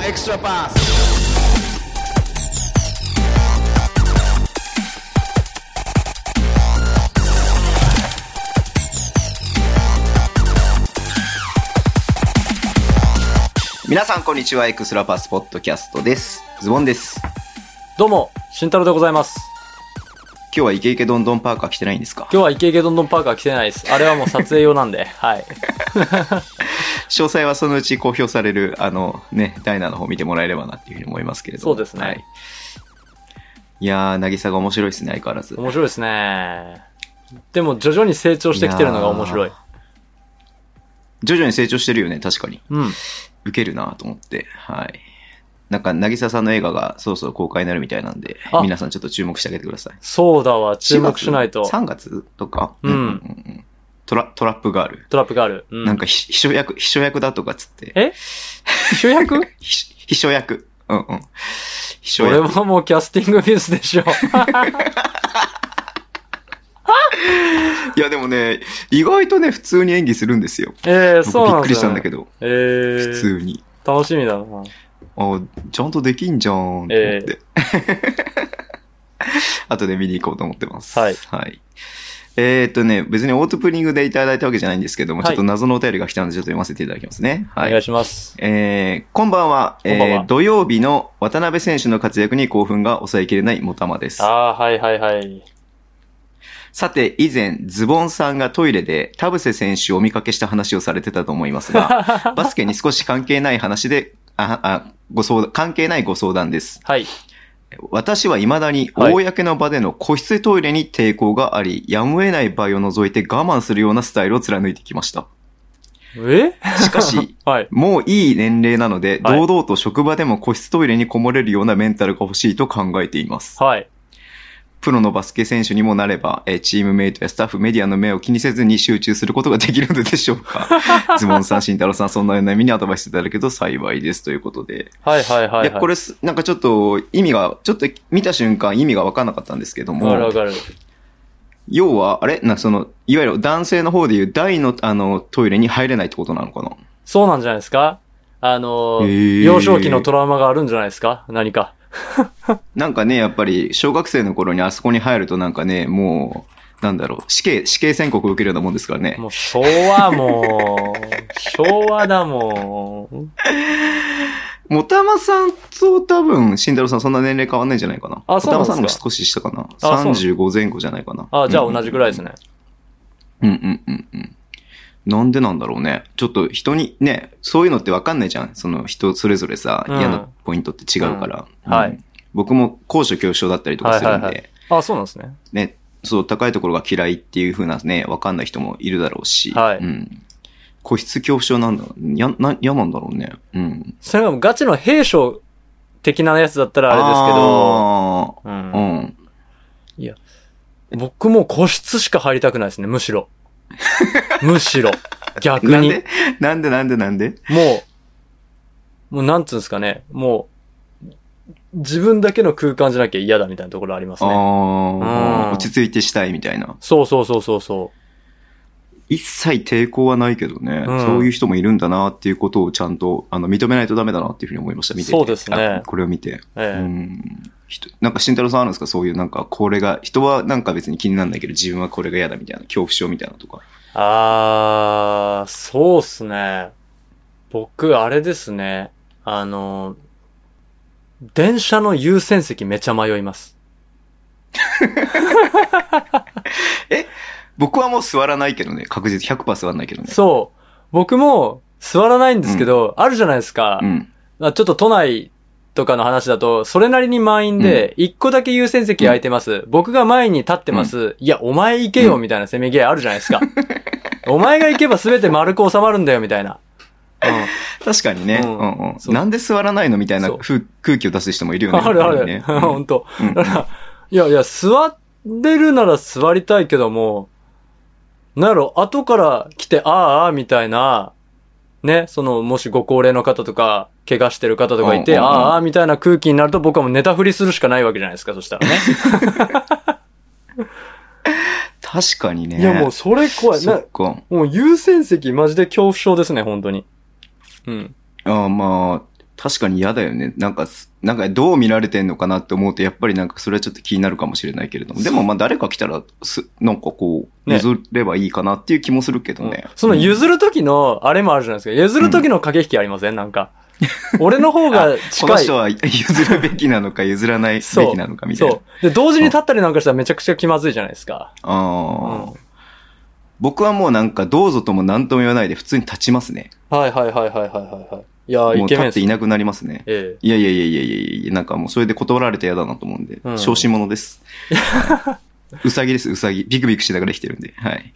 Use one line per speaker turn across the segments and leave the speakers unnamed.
Deixa eu passar.
皆さん、こんにちは。エクストラパスポッドキャストです。ズボンです。
どうも、慎太郎でございます。
今日はイケイケどんどんパーカー来てないんですか
今日はイケイケどんどんパーカー来てないです。あれはもう撮影用なん で、はい。
詳細はそのうち公表される、あの、ね、ダイナの方見てもらえればなっていうふうに思いますけれども。
そうですね
はい、いやー、なぎさが面白いですね、相変わらず。
面白いですね。でも徐々に成長してきてるのが面白い。
いや徐々に成長してるよね、確かに。
うん。
ウケるなと思って。はい。なんか、なぎささんの映画がそろそろ公開になるみたいなんで、
あ
皆さんちょっと注目してあげてください。
そうだわ、注目しないと。
3月とか、
うん
んトラ。トラップガール。
トラップガール。うん。
なんかひ、秘書役、秘書役だとかっつって。
え主役
秘秘書役。うんうん。秘書
俺
役。
はもうキャスティングミス でしょ。
いやでもね、意外とね、普通に演技するんですよ。
ええー、
僕
そう
び
な
っ
ん
く
で
り
す
し
よ、
たん
ね。
だけど、
え
普
ー、
通に。
楽しみだな。
あちゃんとできんじゃんと思って。
え
後で見に行こうと思ってます。
はい
はい。えーっとね、別にオートプニングでいただいたわけじゃないんですけども、
は
ち
い
ょっと謎のお便りが来たので、ちょっと読ませていただきますね。は
お
い。
願い します。
えーこんばんは。
こんばんは
えー土曜日の渡辺選手の活躍に興奮が抑えきれないもたまです。
ああー、はいはいはい。
さて、以前、ズボンさんがトイレで田臥選手をお見かけした話をされてたと思います が、バスケに少し関係ない話で、あ、あ、ご相談、関係ないご相談です。
はい。
私は未だに、
はい
公の場での個室トイレに抵抗があり、やむを得ない場合を除いて我慢するようなスタイルを貫いてきま した。
え
しかし、
はい。
もういい年齢なので、
は
堂
い
々と職場でも個室トイレにこもれるようなメンタルが欲しいと考えています。
はい。
プロのバスケ選手にもなれば、えーチームメイトやスタッフ、メディアの目を気にせずに集中することができるのでしょう か。ズボンさん、慎太郎さん、そんな悩みにアドバイスいただけると幸いですということで。
はいはいはい、はい。
いや、これす、なんかちょっと意味が、ちょっと見た瞬間意味がわかんなかったんですけど
わかるわ
も、
かる。
要は、あれなんかその、いわゆる男性の方でいう大の、あの、トイレに入れないってことなのかな
そうなんじゃないですかあの、
へー
幼少期のトラウマがあるんじゃないですか何か。
なんかね、やっぱり、小学生の頃にあそこに入るとなんかね、もう、なんだろう、死刑、死刑宣告を受けるようなもんですからね。
もう昭和もう、 昭和だもん。
もたまさんと多分、慎太郎さんそんな年齢変わんないんじゃないかな。
あそうなん
も
ですか
たまさんが少し下かな。
あそう
35前後じゃないかな。
あ、じゃあ同
じ。
じぐらいですね。
うんうんうんうん。なんでなんだろうね。ちょっと人に、ね、そういうのってわかんないじゃん。その人それぞれさ、
うん
嫌なポイントって違うから。
うんはい
うん僕も高所恐怖症だったりとかするんで、
はいはいはあ、そうなんですね。
ね、そう、高いところが嫌いっていう風なね、わかんない人もいるだろうし。
はい
うん。個室恐怖症なんだ。や、な、嫌なんだろうね。うん。
それがガチの兵将的なやつだったらあれですけ
あ
ど、
ーうん。
うん、僕も個室しか入りたくないですね、むしろ。むしろ。逆
なん
に。
で なんでなんでなんで
もう、もうなんつうんですかね、もう、自分だけの空間じゃなきゃ嫌だみたいなところありますね。
あ
う
あ、
ん
落ち着いてしたいみたいな。
そうそうそうそうそ
一切抵抗はないけどね、
うん
そういう人もいるんだなっていうことをちゃんとあの認めないとダメだなっていうふうに思いました、見てて
そうですね
あこれを見て。
う。え
う
え
ん人なんか慎太郎さんあるんですかそういうなんかこれが、人はなんか別に気にならないけど自分はこれが嫌だみたいな、恐怖症みたいなとか。
あー、そうっすね。僕、あれですね。あの、電車の優先席めちゃ迷います。
僕はもう座らないけどね、確実100%座らないけどね。
そう。僕も座らないんですけど、あるじゃないですか。
うん。
まあちょっと都内とかの話だと、それなりに満員で、一個だけ優先席空いてます。僕が前に立ってます。いや、お前行けよ、みたいなせめぎ合いあるじゃな いですか。お前が行けば全て丸く収まるんだよ、みたいな。うん。
確かにね、う
うん
う
ん
ん
そう
なんで座らないのみたいな
そう
ふ空気を出す人もいるよね。
ある
やっ
あ
ぱ
る。
りねうん
本当。
うん
だから、いやいや、座れるなら座りたいけども、なんやろ、後から来て、ああ、ああ、みたいな、ね、その、もしご高齢の方とか、怪我してる方とかいて、
うんうんうん
ああ、ああ、みたいな空気になると僕はもうネタ振りするしかないわけじゃないですか、そした らね。
確かにね。
いや、もうそれ怖い。
そ
な
っか。
もう優先席マジで恐怖症ですね、本当に。うん。
ああまあ、確かに嫌だよね。なんかす、なんかどう見られてんのかなって思うと、やっぱりなんかそれはちょっと気になるかもしれないけれども。でもまあ誰か来たら、す、なんかこう、
ね
譲ればいいかなっていう気もするけどね。
その譲る時の、あれもあるじゃないですか。譲る時の駆け引きありませんなんか。俺の方が
この
近い。
人は譲るべきな のか譲らないべきなのかみたいな。
そう。で、同時に立ったりなんかしたらめちゃくちゃ気まずいじゃないですか。
あー
うん
僕はもうなんかどうぞとも何とも言わないで普通に立ちますね。
はいはいはいはいはいはいはい。いやー、
も
イ
う
ケ
立
メ
っ
ンっす
ていなくなりますね。
ええ。
いやいやいやいやいやいやなんかもうそれで断られて嫌だなと思うんで、
うん
小心者です。 うさぎです、うさぎ。ビクビクしながら生きてるんで。はい。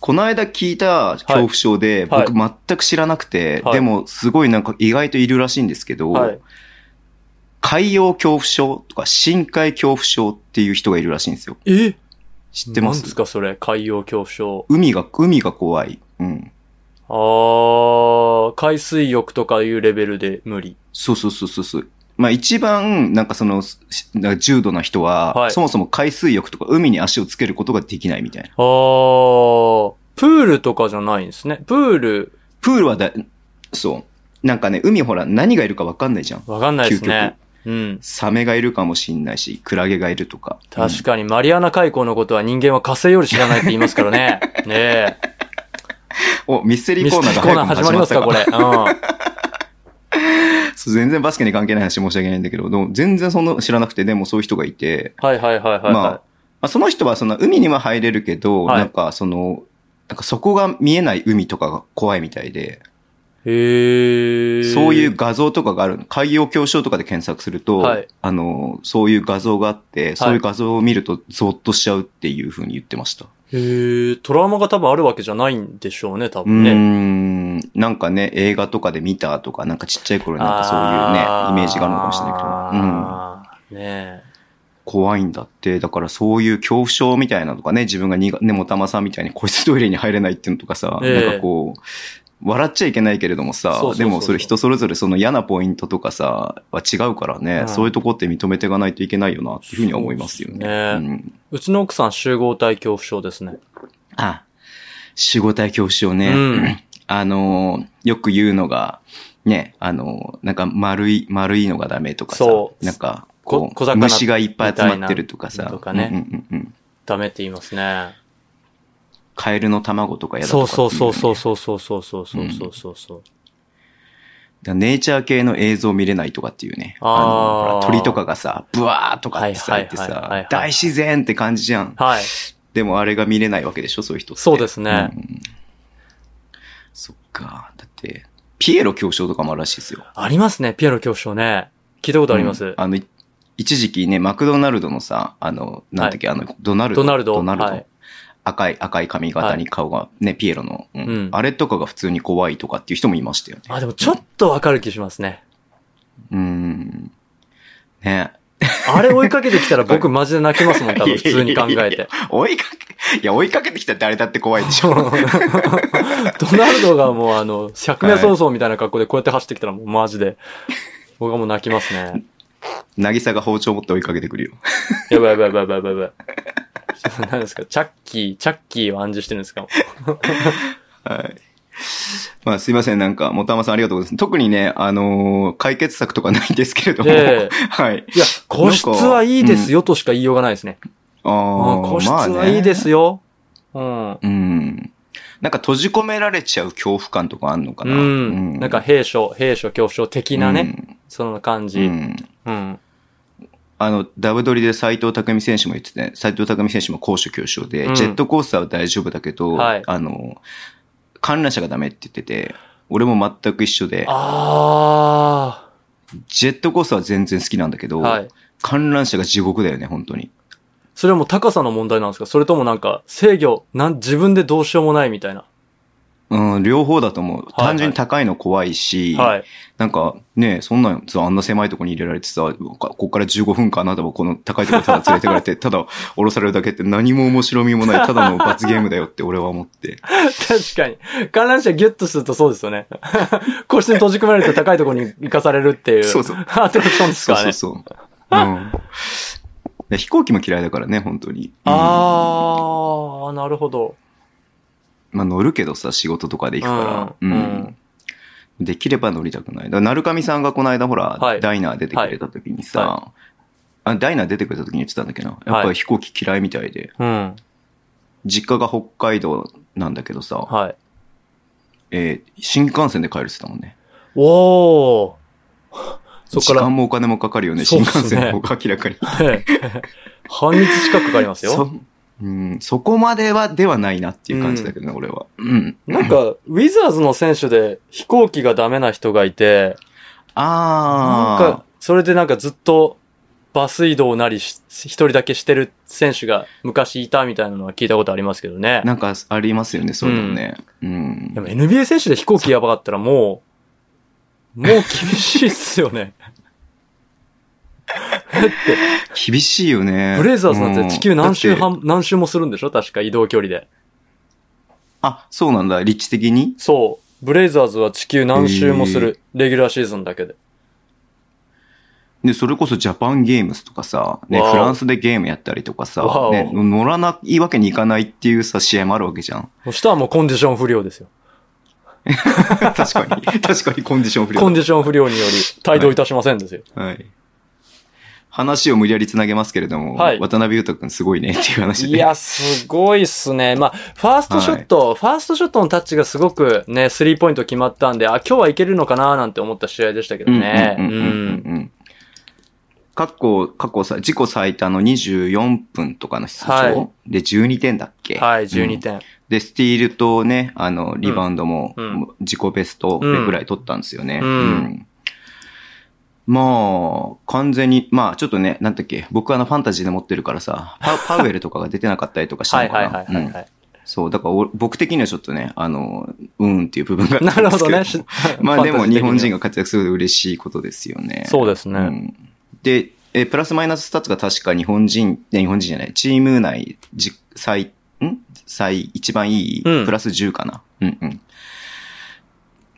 この間聞いた恐怖症で、
はい
僕全く知らなくて、
はい
でもすごいなんか意外といるらしいんですけど、
はい。
海洋恐怖症とか深海恐怖症っていう人がいるらしいんですよ。
え
知ってま
なんですすかそれ、海洋恐怖症。
海が、海が怖い。うん。
あー、海水浴とかいうレベルで無理。
そうそうそうそうそう。まあ一番、なんかその、しなんか重度な人は、
はい
そもそも海水浴とか海に足をつけることができないみたいな。
あー、プールとかじゃないんですね。プール、
プールはだ、そう。なんかね、海ほら何がいるかわかんないじゃん。
わかんないですね。うん。
サメがいるかもしんないし、クラゲがいるとか。
確かに、マリアナ海溝のことは人間は火星より知らないって言いますから ね。ね
うんお、ミステ
え。
リ
ミ
ーコーナ
ス
ーが
テリーコー
早く
ナー
も
始
始
まり
ま
ま
っ
す
たか
か、これ。う
そう全然バスケに関係ない話申し訳ないんだけど、でも全然そんな知らなくて、でもそういう人がいて、
ん。はいはいはいはい、はい。
まあ、まあ、その人はその海には入れるけど、
はい
なんかその、なんかそこが見えない海とかが怖いみたいで、
へー。
そういう画像とかがあるの。海洋恐怖症とかで検索すると、
はい
あの、そういう画像があって、そういう画像を見るとゾッとしちゃうっていうふうに言ってました。
へえ、トラウマが多分あるわけじゃないんでしょうね、多
うー
分ね。
ん、なんかね、映画とかで見たとか、なんかちっちゃい頃になんかそういうね、イメージがあるのかもしれないけど、うん、
いけど。ね
怖いんだって、だからそういう恐怖症みたいなのとかね、自分がにが、ね、もたまさんみたいに個室トイレに入れないっていうのとかさ、
ええ
なんかこう、笑っちゃいけないけれどもさ、
そうそうそうそう
でもそれ人それぞれその嫌なポイントとかさ、は違うからね、
うん
そういうとこって認めていかないといけないよな、っていうふうには思いますよね。
そうですね
うん、
え。うちの奥さん集合体恐怖症ですね。
あ、仕事体恐怖症ね。
うん
あのー、よく言うのが、ね、あのー、なんか丸い、丸いのがダメとかさ、
そう
なんか、
こ
こ
小
う、
魚
虫がいっぱい集まってるとかさ、
みたいなとかね
うんうんうんうん
ダメって言いますね。
カエルの卵とかやだと
そ
か
う
ってい
そうそう
う
そ
ね。
うそうそうそうそうそうそうそうそう。
だからネイチャー系の映像見れないとかっていうね。
あー
のほら鳥とかがさ、ブワーとかってさ、
はい
言って
はいはいはいはい
さ、大自然って感じじゃん。
はい。
でもあれが見れないわけでしょ、そういう人って。
そうですね
うんそっか。だって、ピエロ教唱とかもあるらしいですよ。
ありますね、ピアノ恐怖症ね。聞いたことあります。
うんあの、い一時期ね、マクドナルドのさ、あの、なんだっけ、あの、ドナルド。
ドナルド
ナルド
はい
赤い、赤い髪型に顔が、ね、ピエロの、うん
うん
あれとかが普通に怖いとかっていう人もいましたよね。
あ、でもちょっとわかる気しますね。
うん。ね
あれ追いかけてきたら僕マジで泣きますもん、多分普通に考えて。
追いかけ、いや、追いかけてきたら誰だって怖いでしょ。
ドナルドがもうあの、百名早々みたいな格好でこうやって走ってきたらもうマジで、僕はもう泣きますね。
なぎさが包丁持って追いかけてくるよ。
やばいやばいやばいやばいやばい。何ですかチャッキー、チャッキーを暗示してるんですか
はい。まあ、すいません。なんか、もたまさんありがとうございます。特にね、あのー解決策とかないんですけれども。
ええ
はい。
いや、個室はいいですよとしか言いようがないですね。
あ
うん
ー
個室はいいで。すよ。うん。
まあねうん。なんか閉じ込められちゃう恐怖感とかあんのか
う
な。
ん。なんか、兵所、兵所恐怖症的なね、その感
うん。う
じ。
ん
うん。
あの、ダブドリで斎藤匠選手も言ってて、斎藤匠選手も高所恐怖症で、
うん
ジェットコースターは大丈夫だけど、
はい
あの、観覧車がダメって言ってて、俺も全く一緒で、
あ
ジェットコースターは全然好きなんだけ
ー。
ど、
はい。
観覧車が地獄だよね、本当に。
それはもう高さの問題なんですかそれともなんか制御なん、自分でどうしようもないみたいな。
うん、両方だと思う。
はい
単純に高いの怖いし、
はい。
なんかね、そんなんさ、あんな狭いとこに入れられてさ、ここから15分間あなたはこの高いとこただ連れてかれて、ただ降ろされるだけって何も面白みもない、ただの罰ゲームだよって俺は思って。
確かに。観覧車ギュッとするとそうですよね。 個室に閉じ込められて高いところに行かされるっていう。
そうそう
アトラクションです
そ
か
う
ら
そう
ね。
そう。うんで、飛行機も嫌いだからね、本当に。
ああ、なるほど。
まあ乗るけどさ、仕事とかで行くから。
う
うんん。
うん
できれば乗りたくない。だから、なるかみさんがこの間ほら、
はい
ダイナー出てくれた時にさ、
は
あダイナー出てくれた時に言ってたんだっけど、やっぱり飛行機嫌いみたいで、
うん。
実家が北海道なんだけどさ、
はい。
えー新幹線で帰るって言ってたもんね。
おー。そっ
時
から
間もお金もかかるよね、
そう
新
っ
幹
すね
線の方が明らかに。
はい 半日近くかかりますよ。
そうん、そこまでは、ではないなっていう感じだけどね、俺は。うん。
なんか、ウィザーズの選手で飛行機がダメな人がいて、なん
あ
か、それでなんかずっとバス移動なりし一人だけしてる選手が昔いたみたいなのは聞いたことありますけどね
あ。。なんか、ありますよね、そういうのね。うん
で。も NBA 選手で飛行機やばかったらもう、もう厳しいっす よね。
厳しいよね。
ブレイザーズなん
うん
て地球何周
だって
半、何周もするんでしょ確か移動距離で。
あ、そうなんだ、立地的に
そう。ブレイザーズは地球何周もする。レギュラーシーズンだけで。
で、それこそジャパンゲームスとかさ、ね、
わお
フランスでゲームやったりとか
わ
さ
お、
ね、乗らないわけにいかないっていうさ、試合もあるわけじ ゃん。
そしたらもうコンディション不良ですよ。
確かに。確かにコンディション不良だ
コンディション不良により帯同いたしませんですよ。
はい。話を無理やり繋げますけれども、
はい
渡辺裕太くんすごいねっていう話で。
いや、すごいっすね。まあ、ファーストショット、ファーストショットのタッチがすごくね、スリーポイント決まったんで、あ、今日はいけるのかななんて思った試合でしたけどね。
うんうんうんうんうん。過去、過去さ、自己最多の24分とかの出場、
はい
で12点だっけ
はい、
うん
12点。
で、スティールとね、あの、リバウンドも
うん
自己ベストぐらい取ったんですよね。
うん
んまあ、完全に、まあ、ちょっとね、なんだっけ、僕あのファンタジーで持ってるからさ、パ パウエルとかが出てなかったりとかした
は
の
い
かな
はい。はいはい、
うん
はい
そう、だからお僕的にはちょっとね、あの、うんっていう部分があっ
な
たん
る
で
ほ
す
ど
けど。
ね。
まあでも日本人
が。
が活躍するのは嬉しいことですよね。
そうですね。
んで、えープラスマイナススタッツが確か日本人、ね日本人じゃない、チーム内、じ最、ん最、一番いい、
うん
プラス10かな。うんうん。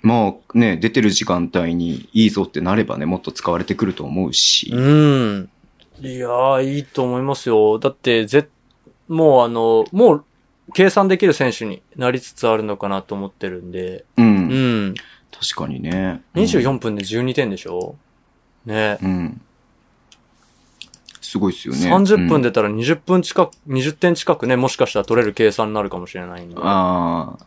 まあね、出てる時間帯にいいぞってなればね、もっと使われてくると思うし。
うん。いやー、いいと思いますよ。だって、ぜ、もうあの、もう、計算できる選手になりつつあるのかなと思ってるんで。
うん。
うん。
確かにね。うん
24分で12点でしょね。
うん。すごいですよね。
30分
で。
出たら20分近く、20点近くね、もしかしたら取れる計算になるかもしれないんで。
ああ、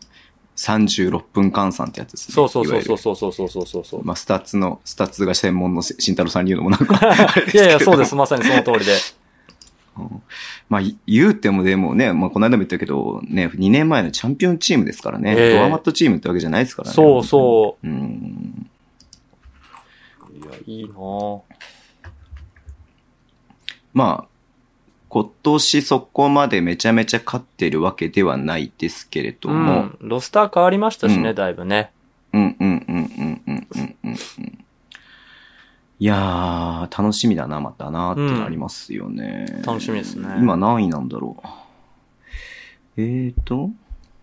36分換算ってやつですね。
そうそう
い
そ
わ
う
ゆる
そうそうそうそうそうそうそう。
まあ、スタッツの、スタッツが専門のせ慎太郎さんに言うのもなん かあれですけれ
い
ど
やいや、そうです。。まさにその通りで。
まあ、い言うてもでもね、まあ、この間も言ったけど、ね、2年前のチャンピオンチームですからね。
ええ
ドアマットチームってわけじゃないですからね。。
そうそう
うん。
う。いや、いいなぁ。
まあ、今年そこまでめちゃめちゃ勝ってるわけではないですけれど
う
も、
ん。ロスター変わりましたしね、
うん
だいぶね。
うんうんうんうんうんうんうんうん。いやー、楽しみだな、またな、ってなりますよね、
楽しみですね
今何位なんだろう。えーと、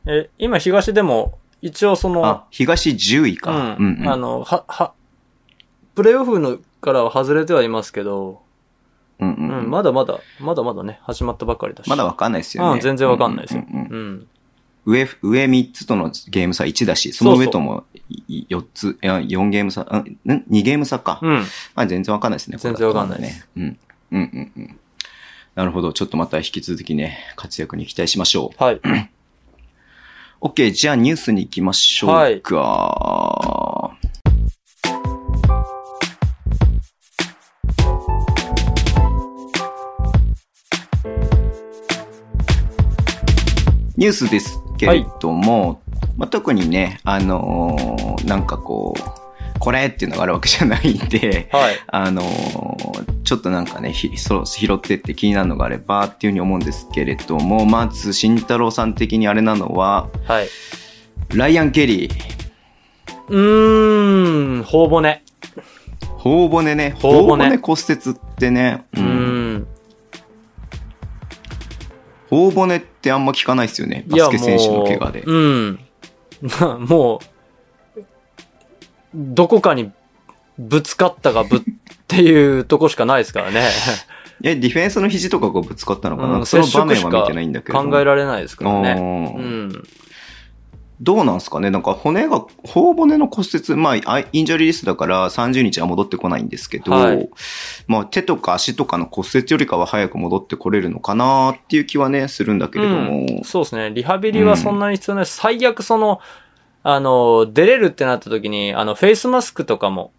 え、今東でも、一応その
あ、、東10位
う
か。
ん、あの、は、は、プレイオフのからは外れてはいますけど、
うんう
うん、
うんん
まだまだ、まだまだね、始まったばっかりだし。
まだわかんないですよ
う
ね。
ん全然わかんないですよ
うんうんうん
うん。
上、上3つとのゲーム差1だし、その
そう
上
そう
とも4つ、いや4ゲーム差、うんん ?2 ゲーム差か。
うん。
まあ全然わかんないですね。
全然わかんない
こ
で
れ
す
だとね。うん。うんうんうん。なるほど。ちょっとまた引き続きね、活躍に期待しましょ
はい。
う。OK。じゃあニュースに行きましょうか。ニュースですけれども、まあ、特にね、あのーなんかこう、これっていうのがあるわけじゃないんで、
はい。
あのーちょっとなんかね、ひそう拾ってって気になるのがあればっていうふうに思うんですけれども、まず、慎太郎さん的にあれなのは、
はい。
ライアン・ケリー。
うーん、頬骨。
頬骨ね。
頬骨
骨折ってね。う。
うんん。
頬骨ってあんま聞かないですよね。
い
バ
や
スケ選手の怪我で
も。ううん。まあもう、どこかにぶつかったがぶっていうとこしかないで すからね。
え、ディフェンスの肘とかがぶつかったのかな、
うん
その
接触
場面
し
は
か
見てないんだけど。
考えられないですからね。
おー
うん。
どうなんすかねなんか骨が、頬骨の骨折、まああ、インジャリーリストだから30日は戻ってこないんですけど、
はい
まあ手とか足とかの骨折よりかは早く戻ってこれるのかなっていう気はね、するんだけれども。
うんそうですね。リハビリはそんなに必要ないし、最悪その、あの、出れるってなった時に、あの、フェイスマスクとかも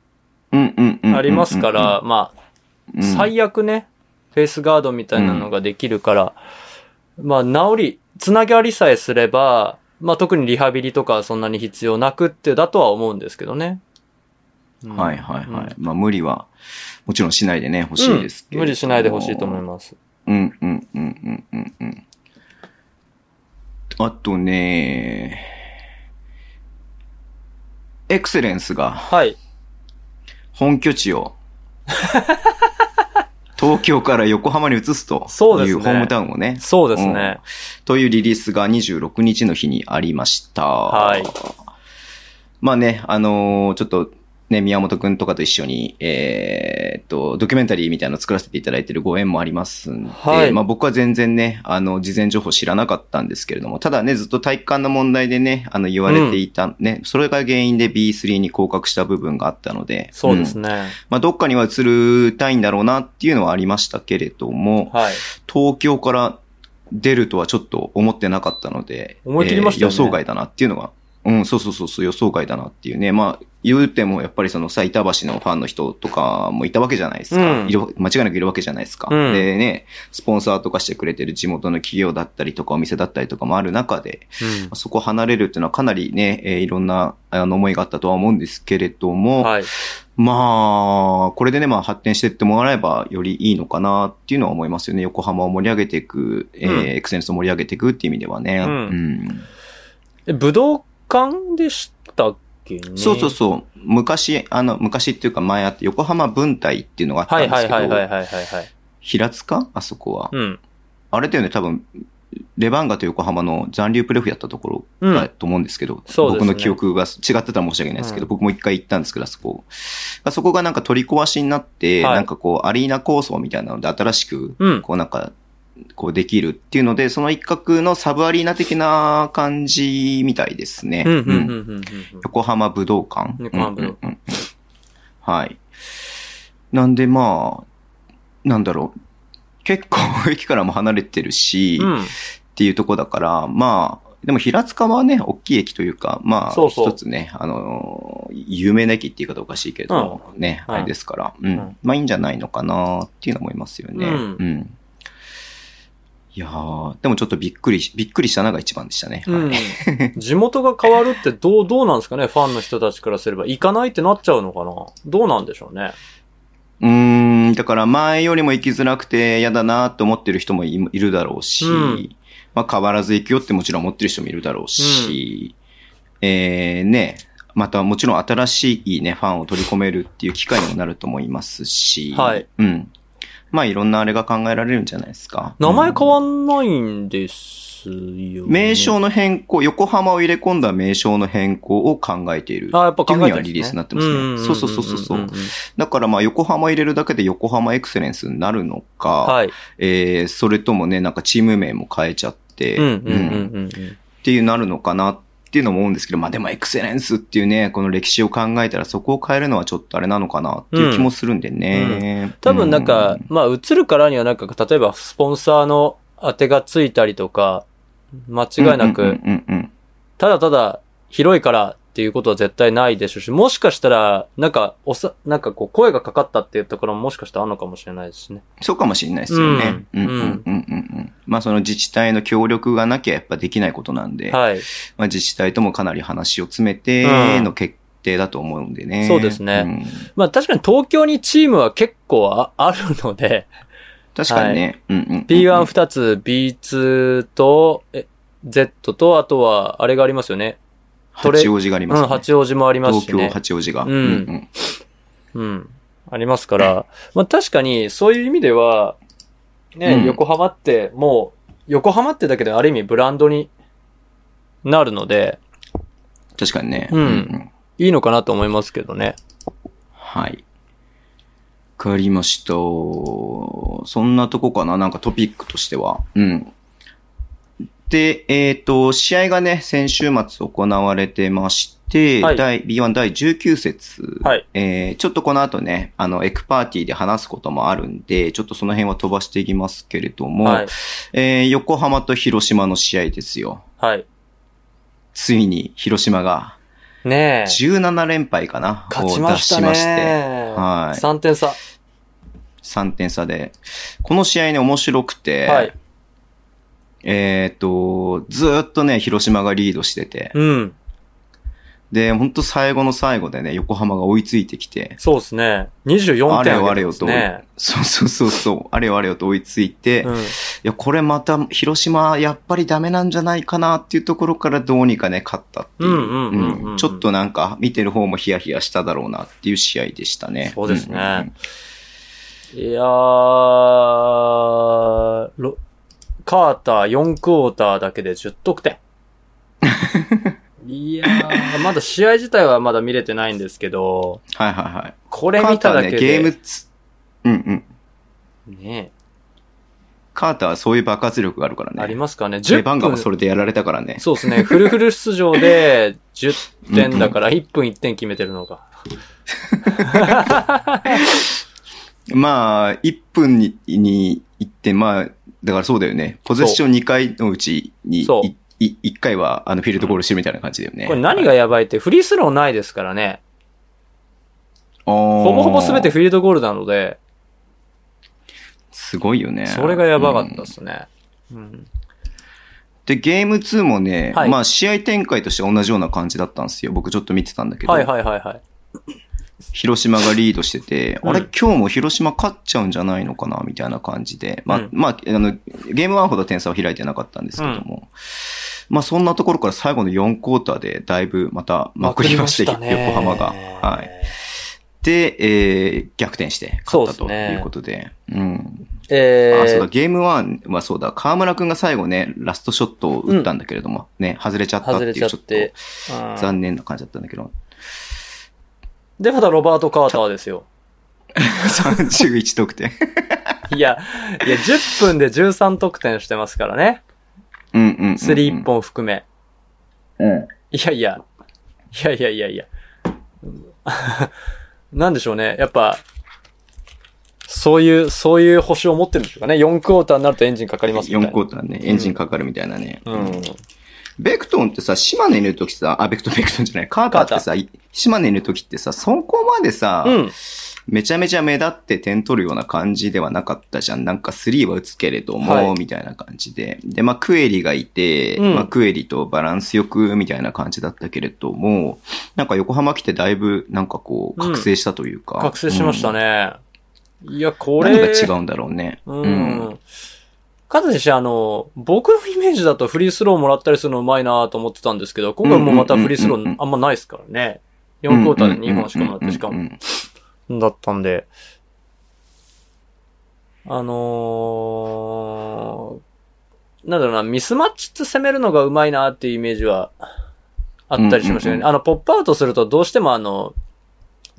うんうんうんうんうん
ありますから、、まあ、
うん
最悪ね、フェイスガードみたいなのができるから、まあ、治り、つながりさえすれば、まあ、特にリハビリとかはそんなに必要なくってだとは思うんですけどね。うん
はいはいはい。
う
まあ無理は、もちろんしないでね、欲しいですけ
ん
れども、
無理しないでほしいと思います。
うんうんうんうんうんうん。あとね、エクセレンスが
はい。
本拠地 を東京から横浜に移すと
そうで
い
す
う
ね
ホームタウンをね、
そうですね。
というリリースが26日の日にありました。
はい
まあね、あのーちょっと、ね、宮本くんとかと一緒に、えーっと、ドキュメンタリーみたいなのを作らせていただいてるご縁もありますんで、
はい
まあ僕は全然ね、あの、事前情報知らなかったんですけれども、ただね、ずっと体育館の問題でね、あの、言われていた、ね、それが原因で B3 に降格した部分があったので、
そうです
ん
ね。
まあどっかには移るたいんだろうなっていうのはありましたけれども、
はい。
東京から出るとはちょっと思ってなかったので、
思い切りましたよね
えー予想外だなっていうのが、うん、そうそうそうそう、予想外だなっていうね。まあ、言うてもやっぱりそのさ、板橋のファンの人とかもいたわけじゃないですか。
うん
いる間違いなくいるわけじゃないですか、
うん
でね、スポンサーとかしてくれてる地元の企業だったりとかお店だったりとかもある中で、まあそこ離れるっていうのはかなりね、えーいろんなあの思いがあったとは思うんですけれど
うん。
も、
はい。
まあ、これでね、まあ発展してってもらえばよりいいのかなっていうのは思いますよね。横浜を盛り上げていく、え
うん
ー、エクセレンスを盛り上げていくっていう意味ではね。
うんえ、武道館でしたっけね
そうそうそう。昔、あの、昔っていうか前あって横浜文体っていうのがあった
は
ん
い
です
は
け
い
ど、
はいはいはいはいはい。
平塚あそこは。
うん。
あれだよね、多分、レバンガと横浜の残留プレーオフやったところ
うん
だと思うんですけど、
そうです
僕
ね
の記憶が違ってたら申し訳ないですけど、
うん
僕も一回行ったんですけど、あそこ。あそこがなんか取り壊しになって、
はい
なんかこう、アリーナ構想みたいなので新しく、
うん。
こうなんか、こうできるっていうので、その一角のサブアリーナ的な感じみたいですね。
うん、うん、うん、
うん
うん。
横浜武道館。
横浜武道
うんうんうんはい。なんでまあ、なんだろう。結構 駅からも離れてるし、っ
うん。
ていうとこだから、まあ、でも平塚はね、大きい駅というか、まあ、
そうそう
一つね、あのー、有名な駅って言い方おかしいけど、ね、
うん
あれですから、うん、
うん
まあいいんじゃないのかなっていうのは思いますよね。
うん
うんいやー、でもちょっとびっくりし、びっくりしたのが一番でしたね。
う
はい
ん。地元が変わるってどう、どうなんですかねファンの人たちからすれば。行かないってなっちゃうのかなどうなんでしょうね。
うーん、だから前よりも行きづらくて嫌だなと思ってる人もいいるだろうし、
うん
まあ変わらず行くよってもちろん思ってる人もいるだろうし、えー、ね、またもちろん新しいね、ファンを取り込めるっていう機会にもなると思いますし、
はい
うん。まあいろんなあれが考えられるんじゃないですか。
名前変
うん
わんないんですよ、ね。
名称の変更、横浜を入れ込んだ名称の変更を考えている。
あ、やっぱ考えて
っていうふうにはリリースになってますねそうそうそうそうだからまあ横浜入れるだけで横浜エクセレンスになるのか、
はい。
えー、それともね、なんかチーム名も変えちゃって、
うん、うん、うん
う
うん
っ
ん
ていうなるのかなっていうのも思うんですけど、まあでもエクセレンスっていうね、この歴史を考えたらそこを変えるのはちょっとあれなのかなっていう気もするんでね。
多分なん
う
か、まあ映るからにはなんか、例えばスポンサーの当てがついたりとか、間違いな
うんう
く、
んうん
ただただ広いからっていうことは絶対ないでしょうし、もしかしたら、なんか、おさ、なんかこう声がかかったっていうところももしかしたらあるのかもしれないですね。
そうかもしれないですよね。
うん
うんうんうんうんうんまあその自治体の協力がなきゃやっぱできないことなんで、
はい。
まあ自治体ともかなり話を詰めて
うん
の決定だと思うんでね。
そうですね
ん
まあ確かに東京にチームは結構ああるので、
確かにね。うんうんうんうん
B12 つ、B2 と、え Z と、あとは、あれがありますよね。トレ
八王子がありま
う
す
ん、
ね。
八王子もあります
東
し
京
ね。
八王子が。
うんうん。ありますから。まあ確かに、そういう意味では、ね、
うん
横浜って、もう、横浜ってだけである意味ブランドになるので、
確かにね。
うんいいのかなと思いますけどね。
はい。わかりました。そんなとこかななんかトピックとしては。うん。で、えっ、と、試合がね、先週末行われてまして、
はい
第 B1 第19節、
はい
えーちょっとこの後ね、あの、エクパーティーで話すこともあるんで、ちょっとその辺は飛ばしていきますけれども、
はい。
えー横浜と広島の試合ですよ。
はい。
ついに広島が
ねえ。
17連敗かな、
勝ちましたね。
を出しまして、はい
3点差。
3点差で。この試合ね、面白くて、
はい。
えっ、と、ずーっとね、広島がリードしてて、
うん。
で、ほんと最後の最後でね、横浜が追いついてきて、
そうですね。24
あれ
点
よあれ
で
よ
す
と、
ね。
そうそうそうそう、あれよあれよと追いついて、
う
い
ん。
や、これまた、広島やっぱりダメなんじゃないかなっていうところからどうにかね、勝ったっていう、
うんうんうんうんうん
うんちょっとなんか、見てる方もヒヤヒヤしただろうなっていう試合でしたね。
そうですね
んんうん
いやー、ろカーター4クォーターだけで10得 点。いやー、まだ試合自体はまだ見れてないんですけど、
はいはいはい。
これ見ただ
カータ
けで。
ーね、ゲームつ、うんうん。
ね
カーターはそういう爆発力があるからね。
ありますかね。
レ
10
バンガも
分。
それでやられたからね。
そうですね。 フルフル出場で10点だから1分1点決めてるのか。
まあ、1分にに1点、まあ、だからそうだよね。ポゼッション2回のうちに
そう
いい1回はあのフィールドゴールしてるみたいな感じだよね。
これ何がやばいって、フリースローないですからね。
ほ
ほぼほぼ全て。フィールドゴールなので、
すごいよね。
それがやばかった
うん
ですね。うん。
で、ゲーム2もね、
はい
まあ試合展開として同じような感じだったんですよ。僕ちょっと見てたんだけど、
はいはいはいはい。
広島がリードしてて、
うん
あれ今日も広島勝っちゃうんじゃないのかなみたいな感じで。まあ、
うん
まあ、あの、ゲーム1ほど点差は開いてなかったんですけども。まあそんなところから最後の4クォーターでだいぶまたまくりまして、
まくりましたね
横浜が。はい。で、えー、逆転して勝った
そ
と
うですね
いうことで。うん。
えー、
あ、そうだ、ゲーム1はそうだ、河村くんが最後ね、ラストショットを打ったんだけれども、ね、外れちゃったってい
外れ
う、ち
ち
ょ
ゃ
っ
っ
と
て。うん
残念な感じだったんだけど、
で、またロバート・カーターですよ。
31得点。
いや、いや、10分で13得点してますからね。
うんうんうんうん。
スリー1本含め。
うん。
いやいや、いやいやいやいや。 なんでしょうね。やっぱ、そういう、そういう星を持ってるんでしょうかね。4クォーターになるとエンジンかかりますみたいな。
4クォーターね、エンジンかかるみたいなね。
うん。
ベクトンってさ、島根にいるときさ、あ、ベクトン、ベクトンじゃない、カーターってさ、い島根にいるときってさ、そこまでさ、
うん。
めちゃめちゃ目立って点取るような感じではなかったじゃん。なんか3は打つけれども、
はい
みたいな感じで。で、まあクエリがいて、
うん
まあクエリとバランスよく、みたいな感じだったけれども、なんか横浜来てだいぶ、なんかこう、
うん
覚醒したというか。
覚醒しましたね。いや、
うん。
これ。
何が違うんだろうね。
うん。かつてし、あの、僕のイメージだとフリースローもらったりするのうまいなと思ってたんですけど、今回もまたフリースロ
うんうんうん
ー
う
あんまないですからね。4クォーターで2本しかもらってしか
うんうん
も、
うん
だったんで。あのー、なんだろうな、ミスマッチって攻めるのがうまいなっていうイメージはあったりしましたよね。
うんうんう
あの、ポップアウトするとどうしてもあの、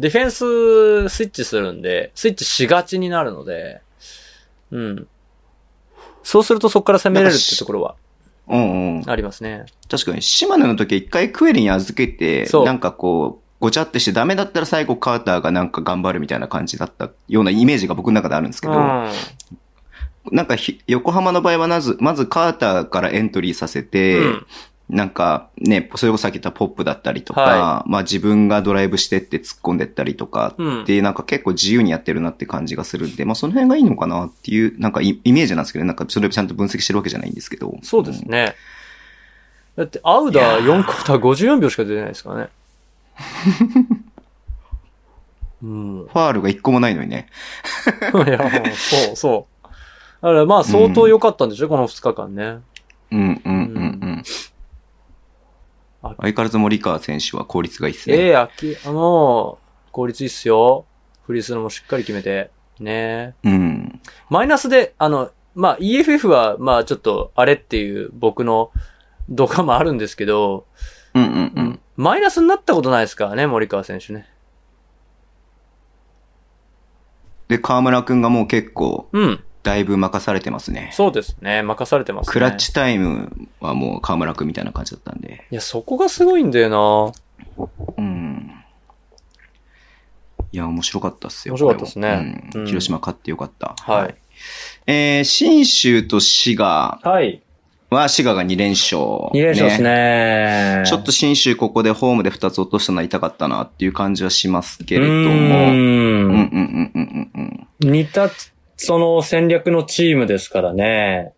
ディフェンススイッチするんで、スイッチしがちになるので、うん。そうするとそこから攻めれるってところは
うんうん
ありますね。
確かに、島根の時は一回クエリに預けて
そ、う
なんかこう、ごちゃってしてダメだったら最後カーターがなんか頑張るみたいな感じだったようなイメージが僕の中であるんですけ
う
ど、
ん。
なんかひ横浜の場合はまず、まずカーターからエントリーさせて、
うん
なんかね、それこそさっき言ったポップだったりとか、
は
まあ自分がドライブしてって突っ込んでったりとか
うん
で、なんか結構自由にやってるなって感じがするんで、まあその辺がいいのかなっていう、なんかイイメージなんですけど、なんかそれをちゃんと分析してるわけじゃないんですけど。
そうですね。だって、アウダー4クォーター54秒しか出てないですから ね。うん。い
ファールが一個もないのにね。
や、もうそう、そう。だからまあ相当良かったんでしょ、この2日間ね。
うんうんうんうん。
あ
相変わらず森川選手は効率がいいっす
え
ね。
えあき、あの、効率いいっすよ。フリースローもしっかり決めて。ね
うん。
マイナスで、あの、まあ EFF は、まあちょっと、あれっていう僕の度カもあるんですけど、
うんうんうん。
マイナスになったことないですからね、森川選手ね。
で、河村くんがもう結構、
うん。
だいぶ任されてますね。
そうですね。任されてますね。
クラッチタイムはもう河村くんみたいな感じだったんで。
いや、そこがすごいんだよ
うん。いや、面白かったっすよ。
面白かったっすね
これもうん
うん
広島勝ってよかった。
な。はい。。
えー、新州と滋賀
はい。
は滋賀が2連勝。
2連勝ですね
ちょっと新州ここでホームで2つ落としたのは痛かったなっていう感じはしますけれども。
う
うんうん
ーん
うんうんうん
似た、その戦略のチームですからね。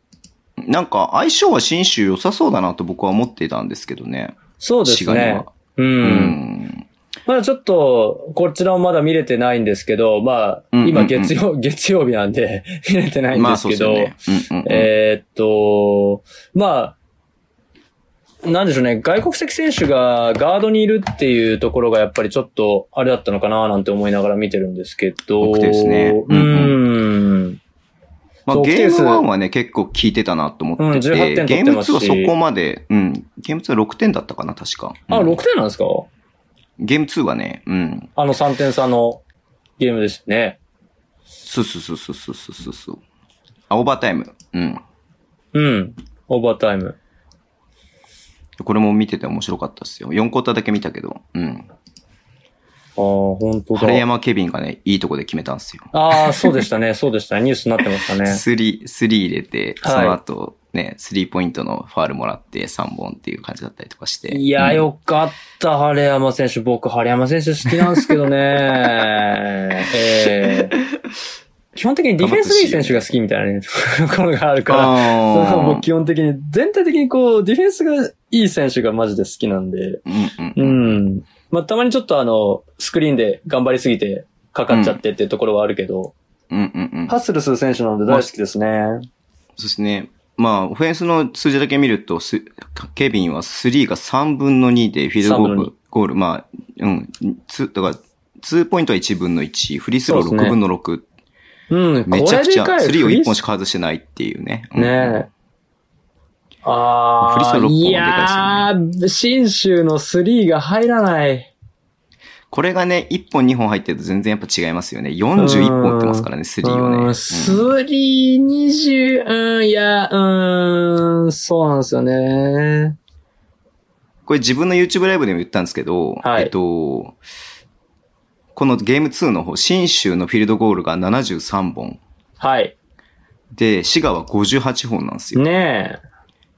うん。なんか相性は新州良さそうだなと僕は思っていたんですけどね。
そうです
滋賀に
ね
は。
うん。
うん。
まだちょっと、こちらもまだ見れてないんですけど、まあ、
うんうんうん
今月曜、月曜日なんで、 見れてないん
ま
で
あ
す
そうで
け
す
ど、
よね。うんうんうん
えーっと、まあ、なんでしょうね、外国籍選手がガードにいるっていうところがやっぱりちょっと、あれだったのかななんて思いながら見てるんですけど。
多くてですね
う
うん
ん。
まあ、
そう
ゲー
ケース
ム1はね、結構効いてたなと思ってて、
うん18点
ゲ
取
ー
って
ム
ます
2
し
はそこまで、うん、ゲーム2は6点だったかな、確か。
あ、
うん
6点なんですか
ゲーム2はね、うん。
あの3点差のゲームですね。
そうそうそうそうそうそうそう。あ、オーバータイム。うん。
うん。オーバータイム。
これも見てて面白かったですよ。4クォーターだけ見たけど、うん。
ああ、本当だ。
晴山ケビンがね、いいとこで決めたんですよ。
ああ、そうでしたね、そうでしたね。ニュースになってましたね。
スリー、スリー入れて、
はい
その後、ね、スリーポイントのファールもらって3本っていう感じだったりとかして。
いや、
うん
よかった、晴山選手。僕、晴山選手好きなんですけどね。 えー基本的にディフェンスリー選手が好きみたいなね、ところがあるから。
あー
僕、基本的に、全体的にこう、ディフェンスがいい選手がマジで好きなんで。
うんう。
うんん。まあ、たまにちょっとあの、スクリーンで頑張りすぎて、かかっちゃってっていうところはあるけど、
うんうんうん。
ハッスルする選手なので大好きですね。
そうですね。まあ、オフェンスの数字だけ見ると、すケビンは3が3分の2で、フィールドゴー
3分の
ル、ゴールまあ、うん、つだから、2ポイントは1分の1、フリースロー
そうです
6
ね
分の6、
うん、
めちゃくちゃ、
これでかい
3を1本しか外してないっていうね。うん
ねえ。あ
フリースロー
あ、
六本
い
もで
や
か
ー、新州のスリーが入らない。
これがね、1本2本入ってると全然やっぱ違いますよね。41本打ってますからね、3をね。
う
うんん
スリー、二十、うん、いや、うん、そうなんですよね。
これ自分の YouTube ライブでも言ったんですけど、
はい
えっと、このゲーム2の方、新州のフィールドゴールが73本。
はい。
で、滋賀は58本なんですよ。
ね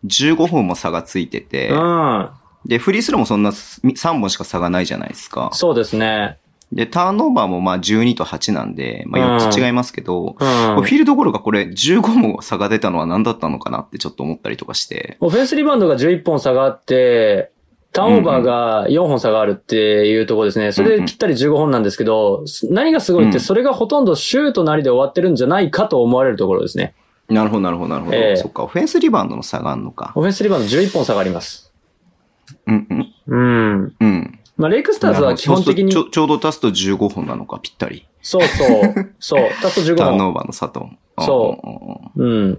15本も差がついて
え。
て、
うん。
で、フリースローもそんな3本しか差がないじゃないですか。
そうですね。
で、ターンオーバーもまあ12と8なんで、まあ4つ違いますけど、
うん。
これフィールドゴールがこれ15も差が出たのは何だったのかなってちょっと思ったりとかして、
オフェンスリバウンドが11本下がって、ターンオーバーが4本下があるっていうところですね。それでぴったり15本なんですけど、何がすごいっ
うん
て、それがほとんどシュートなりで終わってるんじゃないかと思われるところですね。
なるほどなるほどなるほど、
ええ
そっか、オフェンスリバウンドの差があんのか
オ。フェンスリバウンド11本下がります。
うんうん。
うん。
うん。
まあ、レイクスターズは基本的に
そ、うするとちょちょうど足すと15本なのか、ぴったり。
そう そう、そう、たった15
ターン
本。
オーバーの差と。
そ
うんうんうん
うん。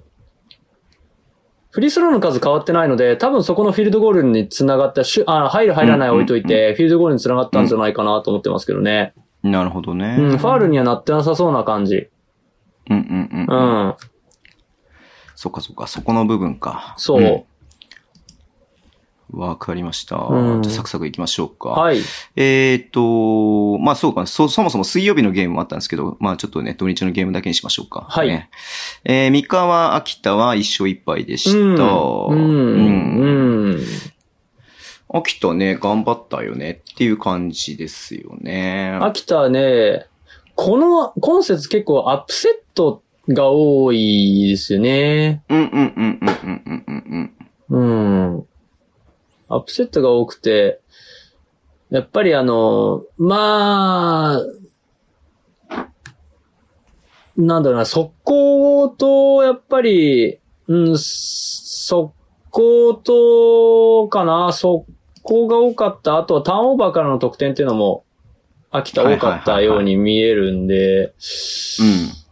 フリースローの数変わってないので、多分そこのフィールドゴールにつながった、シュあ入る入らない置いといて、フィールドゴールにつながったんじゃないかなと思ってますけどね。
なるほどね。
うん、ファールにはなってなさそうな感じ。
うんうん
う
うん。
ん。
そっかそっか、そこの部分か。
そう。
んわかりました。
うん
じゃあサクサク行きましょうか。
はい。
えーっと、まあそうかそ、そもそも水曜日のゲームもあったんですけど、まあちょっとね、土日のゲームだけにしましょうか。
はい
ね、えー、三河、秋田は一勝一敗でした。
う
う
ん。
ん
うん。
秋田ね、頑張ったよねっていう感じですよね。
秋田ね、この、今節結構アップセットが多いですよね。
うんうんうんうんうんうんうん
うん。アップセットが多くて、やっぱりあの、まあ、なんだろうな、速攻と、やっぱり、うん、速攻と、かな、速攻が多かった。あとはターンオーバーからの得点っていうのも、秋田多かったように見えるんで、
うん。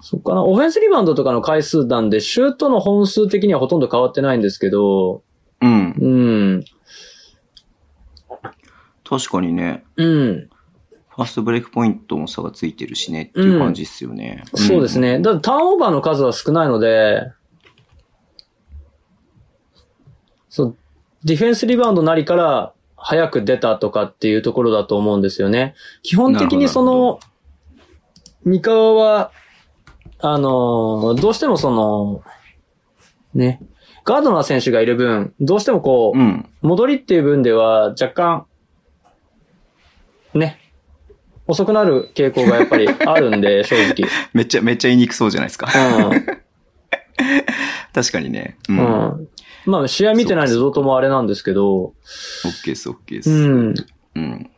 そっかな。オフェンスリバウンドとかの回数なんで、シュートの本数的にはほとんど変わってないんですけど、
うん。うん。
うん。
確かにね、
うん。
フファーストブレイクポイントも差がついてるしねっていう感じっすよね。
そうですね。だってターンオーバーの数は少ないので、そう、ディフェンスリバウンドなりから早く出たとかっていうところだと思うんですよね。基本的にそ
なる
の、三河は、あのー、どうしてもその、ね、ガードナー選手がいる分、どうしてもこ
う
う、
ん。うん。
戻りっていう分では若干、ね、遅くなる傾向がやっぱりあるんで、 正直。
めっちゃ、めっちゃ言いにくそうじゃないですか。
う。
確かにね。うんん。オッ
うん。まあ、試合見てないんでどうともあれなんですけど、
ケーです、オッケーで
う
す。
ん。
うん。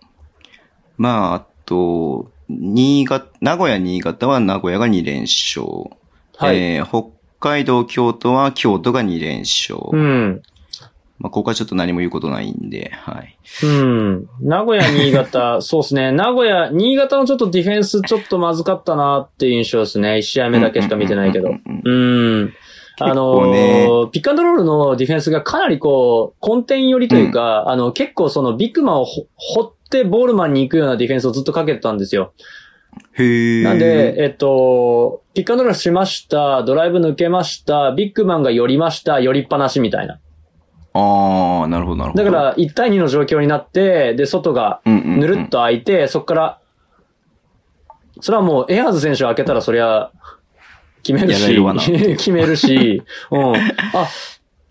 まあ、あと、新潟、名古屋、新潟は名古屋が2連勝。
はい。
えー北海道、京都は京都が2連勝。
うん。
まあ、ここはちょっと何も言うことないんで、はい。
うん。名古屋、新潟、そうで すね。名古屋、新潟のちょっとディフェンスちょっとまずかったなっていう印象ですね。一試合目だけしか見てないけ
う
ど
ん。うんうんうん
うん。あの
構ね
ーピックアンドロールのディフェンスがかなりこう、コンテン寄りというか、あの、結構そのビッグマンをほ掘ってボールマンに行くようなディフェンスをずっとかけてたんですよ。
へえ。
なんで、、えっと、ピックアンドロールしました、ドライブ抜けました、ビッグマンが寄りました、寄りっぱなしみたいな。
ああ、なるほど、なるほ
だ
ど。
か、ら、1対2の状況になって、で、外が
うんうん、うん。
ぬるっと開いて、そこから、それはもう、エアーズ選手を開けたら、そりゃ、決める
やれるわな
し、 決めるし、うん。あ、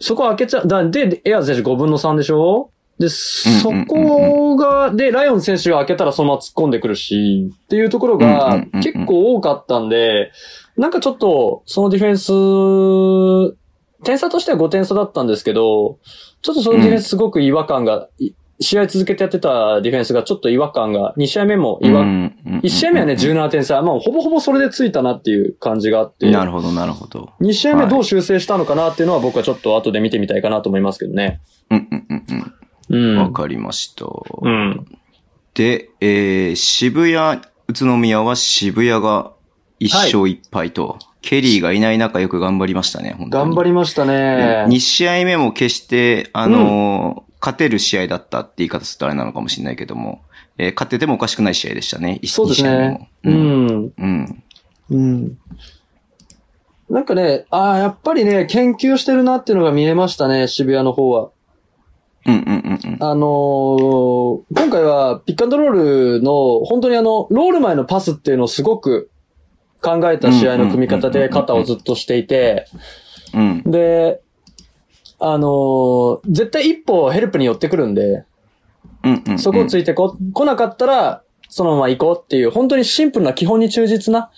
そこ開けちゃ、だで、エアーズ選手5分の3でしょで、そこが、で、ライオン選手が開けたらそのまま突っ込んでくるし、っていうところ
うんう
が
んうんうん
結構多かったんで、なんかちょっと、そのディフェンス、点差としては5点差だったんですけど、ちょっとそのディフェンスすごく違和感が、い試合続けてやってたディフェンスがちょっと違和感が、2試合目も違和、1
1
試合目はね、17点差、まあほぼほぼそれでついたなっていう感じがあって、
なるほど、なるほど。
2試合目どう修正したのかなっていうのは僕はちょっと後で見てみたいかなと思いますけどね。
うんうんうん
う。
うんん。わかりました。
うん。
で、えー、渋谷、宇都宮は渋谷が1勝1敗と、ケリーがいない中よく頑張りましたね、本当に。
頑張りましたね。
2試合目も決して、あのー勝てる試合だったって言い方するとあれなのかもしれないけども、えー勝っててもおかしくない試合でしたね、
そうですね。
2試
う
合目も。
ん。
うん。うん。
うん。なんかね、ああ、やっぱりね、研究してるなっていうのが見えましたね、渋谷の方は。
うんうんうんうん。
あのー今回はピックアンドロールの、本当にあの、ロール前のパスっていうのをすごく考えた試合の組み方で肩をずっとしていて、
うん。
で、あのー絶対一歩ヘルプに寄ってくるんで、
うんうんうん。
そこをついてこ、来なかったら、そのまま行こうっていう、本当にシンプルな基本に忠実な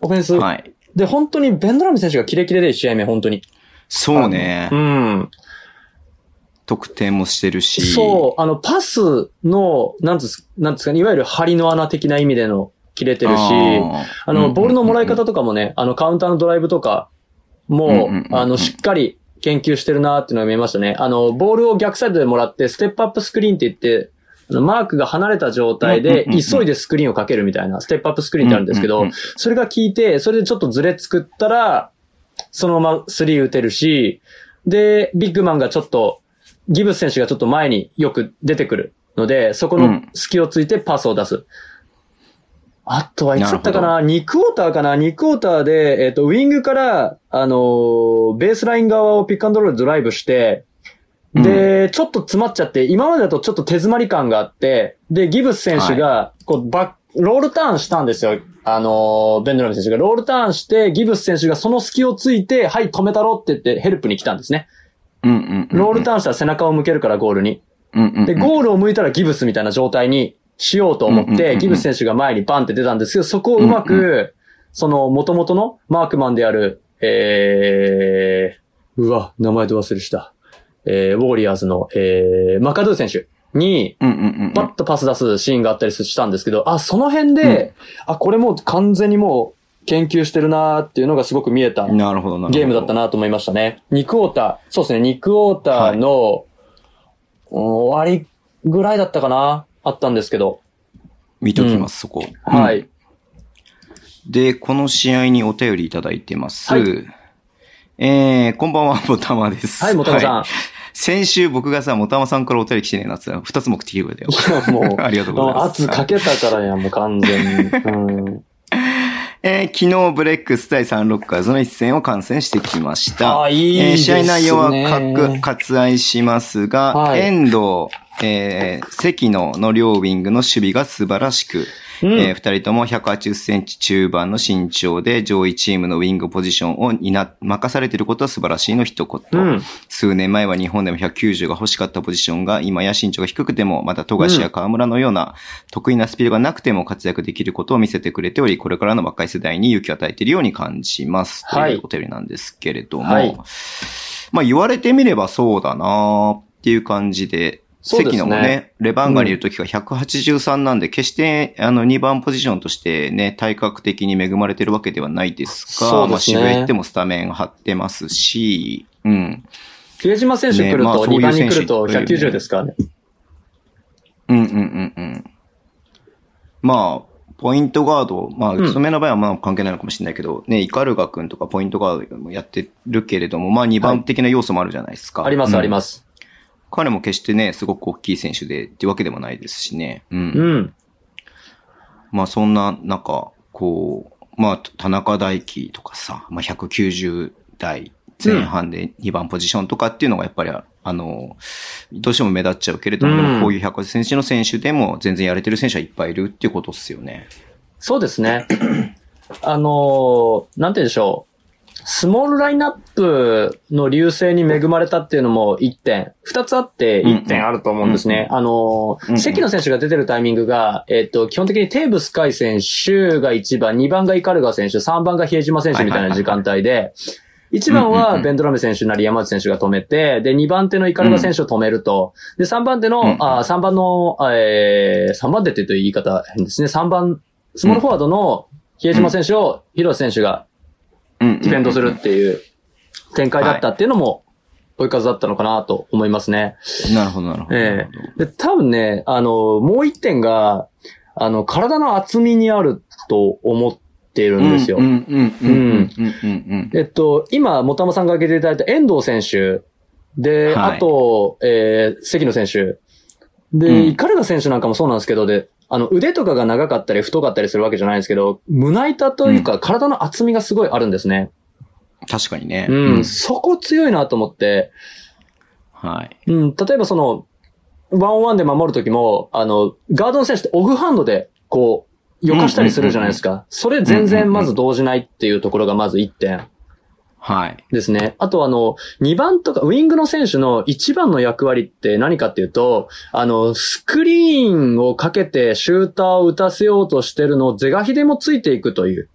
オフェンス。
はい。
で、本当にベンドラム選手がキレキレで1試合目、本当に。
そうね
う。ん。
得点もしてるし。
そう、あの、パスの、なんです、なんですかね、いわゆる針の穴的な意味での切れてるし、あ
あー
の、ボールのもらい
うんうんうん
方とかもね、あの、カウンターのドライブとか
うんうん
も
うんう、ん
あの、しっかり研究してるなっていうのが見えましたね。あの、ボールを逆サイドでもらって、ステップアップスクリーンって言って、あのマークが離れた状態で
うんうんうん、
急いでスクリーンをかけるみたいな、ステップアップスクリーンってあるんですけ
うん
ど
うんうん、
それが効いて、それでちょっとずれ作ったら、そのままスリー打てるし、で、ビッグマンがちょっと、ギブス選手がちょっと前によく出てくるので、そこ
う
の
ん
隙をついてパスを出す。あとはいつだったか
な
な ?2 クォーターかな ?2 クォーターで、えっ、と、ウィングから、あのーベースライン側をピックアンドロールでドライブして、で、ちょっと詰まっちゃって、今までだとちょっと手詰まり感があって、で、ギブス選手が、こう、バック、ロールターンしたんですよ。あのーベンドラム選手がロールターンして、ギブス選手がその隙をついて、はい、止めたろって言ってヘルプに来たんですね。
うんうんうん。
ロールターンしたら背中を向けるからゴールに。
うんうんうん。
で、ゴールを向いたらギブスみたいな状態にしようと
うん
思っ
うんうんう
て、
ん
ギブス選手が前にバンって出たんですけど、そこをうま
うん
く、その元々のマークマンである、えー、うわ、名前と忘れした。えー、ウォーリアーズの、えー、マカドゥ選手に、
うんうんうんうん。
パッとパス出すシーンがあったりしたんですけど、あ、その辺で、あ、これもう完全にもう研究してるなーっていうのがすごく見えた
なるほど、なるほど。
ゲームだった。なと思いましたね。2クォーター、そうですね、2クォーターの、うん終わりぐらいだったかなあったんですけど。
見ときます、そこ。
は
うん
い。。
で、この試合にお便りいただいてます。
はい
えー、こんばんは、もたまです。
はい、もたまさん。
は
はいい。
先週僕がさ、もたまさんからお便り来てねえなって言ったら、二つ目的がだよ。
も
ありがとう
う、
ご
も
ざ
う
います。
圧かけたからやん、もう完 全に。うん。
えー昨日ブレックス対サンロッカーズの一戦を観戦してきました。
あ、いい
えー
です
試
ね。
合内容は各割愛しますが、
はい
遠藤、えー関野の両ウィングの守備が素晴らしく、
うん
えー二人とも180センチ中盤の身長で上位チームのウィングポジションを担、任されていることは素晴らしいの一言。
うん。
数年前は日本でも190が欲しかったポジションが今や身長が低くても、また富樫や河村のような得意なスピードがなくても活躍できることを見せてくれており、これからの若い世代に勇気を与えているように感じます。
はい
というお便りなんですけれども、
はい
まあ言われてみればそうだなっていう感じで、
そうですね
関野もね、レバンガにいる時が183なんで、決して、あの、2番ポジションとしてね、体格的に恵まれてるわけではないですが、
そう
ま
で
あ
すね
渋谷行ってもスタメン張ってますし、うん。
比江島選手来る
ねまあ
と、
そうい
2
う
番に来ると
選手いるよね
190ですからね。
うんうんうんうん。まあ、ポイントガード、まあ、
ん
宇都宮の場合はまあ関係ないのかもしれないけど、ね、イカルガ君とかポイントガードもやってるけれども、まあ2番的な要素もあるじゃないですか。
あります、あり
す。
ます。
彼も決してね、すごく大きい選手でってわけでもないですしね。うん。
うん。
まあそんな、なんか、こう、まあ、田中大輝とかさ、まあ190代前半で2番ポジションとかっていうのがやっぱり、あの、どうしても目立っちゃうけれども、
うん
でもこういう180センチの選手でも全然やれてる選手はいっぱいいるっていうことっすよね。
そうですね。 あのー、なんて言うんでしょう。スモールラインナップの流星に恵まれたっていうのも1点。2つあって1点あると思うんですね。あのー
うんうん
関野選手が出てるタイミングが、えっ、と、基本的にテーブス海選手が1番、2番がイカルガ選手、3番が比江島選手みたいな時間帯で、1番
うんうん
は
うん
ベンドラメ選手なり山内選手が止めて、で、2番手のイカルガ選手を止めると、で、3番手の、
うん
あ3番の、あえー、3番手って言うと言い方変ですね。3番、スモールフォワードの比江島選手を広瀬選手が
うん。
ディフェンドするっていう展開だったっていうのも、追い風だったのかなと思いますね。
なるほど、なるほど。
えで、多分ね、あの、もう一点が、あの、体の厚みにあると思ってるんですよ。
うんうんうんうんうんうん
えっと、今、もたまさんが挙げていただいた遠藤選手。で、
はい
あと、えー、関野選手。で、
うん
イカルガ選手なんかもそうなんですけど、で、あの、腕とかが長かったり太かったりするわけじゃないんですけど、胸板というか、体の厚みがすごいあるんですね。
確かにね。
うん、
うん
そこ強いなと思って、
はい。
うん、例えばその、ワンオンワンで守るときも、あの、ガードの選手ってオフハンドで、こう、よかしたりするじゃないですか。それ全然まず動じないっていうところがまず1点。
はい。
ですね。あとあの、2番とか、ウィングの選手の1番の役割って何かっていうと、あの、スクリーンをかけてシューターを打たせようとしてるのをゼガヒデもついていくという。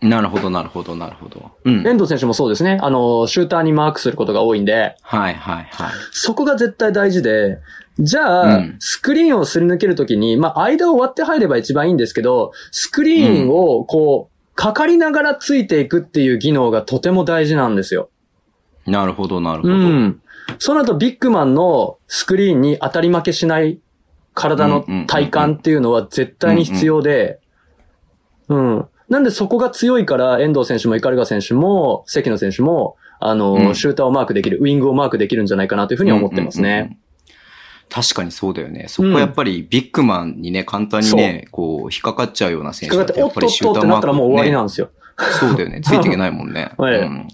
なるほど、なるほど、なるほど。うん。
遠藤選手もそうですね。あの、シューターにマークすることが多いんで、
はい、はい、はい。
そこが絶対大事で、じゃあ、
うん
スクリーンをすり抜けるときに、まあ、間を割って入れば一番いいんですけど、スクリーンをこう、かかりながらついていくっていう技能がとても大事なんですよ。
なるほど、なるほど。
うん。その後、ビッグマンのスクリーンに当たり負けしない体の体感っていうのは絶対に必要で、うん。なんでそこが強いから、遠藤選手もイカルガ選手も、関野選手も、あの、
うん
シューターをマークできる、ウィングをマークできるんじゃないかなというふうには思ってます
うんうんうんう
ね。
ん。確かにそうだよね。そこはやっぱりビッグマンにね、簡単にね、こう、引っかかっちゃうような選
引っ
手だ
かかって、
や
おっ
っ
と
ぱり
っとっ
シュー
と
タ
って
ーマ
な
ー
っ
ク
たら
ね
もう終わりなんですよ。
そうだよね。ついていけないもんね。
はい
うん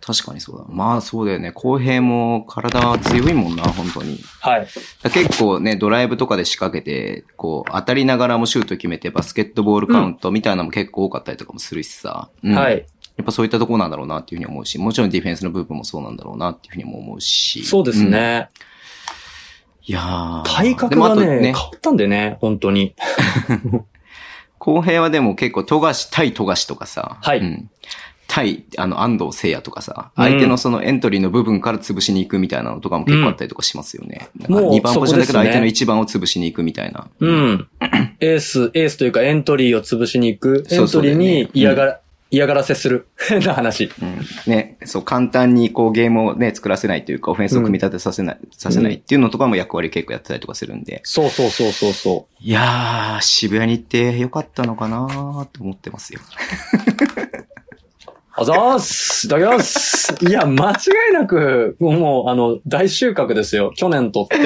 確かにそうだ。まあそうだよね。公平も体は強いもんな、本当に。
はい。
結構ね、ドライブとかで仕掛けて、こう、当たりながらもシュート決めて、バスケットボールカウントみたいなのも結構多かったりとかもするしさ。うん
はい。
やっぱそういったところなんだろうなっていうふうに思うし、もちろんディフェンスの部分もそうなんだろうなっていうふうにも思うし。
そうです
ん。
ね。
いやー
体
で
格
もあ
が
と
ね、変わったんでね、本当に。
後平はでも結構、富樫、対富樫とかさ。
はい
うん対、あの、安藤聖也とかさ、
うん
相手のそのエントリーの部分から潰しに行くみたいなのとかも結構あったりとかしますよね。
うん
なんか
もう
2番ポジションだけど
そこですね
相手の1番を潰しに行くみたいな。
う。ん。エース、エースというかエントリーを潰しに行く。エ
そ
ン
うそ
ト
う
リー
だよ
に
ね
嫌がら、嫌がらせする。 変な話。
うんね、そう、簡単にこうゲームをね、作らせないというか、オフェンスを組み立てさせない、させないっていうのとかも役割結構やってたりとかするんで。
そうそうそうそうそ
いやー、渋谷に行ってよかったのかなーと思ってますよ。
う。あざーすいただきますいや、間違いなく、もう、あの、大収穫ですよ。去年とって。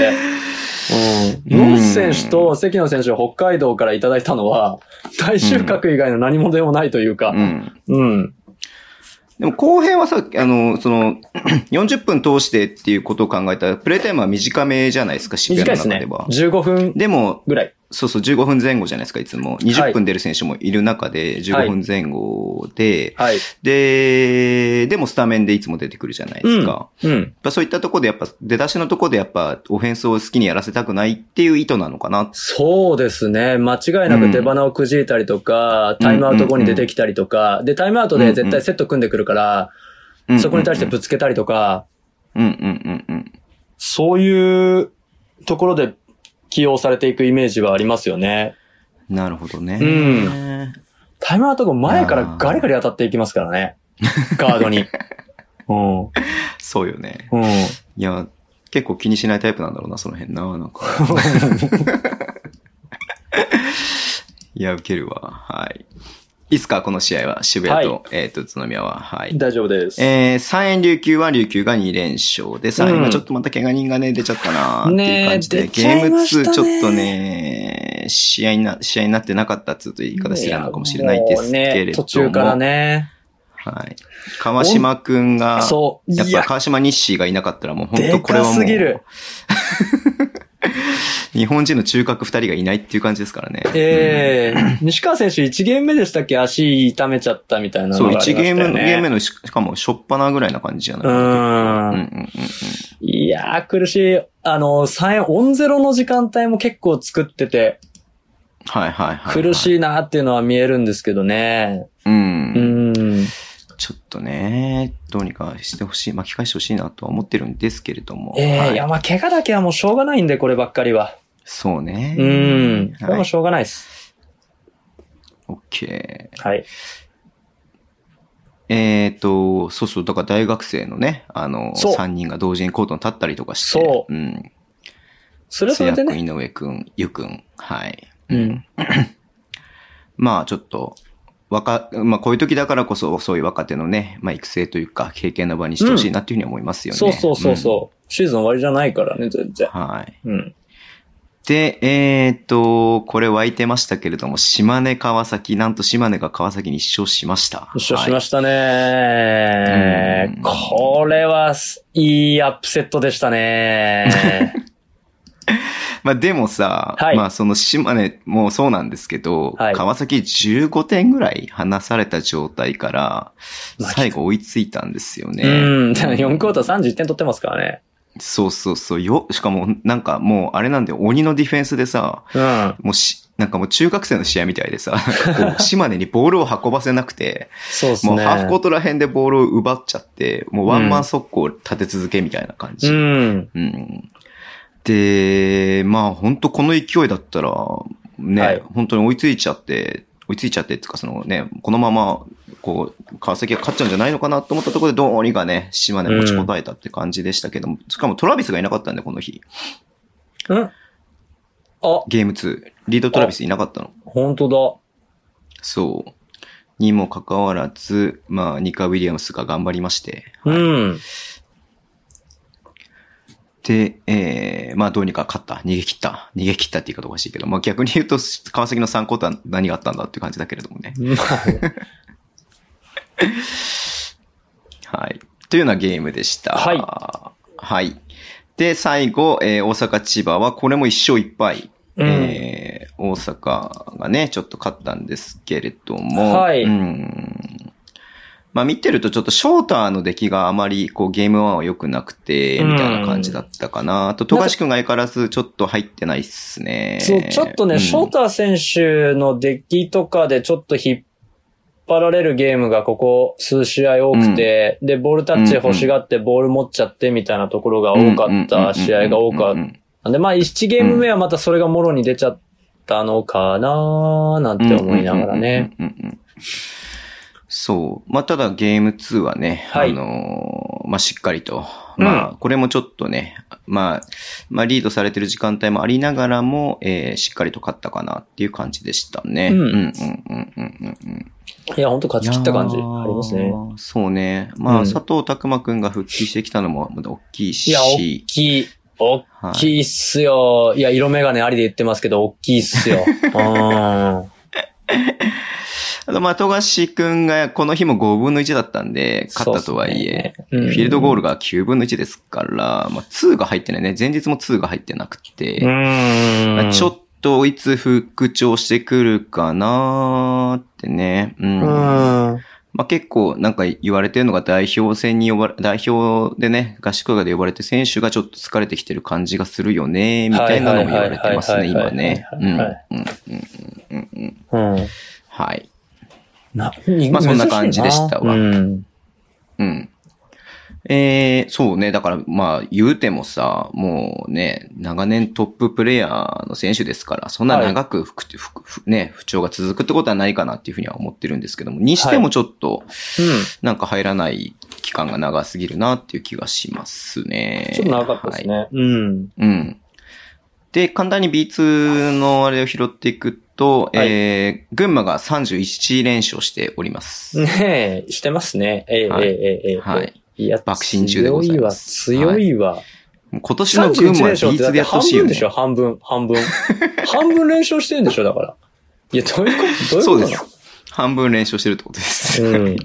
うん。
うん
ノン選手と関野選手を北海道からいただいたのは、大収穫以外の何もでもないというか
う。ん。
うん。
でも後編はさ、あの、その、40分通してっていうことを考えたら、プレイタイムは短めじゃないですか、渋
短い
谷の
です
中
ね
で。は。
15分
でも、
ぐらい。
そうそう、15分前後じゃないですか、いつも。20分出る選手もいる中で、15分前後で、
はい。
で、でもスタメンでいつも出てくるじゃないですか。
うん
や。っぱそういったところでやっぱ、出だしのところでやっぱ、オフェンスを好きにやらせたくないっていう意図なのかな。
そうですね。間違いなく手花をくじいたりとか、タイムアウト後に出てきたりとか、で、タイムアウトで絶対セット組んでくるから、そこに対してぶ
つ、
つけたりとか、
うんうんうんうん。
そういうところで起用されていくイメージはありますよね。
なるほどね。
うんタイムアウト後前からガリガリ当たっていきますから ね。ガード に。うん。
そうよね。
うん。
いや、結構気にしないタイプなんだろうな、その辺な。なんか。いや、受けるわ。はい。いつか、この試合は、渋谷と、
は
えっ、と、宇都宮は。はい。
大丈夫です。
えー、3円琉球は琉球が2連勝で、3円
う
は
ん
ちょっとまた怪我人がね、出ちゃったなーって
ね
い
え
う感じで、
出
ゲ
ちゃ
ー
い
ム
ましたね
2ちょっとね、試合にな、試合になってなかったっつうと言い方してるのかもしれないですけれども。
いやもうね途中から。ね。
はい。川島くんが、
そう。い
やっぱ
や、
川島日誌がいなかったらもう本
で
当これ
か
はも
すぎ
う
る。。
日本人の中核二人がいないっていう感じですからね。
ええ 西川選手1ゲーム目でしたっけ足痛めちゃったみたい
うん
な
そ
の
う、
があり
1
ました
ゲ
よ
ー
ね。
ム、2ゲームのししかも、しょっぱなぐらいな感じじゃないうんうん
う
うん
ん。いやー、苦しい。あの、3円、オンゼロの時間帯も結構作ってて、
はいはいはい。
苦
い。
しいなっていうのは見えるんですけどね。
うん。
うん。
ちょっとね、どうにかしてほしい、巻き返してほしいなとは思ってるんですけれども。
ええ
はい
いや、まあ、怪我だけはもうしょうがないんで、こればっかりは。
そうね。
うん。これ
は
も
い
しょうがないです。
オッケー。
はい。
えっ、と、そうそう、だから大学生のね、あの、
そう
3人が同時にコートに立ったりとかして、。
そう
うん。
それは
つ
それ
や
で
くん、
ね。
井上くん、ゆくん、はい。
うん。
まあちょっと、若、まあこういう時だからこそ、そういう若手のね、まあ育成というか、経験の場にしてほしいなっていうふうには思いますよね。
そうそうそうそう、シーズン終わりじゃないからね、全然。
うん。はい。
うん。
で、えっ、と、これ湧いてましたけれども、島根川崎、なんと島根が川崎に一勝しました。
一緒しま
し
したね、
うん
これはす、いいアップセットでしたね
た。まあでもさ、
はい
まあその島根もそうなんですけど、
はい
川崎15点ぐらい離された状態から、
まあ
最後追いついたんですよね。
うん。4クォーター31点取ってますからね。
そうそうそう。よ、しかも、なんかもう、あれなんだよ、鬼のディフェンスでさ、
うん。
もうし、なんかもう中学生の試合みたいで さ、こう島根にボールを運ばせなくて、
そうですね。
もうハーフコートら辺でボールを奪っちゃって、もうワンマン速攻を立て続けみたいな感じ。
うん。
うんで、まあ本当この勢いだったら、ね、
はい
本当に追いついちゃって、追いついちゃってっていうかそのね、このまま、こう、川崎が勝っちゃうんじゃないのかなと思ったところでどうにかね、島根持ちこたえたって感じでしたけども、しかもトラビスがいなかったんで、この日。
うんあ、
ゲーム2。リードトラビスいなかったの。
本当
そう。にもかかわらず、まあ、ニカ・ウィリアムスが頑張りまして。
だ。うん。
で、えー、まあ、どうにか勝った。逃げ切った。逃げ切ったって言い方おかしいけど、まあ、逆に言うと、川崎の3コーター何があったんだっていう感じだけれどもね。
まあ
はい。というようなゲームでした。
はい。
はい。で、最後、えー、大阪、千葉は、これも1勝1敗。
うん
えー、大阪がね、ちょっと勝ったんですけれども。
はい
うん。まあ見てるとちょっとショーターの出来があまりこうゲーム1は良くなくて、みたいな感じだったかな。あと、富樫くんが相変わらずちょっと入ってないっすね。
そう、ちょっとね、
うん
ショーター選手のデッキとかでちょっと引っ張られるゲームがここ数試合多くて、で、ボールタッチ欲しがってボール持っちゃってみたいなところが多かった試合が多か
うんうんうんうんうんうん
った。で、まあ、1ゲーム目はまたそれがもろに出ちゃったのかなーなんて思いながらね。
うんうんうんうんうんうん。そう。まあ、ただゲーム2はね、
はい
あのーまあ、しっかりと。
うん
まあ、これもちょっとね、まあ、まあ、リードされてる時間帯もありながらも、えーしっかりと勝ったかなっていう感じでしたね。
うん
うん、うん、うん、うん、うん。
いや、ほんと勝ち切った感じ
い
あ
やー
りますね。。
そうね。まあ、
うん
佐藤拓馬くんが復帰してきたのも、まだ大きいし。
いや、おっきい。おっ
はい
きいっすよ。いや、色眼鏡ありで言ってますけど、おっきいっす よ。うん。
あと、まあ、富樫くんが、この日も5分の1だったんで、勝ったとはいえ、
そうっすねうん
フィールドゴールが9分の1ですから、まあ、2が入ってないね。前日も2が入ってなく
う
て、
ー
ま
ん。
あちょっといつ復調してくるかなーってね。うん。
うん。は
まあ、結構なんか言われてるのが代表戦に呼ばれ、代表でね、合宿とかで呼ばれて選手がちょっと疲れてきてる感じがするよね、みたいなのも言われてますね、
はいは
今
いはいはい
ね。うん。
は
うん。うん。うん。うん。
うん。
はい。
な、
まあそんな感じでしたわ
珍しいなうん。
うん。えー、そうね。だから、まあ、言うてもさ、もうね、長年トッププレイヤーの選手ですから、そんな長く不,、不不ね、不調が続くってことはないかなっていうふうには思ってるんですけども、にしてもちょっと、
うん。
なんか入らない期間が長すぎるなっていう気がしますね。
ちょっと長かったですね。
はい
うん。
うん。で、簡単に B2 のあれを拾っていくと、
はい
えー、群馬が31連勝しております。
ねえ、してますね。ええ、
はい
ええ、ええ。
はい。
いや、
爆心中でございます
強いわ、
もう今年
強いわ。
の群馬
31
は
連勝ってだ
B2 で
って
やってほ
半
しいよ
分
ね。
でしょ、半分、半分。半分連勝してるんでしょ、だから。いや、どういうことどういうこと
そうで
なの
す。半分連勝してるってことです。
うん。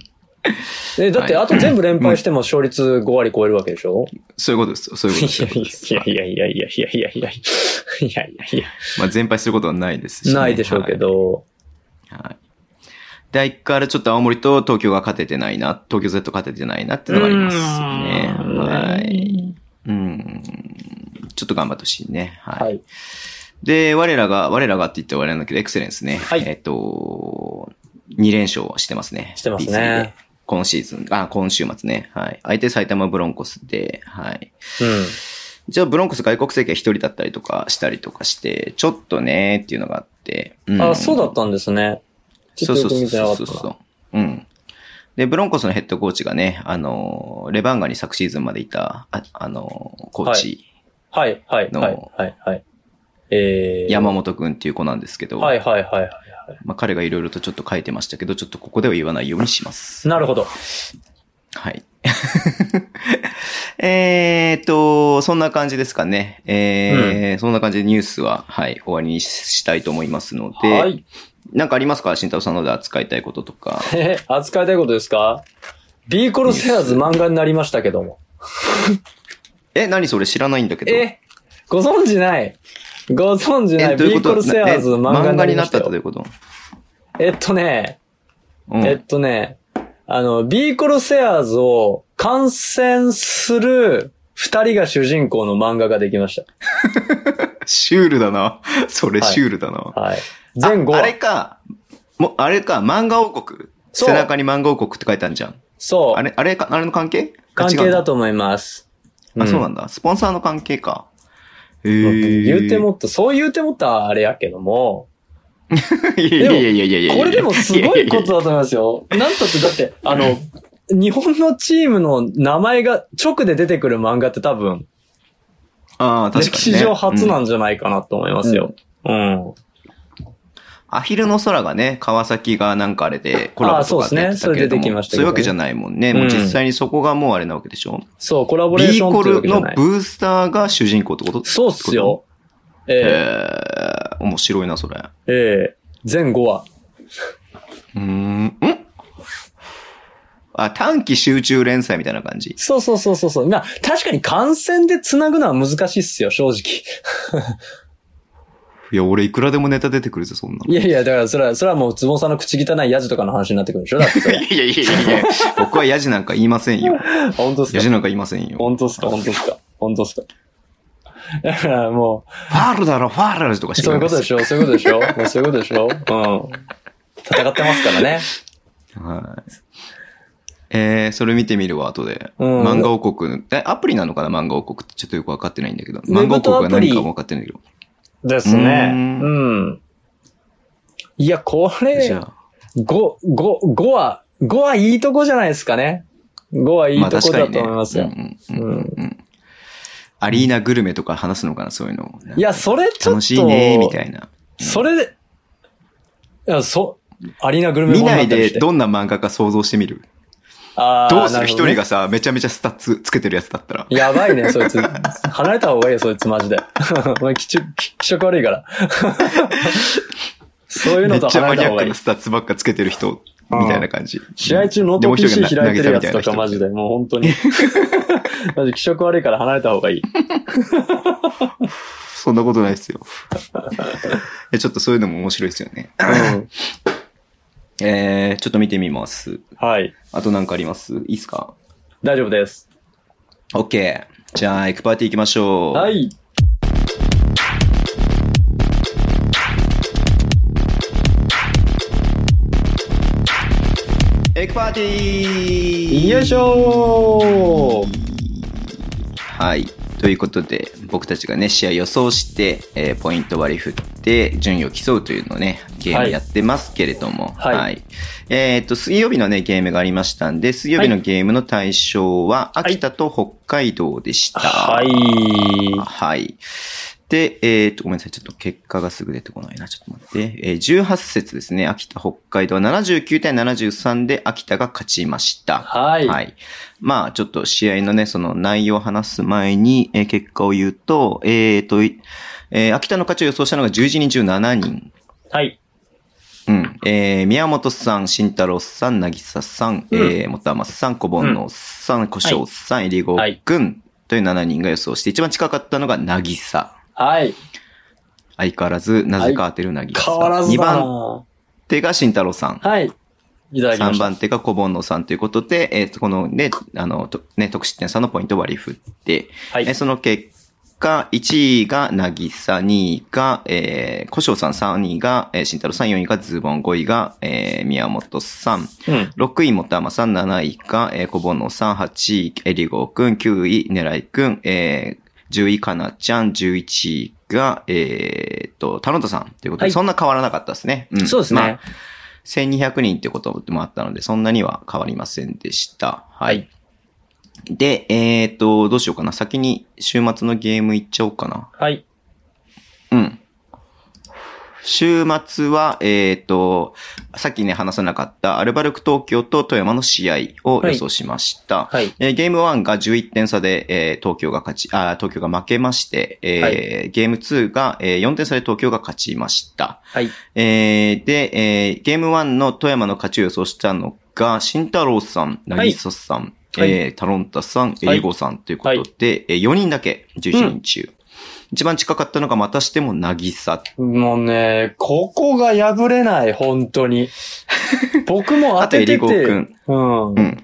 え、だって、
はい
あと全部連敗しても勝率5割超えるわけでしょ、
そういうことですよ。そういうこと ですそういうことです。
いやいやいやいやいやいやいやいやいやいやい
まあ、全敗することはないですし、
や。ないでしょうけ。ど。
はい。はい第1からちょっと青森と東京が勝ててないな、東京 Z 勝ててないなっていうのがありますね。
うん
はい。。うん。ちょっと頑張ってほしいね。はい。
はい。
で、我らが、我らがって言って我らなんだけど、エクセレンスね。
はい
えっと、2連勝してますね。
してます
B3
ね
で。今シーズン、あ、今週末ね。はい。相手埼玉ブロンコスで、はい。
うん。
じゃあ、ブロンコス外国籍が1人だったりとかしたりとかして、ちょっとね、っていうのがあって。ん
あ、そうだったんですね。ちょっとよく見てなかった
そうそうそ
な。
うそうそう。うん。で、ブロンコスのヘッドコーチがね、あの、レバンガに昨シーズンまでいた、ああの、コーチ。
はい、はい、
の
はい、はい、はい。えー、
山本くんっていう子なんですけど、
はい、はい、はい、は
まあ、彼がいろいろとちょっと書いてましたけど、ちょっとここでは言わないようにします。
い。なるほど。
はい。 えーっと、そんな感じですかね。えーそんな感じでニュースは、はい、終わりにしたいと思いますので、
はい。
なんかありますか慎太郎さんので扱いたいこととか。
え、扱いたいことですか ?B コロセアーズ漫画になりましたけども。
え、何それ知らないんだけど。
え、ご存知ないご存知ない
え、どういう
?B
こ
コロ
と
セアーズの漫
なえ漫
画に
画
な
に
り
な
ま
っ
したた
ってどう
よ。
いうこと
えっとね、
うん。
えっとね、あの、B コロセアーズを観戦する二人が主人公の漫画ができまし
シュールだな。それ
はい
シュールだな。
た。はい。全5
ああ
話
れ。か、もう、あれか、漫画王国。
そう
背中に漫画王国って書いてあるじゃん。
そう。
あれ、あれか、あれの関係
関係だ
と。
と思います。
あ、そうなんんだ。スポンサーの関係か。へー
言うて。もっと、そう言うてもったらあれやけども、
いやいやいやいやいやいや
これでもすごいことだと思いますよ。なんたって、だって、あの、日本のチームの名前が直で出てくる漫画って多分、
ああ、確かに、ね。
歴史上初な
うん
んじゃないかなと思いますよ。うん。
アヒルの空がね、川崎がなんかあれでコラボとかってやってたけれども
あーそうですねそれ出てきました
そ
け
うい
どね
うわけじゃないもんね。
うん
もう実際にそこがもうあれなわけでしょ。
そう、コラボレー
B
ション
コ
っていうわ
ル
けじゃ
の
ない。
ブースターが主人公ってこと
そうっす。よ。
ってことへ
え
ー、面白いな、それ。
え、ええ、全5話。
うーん。んあ、短期集中連載みたいな感じ。
そうそうそうそうそう。まあ、確かに感染で繋ぐのは難しいっすよ、正直。
いや、俺いくらでもネタ出てくるぜ、そんなの。
いやいや、だからそれは、それはもうズボンさんの口汚いヤジとかの話になってくるでしょだってそれ。
いやいやいやいや、僕はヤジなんか言いませんよ。
本当っす
ヤ
か
ジなんか言いませんよ。
本当っすか本当っすか本当っすかだからも
ファールだろ、ファールとか
う、
しか
そういう
言
こ
わ
と
な
で
い
しょそういうことでしょもうそういうことでしょうん。戦ってますからね。
はい。えー、それ見てみるわ、後で。
うん
漫画王国。え、アプリなのかな漫画王国ってちょっとよくわかってないんだけど。
ブ
漫画王国が
とアプリ
何かもわかってないんだけど。
ですね。
う
うんん。いや、こ
じ
れ
ゃ、あ、
5、5、5は、 5はいいとこじゃないですかね。5はいい
まあ
とこ
確か
だ
にね。
と思いますよ。
うんうんうんうんうんアリーナグルメとか話すのかな、そういうの。
いや、それちょっと。
楽しいね、みたいな。
それで、いや、そ、アリーナグルメ
見
本
ない
だったり
で
して
どんな漫画か想像してみる。
あー
どうす
な
る
ほ
一
どね
人がさ、めちゃめちゃスタッツつけてるやつだったら。
やばいね、そいつ。離れた方がいいよ、そいつ、マジで。 お前、気色気色悪いから。 そうい
め
うの
っ
と
ちゃ
離
マ
れ
ニア
た方
ッ
が
ク
いい
な。スタッツばっかつけてる人、
うん
みたいな感じ。
試合中ノー
で
ト
もう一人
PC
が
開いてるやつ
投
と
げたみた
か、
いな
マ
人
ジで、もう本当に。 マジ、気色悪いから離れた方がいい。
そんなことないですよ。 えちょっとそういうのも面白いですよね。
うん。
えー、ちょっと見てみます。
はい。
あとなんかありますいいっすか
大丈夫です。
?OK。じゃあ、エクパーティー行きましょう。
はい。
エクパーティー
よいしょー
はい。ということで、僕たちがね、試合予想して、えーポイント割り振って、順位を競うというのをね、ゲームやってますけれども、
はい
えーっと、水曜日のね、ゲームがありましたんで、水曜日のゲームの対象は、
い
秋田と北海道でした。
はい。
はい。で、えっ、と、ごめんなさい。ちょっと結果がすぐ出てこないな。ちょっと待って。えー、18節ですね。秋田、北海道は79対73で秋田が勝ちました。
はい
まあ、ちょっと試合のね、その内容を話す前に、えー結果を言うと、えっ、と、いえー秋田の勝ちを予想したのが11人中7人。
はい。
うん。えー、宮本さん、慎太郎さん、渚さん、
うん
えー、元山さん、小盆のさん、小翔さん、えりごくんという7人が予想して、一番近かったのが渚。
はい。
相変わらず、なぜか当てるなぎさん。
変わらず
2
だな
番手が慎太郎さん。
はい。いただきま
3
した。
番手が小盆野さんということで、えっ、と、このね、あの、とね、得失点差のポイント割り振って、
はい
えーその結果、1位がなぎさ、2位が、えー、小翔さん、3位が、えー、慎太郎さん、4位がズボン、5位が、えー、宮本さん、
うん。
6位、元山さん、7位が、えー、小盆野さん、8位、えりごうくん、9位、狙いくん、えー、10位、かなちゃん、11位が、えー、っと、田野田さんということで、
はい
そんな変わらなかったですね。ん
そうですね
まあ1200人ってこともあったので、そんなには変わりませんでした。はい。で、えー、っと、どうしようかな。先に週末のゲームいっちゃおうかな。
はい。
うん。週末は、えっ、と、さっきね、話さなかった、アルバルク東京と富山の試合を予想しました。
はい。
えーゲーム1が11点差で、えー東京が勝ち、あー、東京が負けまして、えー
は
ゲーム2が、えー4点差で東京が勝ちました。
はい。
えーで、えーゲーム1の富山の勝ちを予想したのが、慎太郎さん、なぎささん、
はい
えータロンタさん、え
はい
りごさんということで、えー4人だけ、11人中。一番近かったのがまたしてもなぎさ。
もうね、ここが破れない、本当 に。僕も当
あと、え
て
り
て
ごく
て。
ん。
うん
う。ん。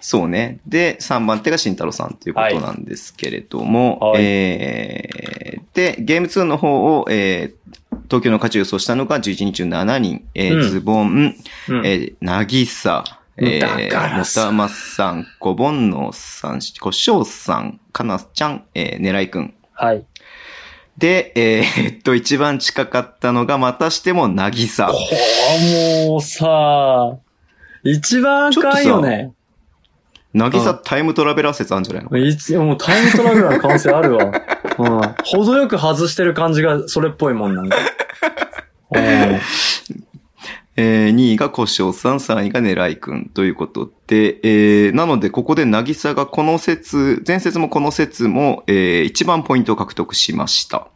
そうね。で、3番手が慎太郎さんということなんですけれども、
はいはい
えーで、ゲーム2の方を、えー東京の勝ちを予想したのが11人中7人、えー
うん
ズボン、
うん
えー、なぎさ、え
だから
ー、
さ
たまさん、こぼんのさん、こしょうさん、かなちゃん、えー、ねらいくん。
はい。
で、えーえっと、一番近かったのが、またしても、なぎさ
こ。う、もうさ、一番あかんよね。
なぎさ
う
タイムトラベラー説あるんじゃないの
いつもうタイムトラベラーの可能性あ るわ。うん。程よく外してる感じがそれっぽいもんなん だ。うん
えー、2位がこしょうさん、3位がねらいくんということで、えー、なので、ここでなぎさがこの説、前説もこの説も、えー、一番ポイントを獲得しました。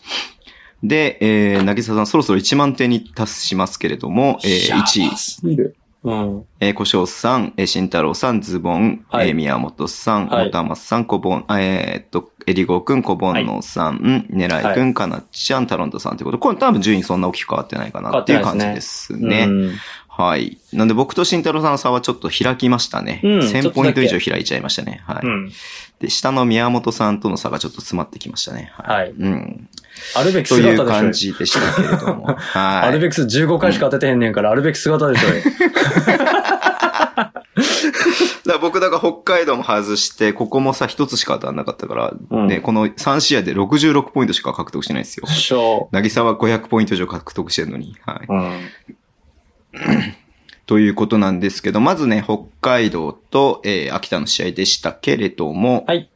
で、えー、なぎささん、そろそろ1万点に達しますけれども、えー、1位。
うん。
えー、小翔さん、えー、慎太郎さん、ズボン、
はい
えー、宮本さん、
はい
もたまさん、こぼん、えーっと、えりごうくん、こぼんのうさん、うんねらいくん、かなちゃん、タロントさんってこと。これ多分順位そんな大きく変わってないかなっていう
変わっ
感
て
じ
ない
で
ですね
ね。。はい。なんで僕と慎太郎さんの差はちょっと開きましたね。
うんちょ
1000
っと
ポイン
だ
ト
け
以上開いちゃいましたね。はい。
うん。
で、下の宮本さんとの差がちょっと詰まってきましたね。は
はい。
うん。
あるべき
とい
姿
う感
でし
じでしたけれど も。
ょ。アル
はい。
ベックス15回しか当ててへんねんから、あるべき姿でしょ。
だから僕だから北海道も外して、ここもさ、一つしか当たんなかったから、
うん
ね、この3試合で66ポイントしか獲得してないんですよ。
しょ
渚は500ポイント以上獲得してるのに。はい。
う。うん。
ということなんですけど、まずね、北海道と、えー、秋田の試合でしたけれども、
はい。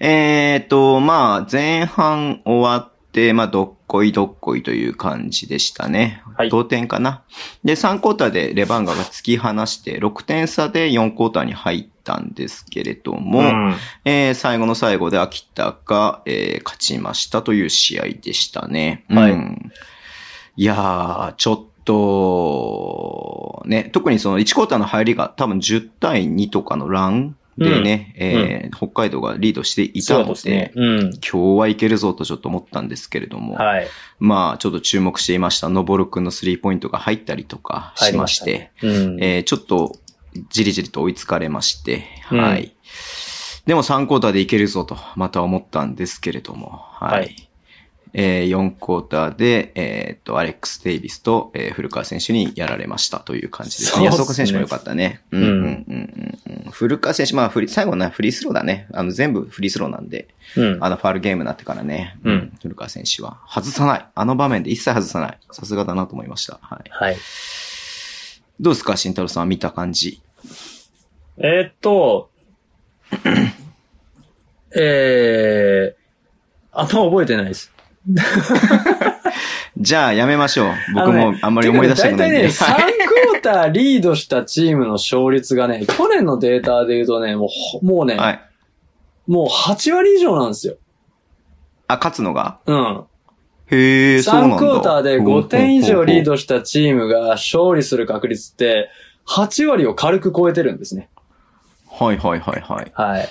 えーと、まあ、前半終わって、まあ、どっこいどっこいという感じでしたね。
はい
同点かな。で、3クォーターでレバンガが突き放して、6点差で4クォーターに入ったんですけれども、
うん。
えー最後の最後で秋田が、えー勝ちましたという試合でしたね。
はい
うんいやー、ちょっと、ね、特にその1クォーターの入りが多分10対2とかのランでね、えー北海道がリードしていた
そう
の
で
で、
すね。うん。
今日はいけるぞとちょっと思ったんですけれども、
はい。
まあちょっと注目していました、のぼるくんのスリーポイントが入ったりとかしまして、
うん。
えーちょっと、じりじりと追いつかれまして、
うん
はい。でも3クォーターでいけるぞと、また思ったんですけれども、はい。
はい
えー4クォーターで、えーっと、アレックス・デイビスと、えー古川選手にやられましたという感じです
そう
ね。
っすね
安岡選手も良かったね。うん
ん
うんうんうんうん。古川選手、まあ、フリ最後のフリースローだね。あの、全部フリースローなんで、
うん。
あの、ファールゲームになってからね。
うん。
古川選手は外さない。あの場面で一切外さない。さすがだなと思いました。はい。
はい。
どうですか、慎太郎さん見た感じ。
えーっと、 えー、あんま覚えてないです。
じゃあやめましょう。僕
あの
も
ね
あんまり思い出したくないんで。
てかね大体ね、3クォーターリードしたチームの勝率がね、 去年のデータで言うとね、もうほ、もうね、
はい。
もう8割以上なんですよ。
あ、勝つのが
うん。
へえ、そうなんだ。
3クォーターで5点以上リー
ド。
ドしたチームが勝利する確率って、8割を軽く超えてるんですね。
はいはいはいはい。
はい。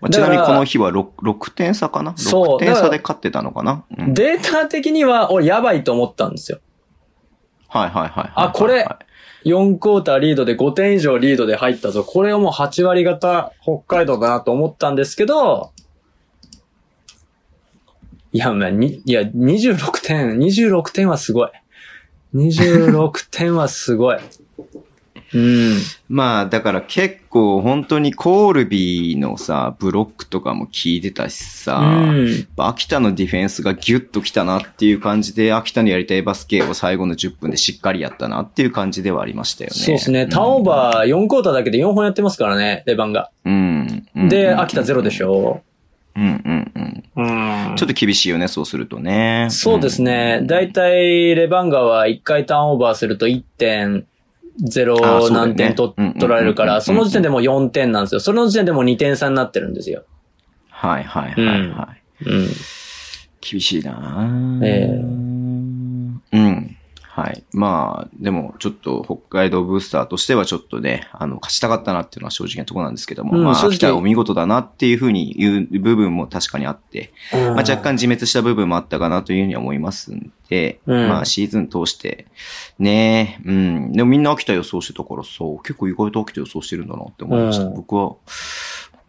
まあ
だ
ち
か
な
ら
みにこの日は 6, 6点差かな
そう
?6 点
だ
差
から
で勝ってたのかな、うん
データ的には、俺やばいと思ったんですよ。
はいはいはいはいはい。
あこれ4クォーターリードで5点以上リードで入ったぞ。これをもう8割型北海道だなと思ったんですけど、いや、まあ、に、いや、26点、26点はすごい。26点はすごい。うん。
まあだから結構本当にコールビーのさ、ブロックとかも効いてたしさ、
うん。
秋田のディフェンスがギュッときたなっていう感じで、秋田のやりたいバスケを最後の10分でしっかりやったなっていう感じではありましたよね。
そうですね。ターンオーバー4クォーターだけで4本やってますからね、レバンが。
うん。うん
で、秋田ゼロでし。ょ。
うんうんうん。
うん
ちょっと厳しいよね、そうするとね。
そうですね。
うん
だいたいレバンガは1回ターンオーバーすると
あそうだ
1.0
よね
何点取,、
うんうんうんうん
取られるから、その時点でもう4点なんですよ。その時点でもう2点差になってるんですよ。
はいはいはいはい。
うんうん。
厳しいなぁ
ええ
うん。はい。まあ、でも、ちょっと、北海道ブースターとしては、ちょっとね、あの、勝ちたかったなっていうのは正直なところなんですけども、
うん
まあ、
正直
秋田はお見事だなっていうふうに言う部分も確かにあって、まあ、若干自滅した部分もあったかなというふうには思いますんで、
うん
まあシーズン通して、ねえ、うん。でもみんな秋田予想してたからさ、結構意外と秋田予想してるんだなって思いました。
うん
僕は、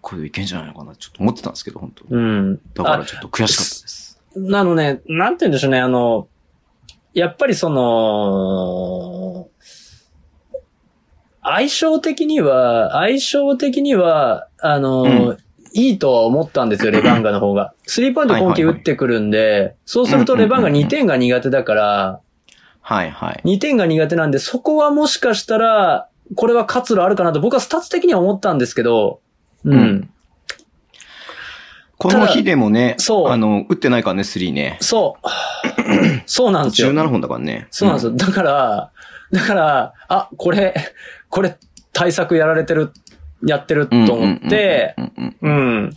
これいけんじゃないのかなちょっと思ってたんですけど、本当
うん。
だからちょっと悔しかったです。
なのね、なんて言うんでしょうね、あの、やっぱりその、相性的には、相性的には、あの、
うん
いいとは思ったんですよ、レバンガの方が。スリーポイント今季
はいはい
打
はい
ってくるんで、そうするとレバンガ2点が苦手だから、
はいはい。
2点が苦手なんで、そこはもしかしたら、これは活路あるかなと、僕はスタッツ的には思ったんですけど、う
うんん。この日でもね、
そう
あの、打ってないからね、3ね。
そう。 そうなんですよ。
17本だからね。
そうなんですよ。だから、だから、あ、これ、これ、対策やられてる、やってると
うん
思って
う、んうんうんうん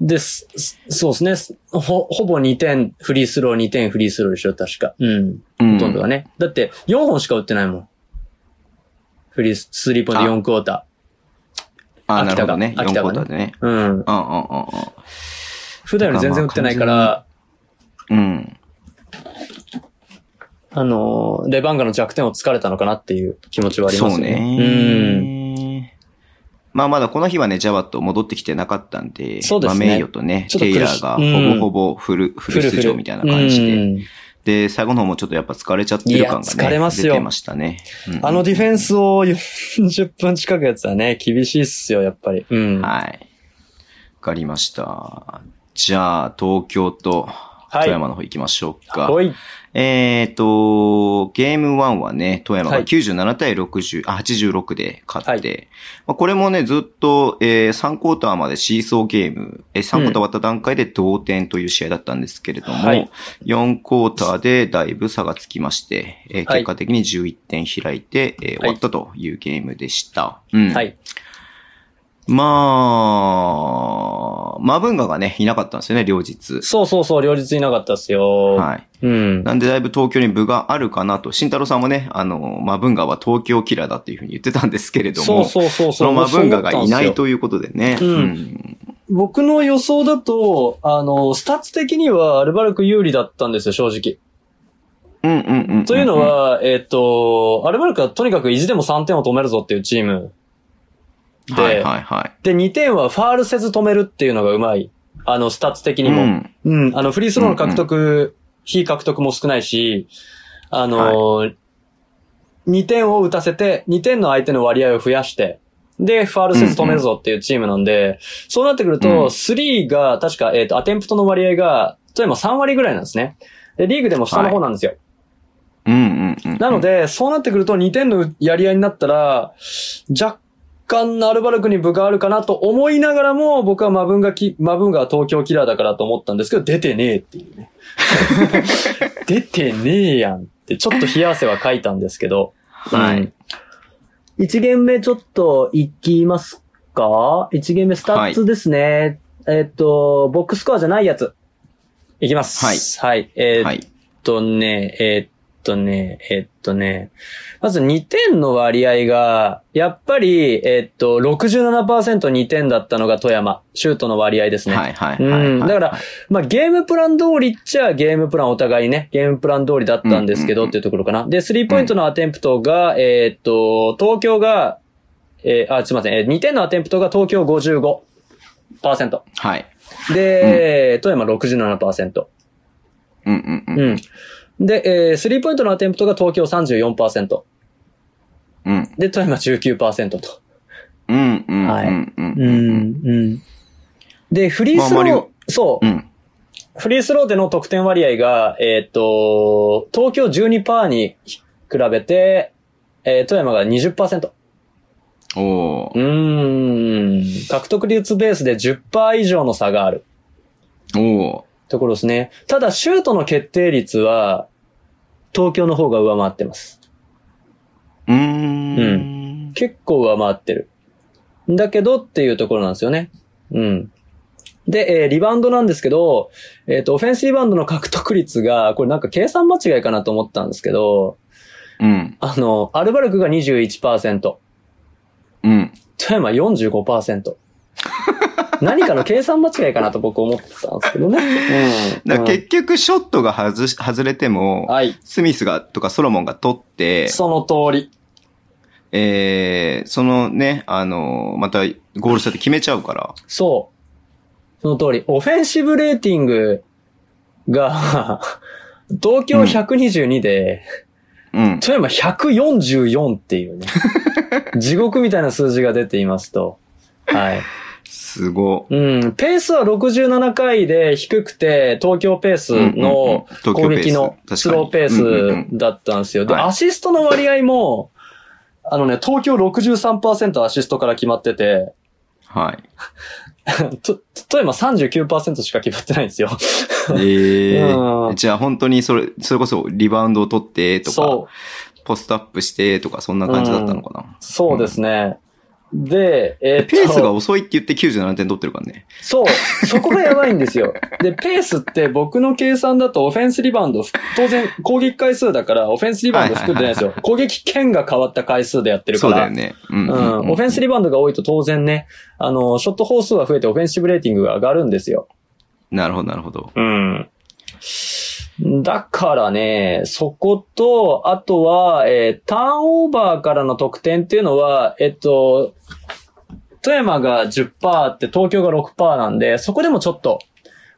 うん。です、すそうですねす。ほ、ほぼ2点フリースロー、2点フリースローでしょ、確か。うん。
うん
ほとんどがね。だって、4本しか打ってないもん。フリース、スリーポイント4クォータ
あ、なるほどね。
秋田が
4コーターでね。
ー。うん。
うんうんうんうん。
普段より全然打ってないか
だから
ら、
うん。
あのー、レバンガの弱点を突かれたのかなっていう気持ちはありますよね。
そう
うん。
ね。まあまだこの日はね、ジャワット戻ってきてなかったんで、
そうですね
まあ名誉とね、
ちょっと
テ
苦し
イラーがほぼほぼフル、フル出場みたいな感じで。
うん
で、最後の方もちょっとやっぱ疲れちゃってる感が
いや疲
ね、
れますよ
出てましたね。うん
あのディフェンスを40分近くやつはね、厳しいっすよ、やっぱり。うん。
はい。わかりました。じゃあ、東京と
はい
富山の方行きましょうか。
おい。
えっ、と、ゲーム1はね、富山
は
が
い
97対60、あ、86で勝って、
は
まあ、これもね、ずっと、えー3クォーターまでシーソーゲーム、えー3クォーター終わった段階で同点という試合だったんですけれども、
はい
4クォーターでだいぶ差がつきまして、えー
はい
結果的に11点開いて、えー終わったというゲームでした。うん
はい。
まあ、マブンガがね、いなかったんですよね、両日。
そうそうそう、両日いなかったっすよ。
はい。
うん。
なんでだいぶ東京に部があるかなと、慎太郎さんもね、あの、マブンガは東京キラーだっていうふうに言ってたんですけれども、
そうそうそう。
そのマブンガがいない
そう思ったんすよ。
ということでね。
うん僕の予想だと、あの、スタッツ的にはアルバルク有利だったんですよ、正直。
うんうんうんうんうん
というの、は、えっ、と、アルバルクはとにかく意地でも3点を止めるぞっていうチーム。で、
はいはいは
で、2点はファールせず止めるっていうのがうまい。あの、スタッツ的
い。
にも。
うん
うん、あの、フリースローの獲得、非獲得も少ないし、あのー、2点を打たせて、2点の相手の割合を増やして、で、ファールせず止めるぞっていうチームなんで、そうなってくる
うん
と、スリーが、確か、えっ、と、アテンプトの割合が、例えば3割ぐらいなんですね。で、リーグでも下の方なんですよ。
うんうんうん。
なの、で、そうなってくると2点のやり合いになったら、若干アルバルクに分があるかなと思いながらも、僕はマブンガき、マブンガは東京キラーだからと思ったんですけど、出てねえっていう ね。出てねえやんって、ちょっと冷や汗はかいたんですけど。
は
う
い
ん。。1ゲーム目ちょっと行きますか ?1 ゲーム目スタッツですね。えっと、ボックスコアじゃないやつ。いきます。はい。はい。えーっ
はい。
えっとね、えっとね、えっとね、まず2点の割合が、やっぱり、えっと、67%2 点だったのが富山、シュートの割合ですね。
はいはい。
うん。だから、まあ、ゲームプラン通りっちゃ、ゲームプランお互いね、ゲームプラン通りだったんですけ
うんうんう
ど、
ん
っていうところかな。で、スリーポイントのアテンプトが、えーっと、東京が、えーあ、すいません、え2点のアテンプトが東京55%。
はい。
で、富山67%。
うんうんうん。
うん。で、えー、スリーポイントのアテンプトが東京34%。
うん
で、富山19%と。
うんうん。
はい
うんうん
う
うん。
ん、うん。で、フリースロ
まああ
ー、
ま
そう
う、ん。
フリースローでの得点割合が、えーっと、東京12%に比べて、えー、富山が20%。
おー
うーん。獲得率ベースで10%以上の差がある。
お
ところですね。ただ、シュートの決定率は、東京の方が上回ってます。
ーうーん。
結構上回ってる。だけどっていうところなんですよね。うん。で、えーリバウンドなんですけど、えっ、と、オフェンスリバウンドの獲得率が、これなんか計算間違いかなと思ったんですけど、
うん。
あの、アルバルクが21%、富
うん。
山45%。何かの計算間違いかなと僕思ったんです けどね。うん。
だから
うん
結局、ショットが外し、外れても、
はい。
スミスが、とかソロモンが取って、
その通り。
えー、そのね、あのーまたゴール下で決めちゃうから。
そう。その通り。オフェンシブレーティングが、 東京122で、
うん。
富山144っ ていうね。地獄みたいな数字が出ていますと。はい。
すご。
うん。ペースは67回で低くて、東京ペース
うんうんうん
の
東京ペース
攻撃のスローペ
確かにうんうんう
ースだったんですよ。で、
はい
アシストの割合も、あのね、東京63%アシストから決まってて、
はい。
と、富山39%しか決まってないんで すよ。
え
う
ー、
ん
じゃあ本当にそれ、それこそリバウンドを取ってとか、
そう。
ポストアップしてとか、そんな感じだったのかな。
そうですね。で、えーっと
ペースが遅いって言って97点取ってるからね。
そう、そこがやばいんですよ。で、ペースって僕の計算だとオフェンスリバウンド、当然攻撃回数だからオフェンスリバウンド含んでないんですよ。攻撃権が変わった回数でやってるか
そう
ら。
だよね。うん。
うん。オフェンスリバウンドが多いと当然ね、あの、ショット本数が増えてオフェンシブレーティングが上がるんですよ。
なるほど、なるほど。
うん。だからね、そこと、あとは、えーターンオーバーからの得点っていうのは、えっと、富山が10%あって東京が6%なんで、そこでもちょっと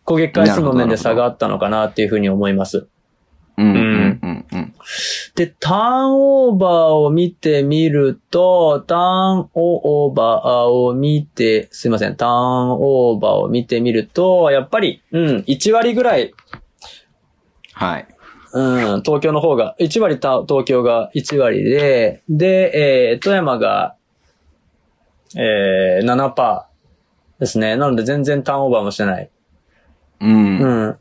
攻撃回数の面で差があったのかなっていうふうに思います。
うん、うん、うん、うん。
で、ターンオーバーを見てみると、ターンオーバーを見て、すいません、ターンオーバーを見てみると、やっぱり、うん、1割ぐらい
はい。
うん、東京の方が、1割た東京が1割で、で、えー、富山が、えー、7%ですね。なので全然ターンオーバーもしてない。
うん。
うん。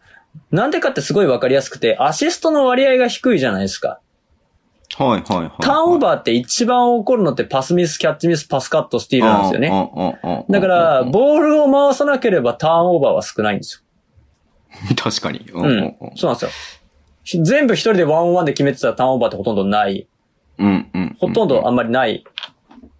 なんでかってすごいわかりやすくて、アシストの割合が低いじゃないですか。
はいはいはい。
ターンオーバーって一番起こるのってパスミス、キャッチミス、パスカット、スティールなんですよね。
ね
だから、ボールを回さなければターンオーバーは少ないんですよ。
確かに。う
うんん。そうなんですよひ。全部一人でワンオンワンで決めてたターンオーバーってほとんどない。
うんうん。
ほとんどあんまりない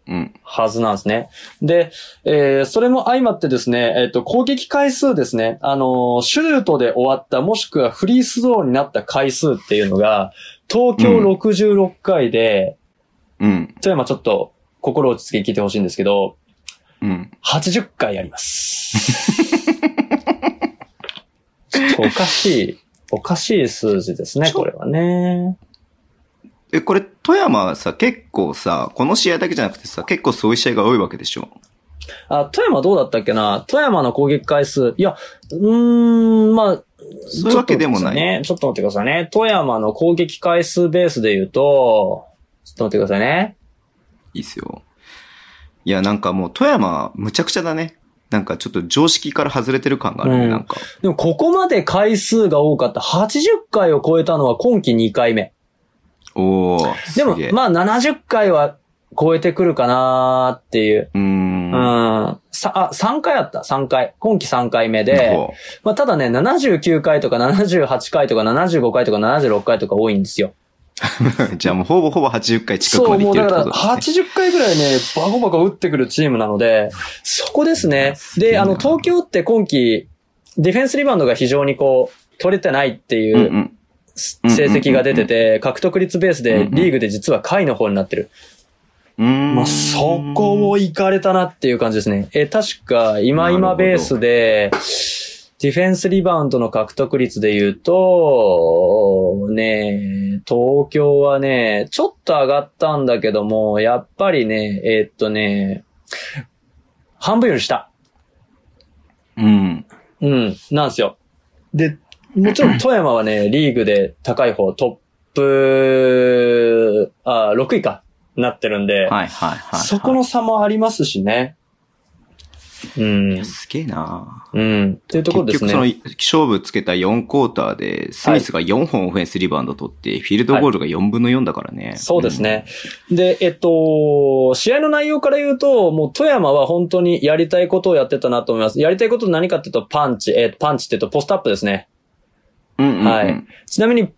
うん。
はずなんですね。で、えー、それも相まってですね、えっ、と、攻撃回数ですね。あのーシュートで終わった、もしくはフリースローになった回数っていうのが、東京
うん
66回で、
うん。
富山ちょっと心落ち着け聞いてほしいんですけど、
うん。
80回やります。 ちょっとおかしい、おかしい数字ですね、これはね。
え、これ、富山はさ、結構さ、この試合だけじゃなくてさ、結構そういう試合が多いわけでしょ。
あ、富山どうだったっけな富山の攻撃回数。いや、うーん、まあ、
そういうわけでもない
ね。ちょっと待ってくださいね。富山の攻撃回数ベースで言うと、ちょっと待ってくださいね。
いいっすよ。いや、なんかもう富山、むちゃくちゃだね。なんかちょっと常識から外れてる感があるね、
うん
なんか。
でもここまで回数が多かった。80回を超えたのは今季2回目。
おー。
でも
すげえ、
まあ70回は超えてくるかなーっていう。
うーん。
うん。さ、あ、3回あった。3回。今季3回目で。
ほ
まあ、ただね、79回とか78回とか75回とか76回とか多いんですよ。
う じゃあもうほぼほぼ80回近く
そ
ま
う、
で
も
来
う
てる
だ
っ
か
てこ
ら
とですね。
80回ぐらいね、バコバコ打ってくるチームなので、そこですね。
すげえ
で、
な
あの、東京って今季、ディフェンスリバウンドが非常にこう、取れてないってい
うんう。
うん
うん
成績が出てて、獲得率ベース
うん
で
うん
リーグで実は下位の方になってる。
うーん。
まあ、そこを行かれたなっていう感じですね。えー、確か、今
なるほ
今
ど
ベースで、ディフェンスリバウンドの獲得率で言うと、ね、東京はね、ちょっと上がったんだけども、やっぱりね、えーっとね、半分より下。
うん。
うん、なんですよ。で、もちろん富山はね、リーグで高い方、トップ、あ、6位か、なってるん
は
で、
いはいはいはい。
そこの差もありますしね。うん。
すげえな
うん。っていうところです
結
ね。
局その勝負つけた4クォーターで、スミスが4本オフェンスリバウンド取って、フィールドゴールが4分の4だからね。
そうですね。で、えっと、試合の内容から言うと、もう富山は本当にやりたいことをやってたなと思います。やりたいこと何かっていうと、パンチ、えーパンチっていうと、ポストアップですね。
うん。うんうんうん
はいちなみに、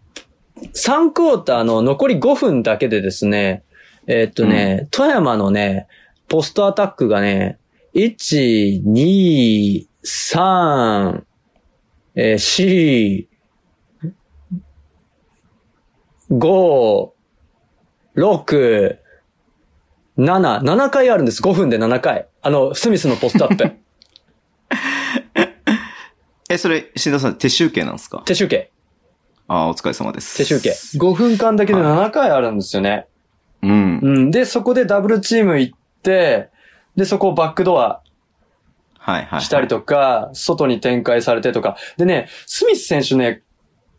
3クォーターの残り5分だけでですね、えっとね、富山のね、ポストアタックがね、1、2、3、えー、4、5、6、7、7回あるんです。5分で7回。あの、スミスのポストアッ プ。
え、それ、新田さん、手集計なんですか
手集計。
ああ、お疲れ様です。
手集計。5分間だけで7回あるんですよね。
うん。
うん。で、そこでダブルチーム行って、で、そこをバックドア
はいはい。
したりとか、外に展開されてとか。でね、スミス選手ね、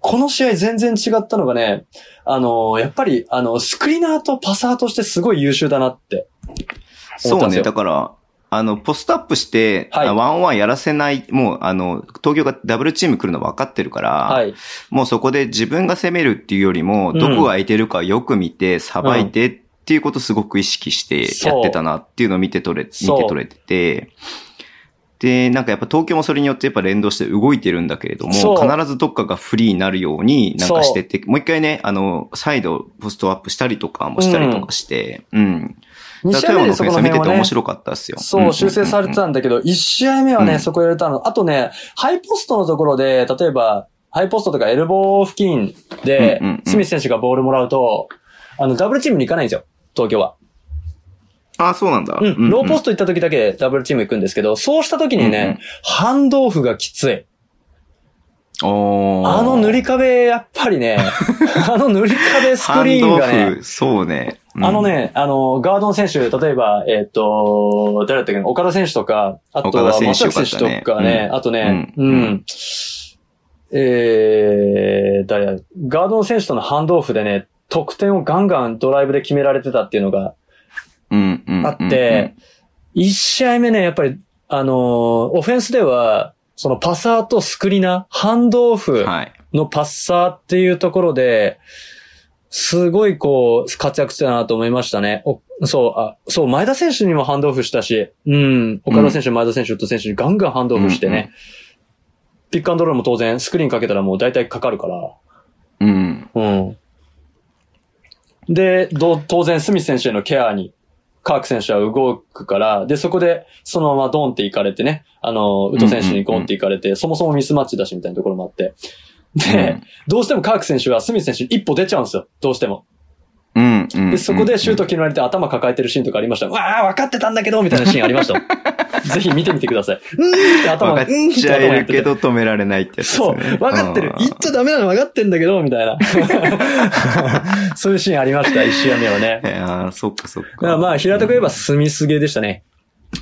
この試合全然違ったのがね、あのーやっぱり、あの、スクリーナーとパサーとしてすごい優秀だなって。思っ
そ
た
うん
です
ね。
よ
だから、あの、ポストアップして、
はい
あワンオンワンやらせない、もう、あの、東京がダブルチーム来るの分かってるから、
はい。
もうそこで自分が攻めるっていうよりも、
うん
どこが空いてるかよく見て、さばいてっていうことをすごく意識してやってたなっていうのを見て取れ、
そう
見て取れてて、で、なんかやっぱ東京もそれによってやっぱ連動して動いてるんだけれども、
そう
必ずどっかがフリーになるようになんかしてって、もう一回ね、あの、再度ポストアップしたりとかもしたりとかして、うん。
2
だ
試
から富山
合目で
の
そ
フェ
こ
ンス
の
見て
辺
て
はね
面、白かったっすよ。
そう、修正されてたんだけど、1試合目は
うん
ね、そこやれたの。あとね、ハイポストのところで、例えば、ハイポストとかエルボー付近で
うんうんうん、
スミス選手がボールもらうと、あの、ダブルチームに行かないんですよ、東京は。
あ、そうなんだ。
うん、ローポス
ト。
ト行った時だけダブルチーム行くんですけど、そうした時に
うんうん
ね、ハンドオフがきつい。
おー
あの塗り壁、やっぱ りね、あの塗り壁スクリーンが
ハンドオ
ね、
フそうね。うん
あの。ね、あの、ガードン選手、例えば、えっ、と、誰だったっけな岡田選手とか、あと
岡田
は
選手
松崎選手と
よか
か
ったね
ね、あとね、
う
うんん、
うん
えー、誰だガードの選手とのハンドオフでね、得点をガンガンドライブで決められてたっていうのが
うんうんうんうん。
あって、一試合目ね、やっぱり、あのーオフェンスでは、そのパサーとスクリナー、ハンドオフ
はい。
のパッサーっていうところで、すごいこう、活躍してたなと思いましたね。おそう、あ、そう、前田選手にもハンドオフしたし、うん、岡田選手、前田選手、ウッド選手にガンガンハンドオフして
うん
ね、
う
ピックアンドロールも当然、スクリーンかけたらもう大体かかるから、
うん。
うん。で、どう当然、スミス選手へのケアに、カーク選手は動くから、で、そこで、そのままドンって行かれてね、あの、ウト選手にゴンって行かれて、そもそもミスマッチだしみたいなところもあって。で、どうしてもカーク選手はスミス選手に一歩出ちゃうんですよ。どうしても。
うん。うん。
で、そこでシュート決められて頭抱えてるシーンとかありました。わあ、分かってたんだけどみたいなシーンあ りました。ぜひ見てみてください。うんーって頭
分
が、
か
う
っ
んーって
ちゃ
頭が
え
言っ
る
て
け
て。
ど止められないってやつです
そう、
よね。
分かってる
う。ん
言っちゃダメなの分かってんだけど、みた いな。そういうシーンありました、一試合目はね。
いやーそっかそっ
だから
か。
まあ、平たく言えば、スミスゲーでしたね。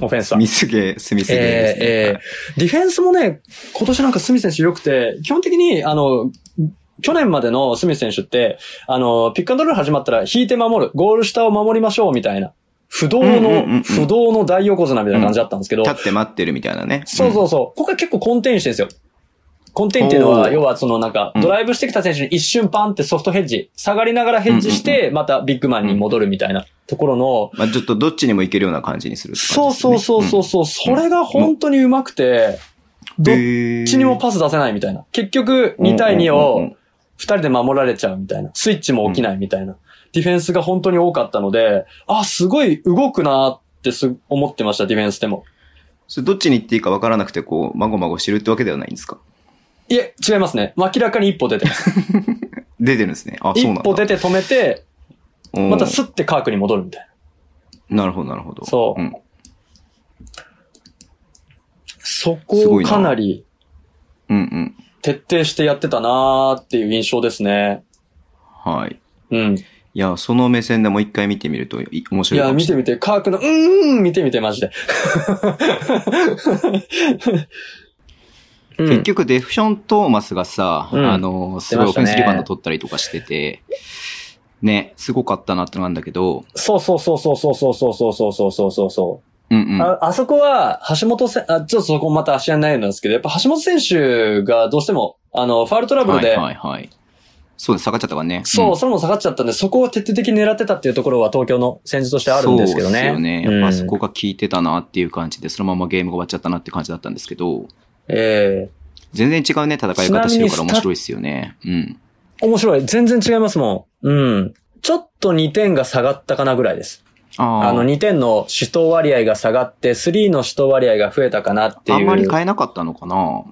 オフェンスは。
ミスゲー、スミスゲーですね。
えーえーディフェンスもね、今年なんかスミス選手良くて、基本的に、あの、去年までのスミス選手って、あの、ピックアンドロール始まったら引いて守る、ゴール下を守りましょうみたいな、不動
うんうんうんう
の、
ん
不動の大横綱みたいな感じだったんですけど、
立って待ってるみたいなね。
そうそうそう、ここは結構コンテインしてるんですよ。コンテインっていうの
お
は、
ー
要はそのなんか
う、ん
ドライブしてきた選手に一瞬パンってソフトヘッジ、下がりながらヘッジして、またビッグマンに戻るみたいなところの、
うん。まあちょっとどっちにもいけるような感じにするって感じ
そう
ですね、
そうそうそうそう、それが本当にうまくて、どっ
っ
ちにもパス出せないみたいな。結局、2対2
うんうんうん
を2人で守られちゃうみたいな。スイッチも起きないみたいな。ディフェンスが本当に多かったので、あ、すごい動くなってす思ってました、ディフェンスでも。
それどっちに行っていいか分からなくて、こう、まごまごしてるってわけではないんですか
いえ、違いますね。明らかに一歩出てます。
出てるんですね。あ、そう
一
なんだ。
歩出て止めて、
うん
またスッてカークに戻るみたいな。
なるほど、なるほど。
そう
うん。
そ
す
こを
ごいな
かなり
うんうん。
徹底してやってたなーっていう印象ですね。
はい。
うん。
いや、その目線でもう一回見てみるとい面
い
白い
や、
かも
見
してれない。
みて、カークの、うーん、見てみて、マジで。うん
結局、デフション・トーマスがさ、
うん
あの、すごいオフェンスリバウンド取ったりとかしてて、ね、すごかったなってなんだけど、
そうそうそうそうそうそうそうそうそうそうそうそうそ
うんう
う、
ん。
あ。あそこは、橋本せあ、ちょっとそこまた足りないんですけど、やっぱ橋本選手がどうしても、あの、ファールトラブル
は
で、
いはいはい。そうです、下がっちゃったからね。
そう、
ん
それも下がっちゃったんで、そこを徹底的に狙ってたっていうところは東京の戦術としてあるんですけどね。
そうですよね。やっぱそ
うん
こが効いてたなっていう感じで、そのままゲームが終わっちゃったなって感じだったんですけど、
え
全然違うね、戦い方してるから面白いですよね。うん。
え面白い。全然違いますもん。うん。ちょっと2点が下がったかなぐらいです。
あ
あの、
ー
2点の主投割合が下がって、3の主投割合が増えたかなって
あんま
い
り
う
変えなかったのかな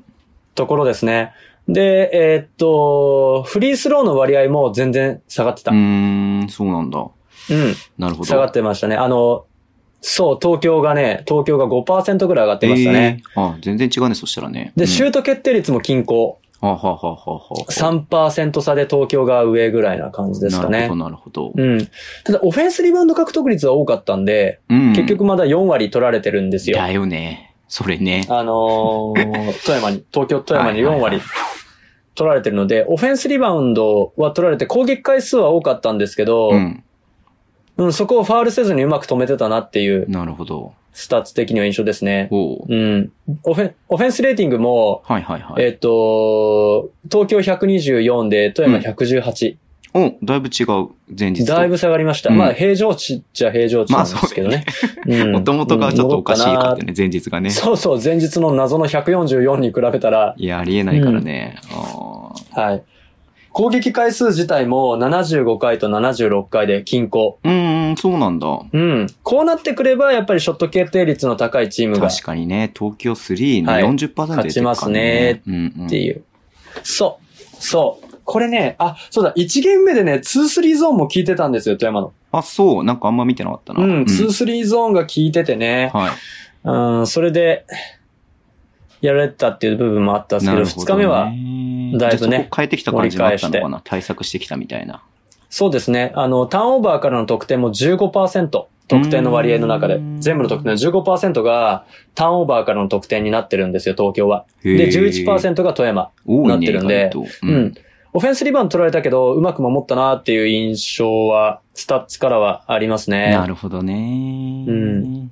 ところですね。で、えーっと、フリースローの割合も全然下がってた。
う
うん。
ーん、そうなんだ。なるほど。
下がってましたね。あの、そう、東京がね、東京が5%ぐらい上がってましたね。
えーあ、全然違うね、そしたらね。
で、シュ
ュ
ート決定率も均衡。
はあはあはあはあはあ。
3%差で東京が上ぐらいな感じですかね。
なるほど、なるほど。
うん。ただ、オフェンスリバウンド獲得率は多かったんで、
うん
結局まだ4割取られてるんですよ。
だよね。それね。
あの ー富山に、東京富山に4
はいはい
割取られてるので、オフェンスリバウンドは取られて攻撃回数は多かったんですけど、う、
うんん。
そこをファールせずにうまく止めてたなっていう
なるほど。
スタッツ的には印象ですね。
おう
うん。オフェンオフェンスレーティングも、
はいはいはい。
えっ、と、東京124で富山118。
お、だいぶ違う、前日と。
だいぶ下がりました。
うん
まあ平常値っちゃ平常値なんですけどね。
もともとがちょっとおかしいからって
ね。
ね、前日がね。
そうそう、前日の謎の144に比べたら、
いや、ありえないからね。あ
はい。攻撃回数自体も75回と76回で均衡。
ーうーん、そうなんだ。
うん。こうなってくれば、やっぱりショット決定率の高いチームがっ
確かにね、東京3ね、
はい
40%で、
勝ちますね。
うんうん。
ていう。そう。そう。これね、あ、そうだ、1ゲーム目でね、2-3ゾーンも効いてたんですよ、富山の。
あ、そう、なんかあんま見てなかったな。
うん、2-3ゾーンが効いててね。
はい。
うん、それで、やられたっていう部分もあったんですけど、2日目は、だ
だい
いぶ
ぶ
ね
ね。じゃあそこ変えてきた感じがあったのかな対策してきたみたいな。
そうですね、あの、ターンオーバーからの得点も15%。得点の割合の中で。全部の得点の15%がターンオーバーからの得点になってるんですよ、東京は。で、11%が富山。
多いね、
なってるんで
意外とう
うん。オフェンスリバウンド取られたけど、うまく守ったなっていう印象は、スタッツからはありますね。
なるほどね。
うん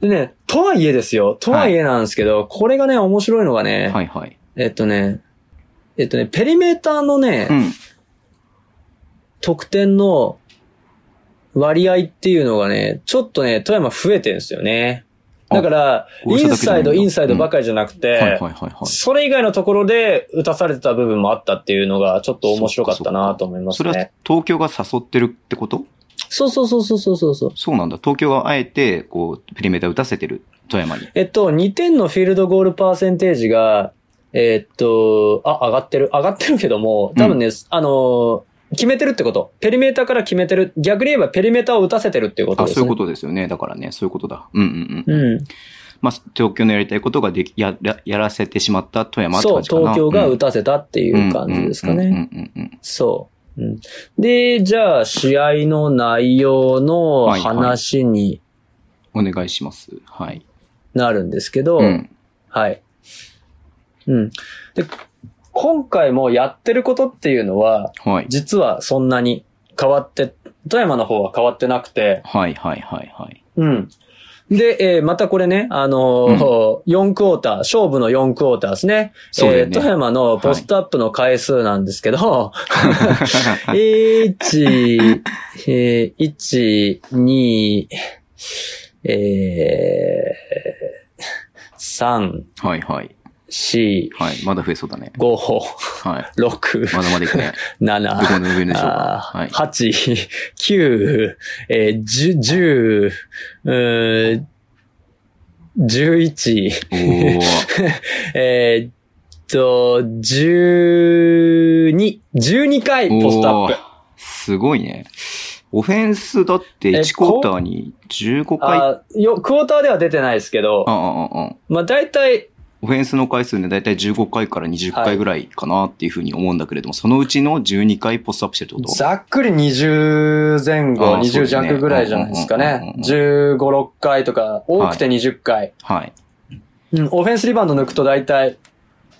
でね、とはいえですよ。とはいえなんですけど、これがね、面白いのがね、
はいはい。
えっとね、えっとね、ペリメーターのね、
うん。
得点の割合っていうのがね、ちょっとね、富山増えてるんですよね。だから、
あ大
イ
差だ
ン
けじゃ
サ
ない
イ
んだ
ド、インサイドばかりじゃなくて、
はいはいはいはい。
それ以外のところで打たされてた部分もあったっていうのが、ちょっと面白かったなと思います
それは
ね。
東京が誘ってるってこと
そうそうそうそうそうそうそう。
そうなんだ。東京があえて、こう、ペリメーター打たせてる。富山に。
えっと、2点のフィールドゴールパーセンテージが、えっと、あ、上がってる。上がってるけども、多分ね、あのー決めてるってこと。ペリメーターから決めてる。逆に言えばペリメーターを打たせてるっていうこと
あ、
ですね。
そういうことですよね。だからね、そういうことだ。うんうんうん。
うん。
まあ、東京のやりたいことができ、やら、やらせてしまった富山って
そう、
感じかな。
東京が
うん
打たせたっていう感じですか
うんうんう
ね。
んうんうん
そう。うんで、じゃあ、試合の内容の
はいはい
話に
うんお願いします。はい。
なるんですけど、
うん。
はい。うん。で、今回もやってることっていうのは、
はい。
実はそんなに変わって、富山の方は変わってなくて、
はいはいはい はい。
うん。で、えーまたこれね、あのー4クォーター、勝負の4クォーターですね。
そうだよ
え
ね
ー富山のポストアップの回数なんです けど、1、えー、1、2、えー、3、
はいはい。
4、
はい。まだ増えそうだね。
5、
はい。
6、
まだまだいくね。
7、
どこの上でしょう
あ
か。はい。
8、9、えー、10、10うーん、11、
おー。
えーっと、12、12回 ポストアップ
おー。すごいね。オフェンスだって
え
1クォーターに15回。
あーよ、クォーターでは出てないですけど
あ、あああ
まあ大体、
オフェンスの回数ね、だいたい15回から20回ぐらいかなっていうふうに思うんだけれども、そのうちの12回ポストアップしてるってこと
ざっくり20前後、
あーそう
20
ですね
弱ぐらいじゃないですか
うんうん
ね
うん。うん
15、6回とか、多くて20回。
はい。
うん、オフェンスリバウンド抜くと大体、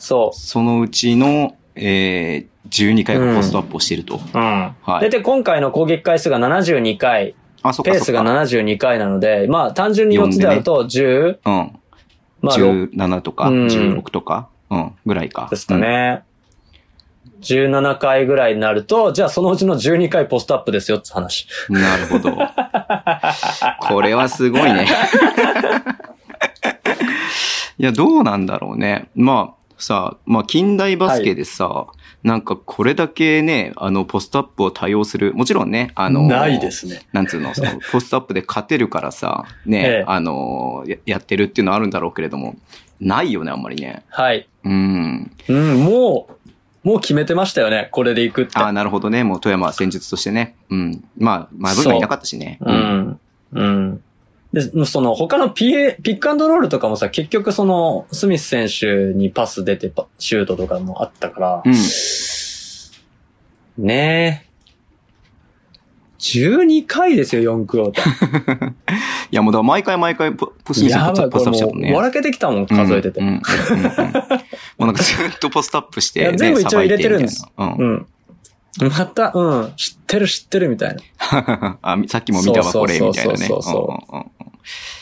そ
そのうちの、えー、12回がポストアップをしてると。
う。うん。
は
大
い。
体今回の攻撃回数が72回、
あ、そっ
ペ
か
ー
そ
ス
っ
が
か。
72回なので、まあ単純に4つであると10、
うん。
まあ6
17とか、
うん
16とか、うん、ぐらいか。
ですかね。17回ぐらいになると、じゃあそのうちの12回ポストアップですよって話。
うん。なるほ ど。これはすごいね。 いや、どうなんだろうね。まあ、さ、まあ、近代バスケでさ、なんかこれだけね、あの、ポストアップを多用する、もちろんね、あの、
すね。
なんつうの、そ の、ポストアップで勝てるからさ、ね、
ええ
あのや、やってるっていうのはあるんだろうけれども、ないよね、あんまりね。
はい。
うん。
うん、もう、もう決めてましたよね。これでいくって。
ああ、なるほどね。もう富山は戦術としてね。うん。まあ、前文がいなかったしね。
う。ん。うん。で、その他の PA、ピックアンドロールとかもさ、結局その、スミス選手にパス出てパ、シュートとかもあったから
う、ん。
ねえ。12回ですよ、4クオ ーター。
いや、もうだから毎回毎回ポ、ポスミス
やば
と
い、
ポ
こ
スト
れ
アップしたもん
もう、
ね。
笑けてきたもん、数えてて。
うんうんうんうんもうなんかずっとポストアップし
い
て、
や
ね、
全部一応入れてるんです
さばいてみたいな。う。
うんん。また、うん、知ってる知ってるみたいな。
あ、さっきも見たわ、
そ
こ
うそ
れ、
う
みたいなね。
そうそうそう
うんうんうん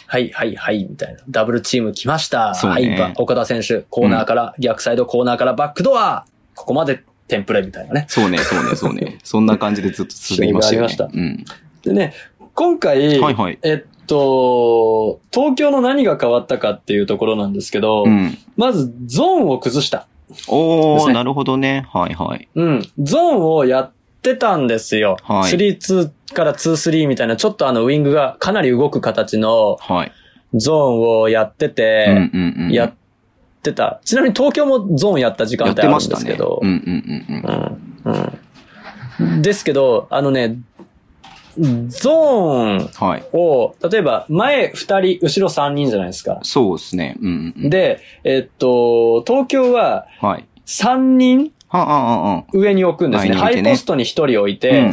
はいはいはい、みたいな。ダブルチーム来ました。
そう
は
ね
い、ば岡田選手、コーナーから、逆サイドコーナーからバックドアここまでテンプレみたいなね。
そうね、そうね、そうね。そんな感じでずっと進んでいましたよね。
試合があ
うん。
でね、今回、
はいはい。
えっと、東京の何が変わったかっていうところなんですけど、
うん。
まずゾーンを崩した。で
お
す
ー、
ね
なるほどね。はいはい。
うん。ゾーンをやってたんですよ。
はい
3-2から2-3みたいな、ちょっとあのウィングがかなり動く形の
はい。
ゾーンをやってて、
うんうんうん。
やってた。ちなみに東京もゾーンやった時間
やっ
帯
て
あるん
ま
で
し
す
たね。
けど
う。んうんうんうん。
うんうんですけど、あのね、ゾーン
はい。
を、例えば前2人、後ろ3人じゃないですか。
そうですね。うんうんうん。
で、えっと、東京は
はい。
3人
はあ、ああ、ああ。
上に置くんですね。
前に置
ハ
いて
イ
ね
ポストに1人置いて、
うん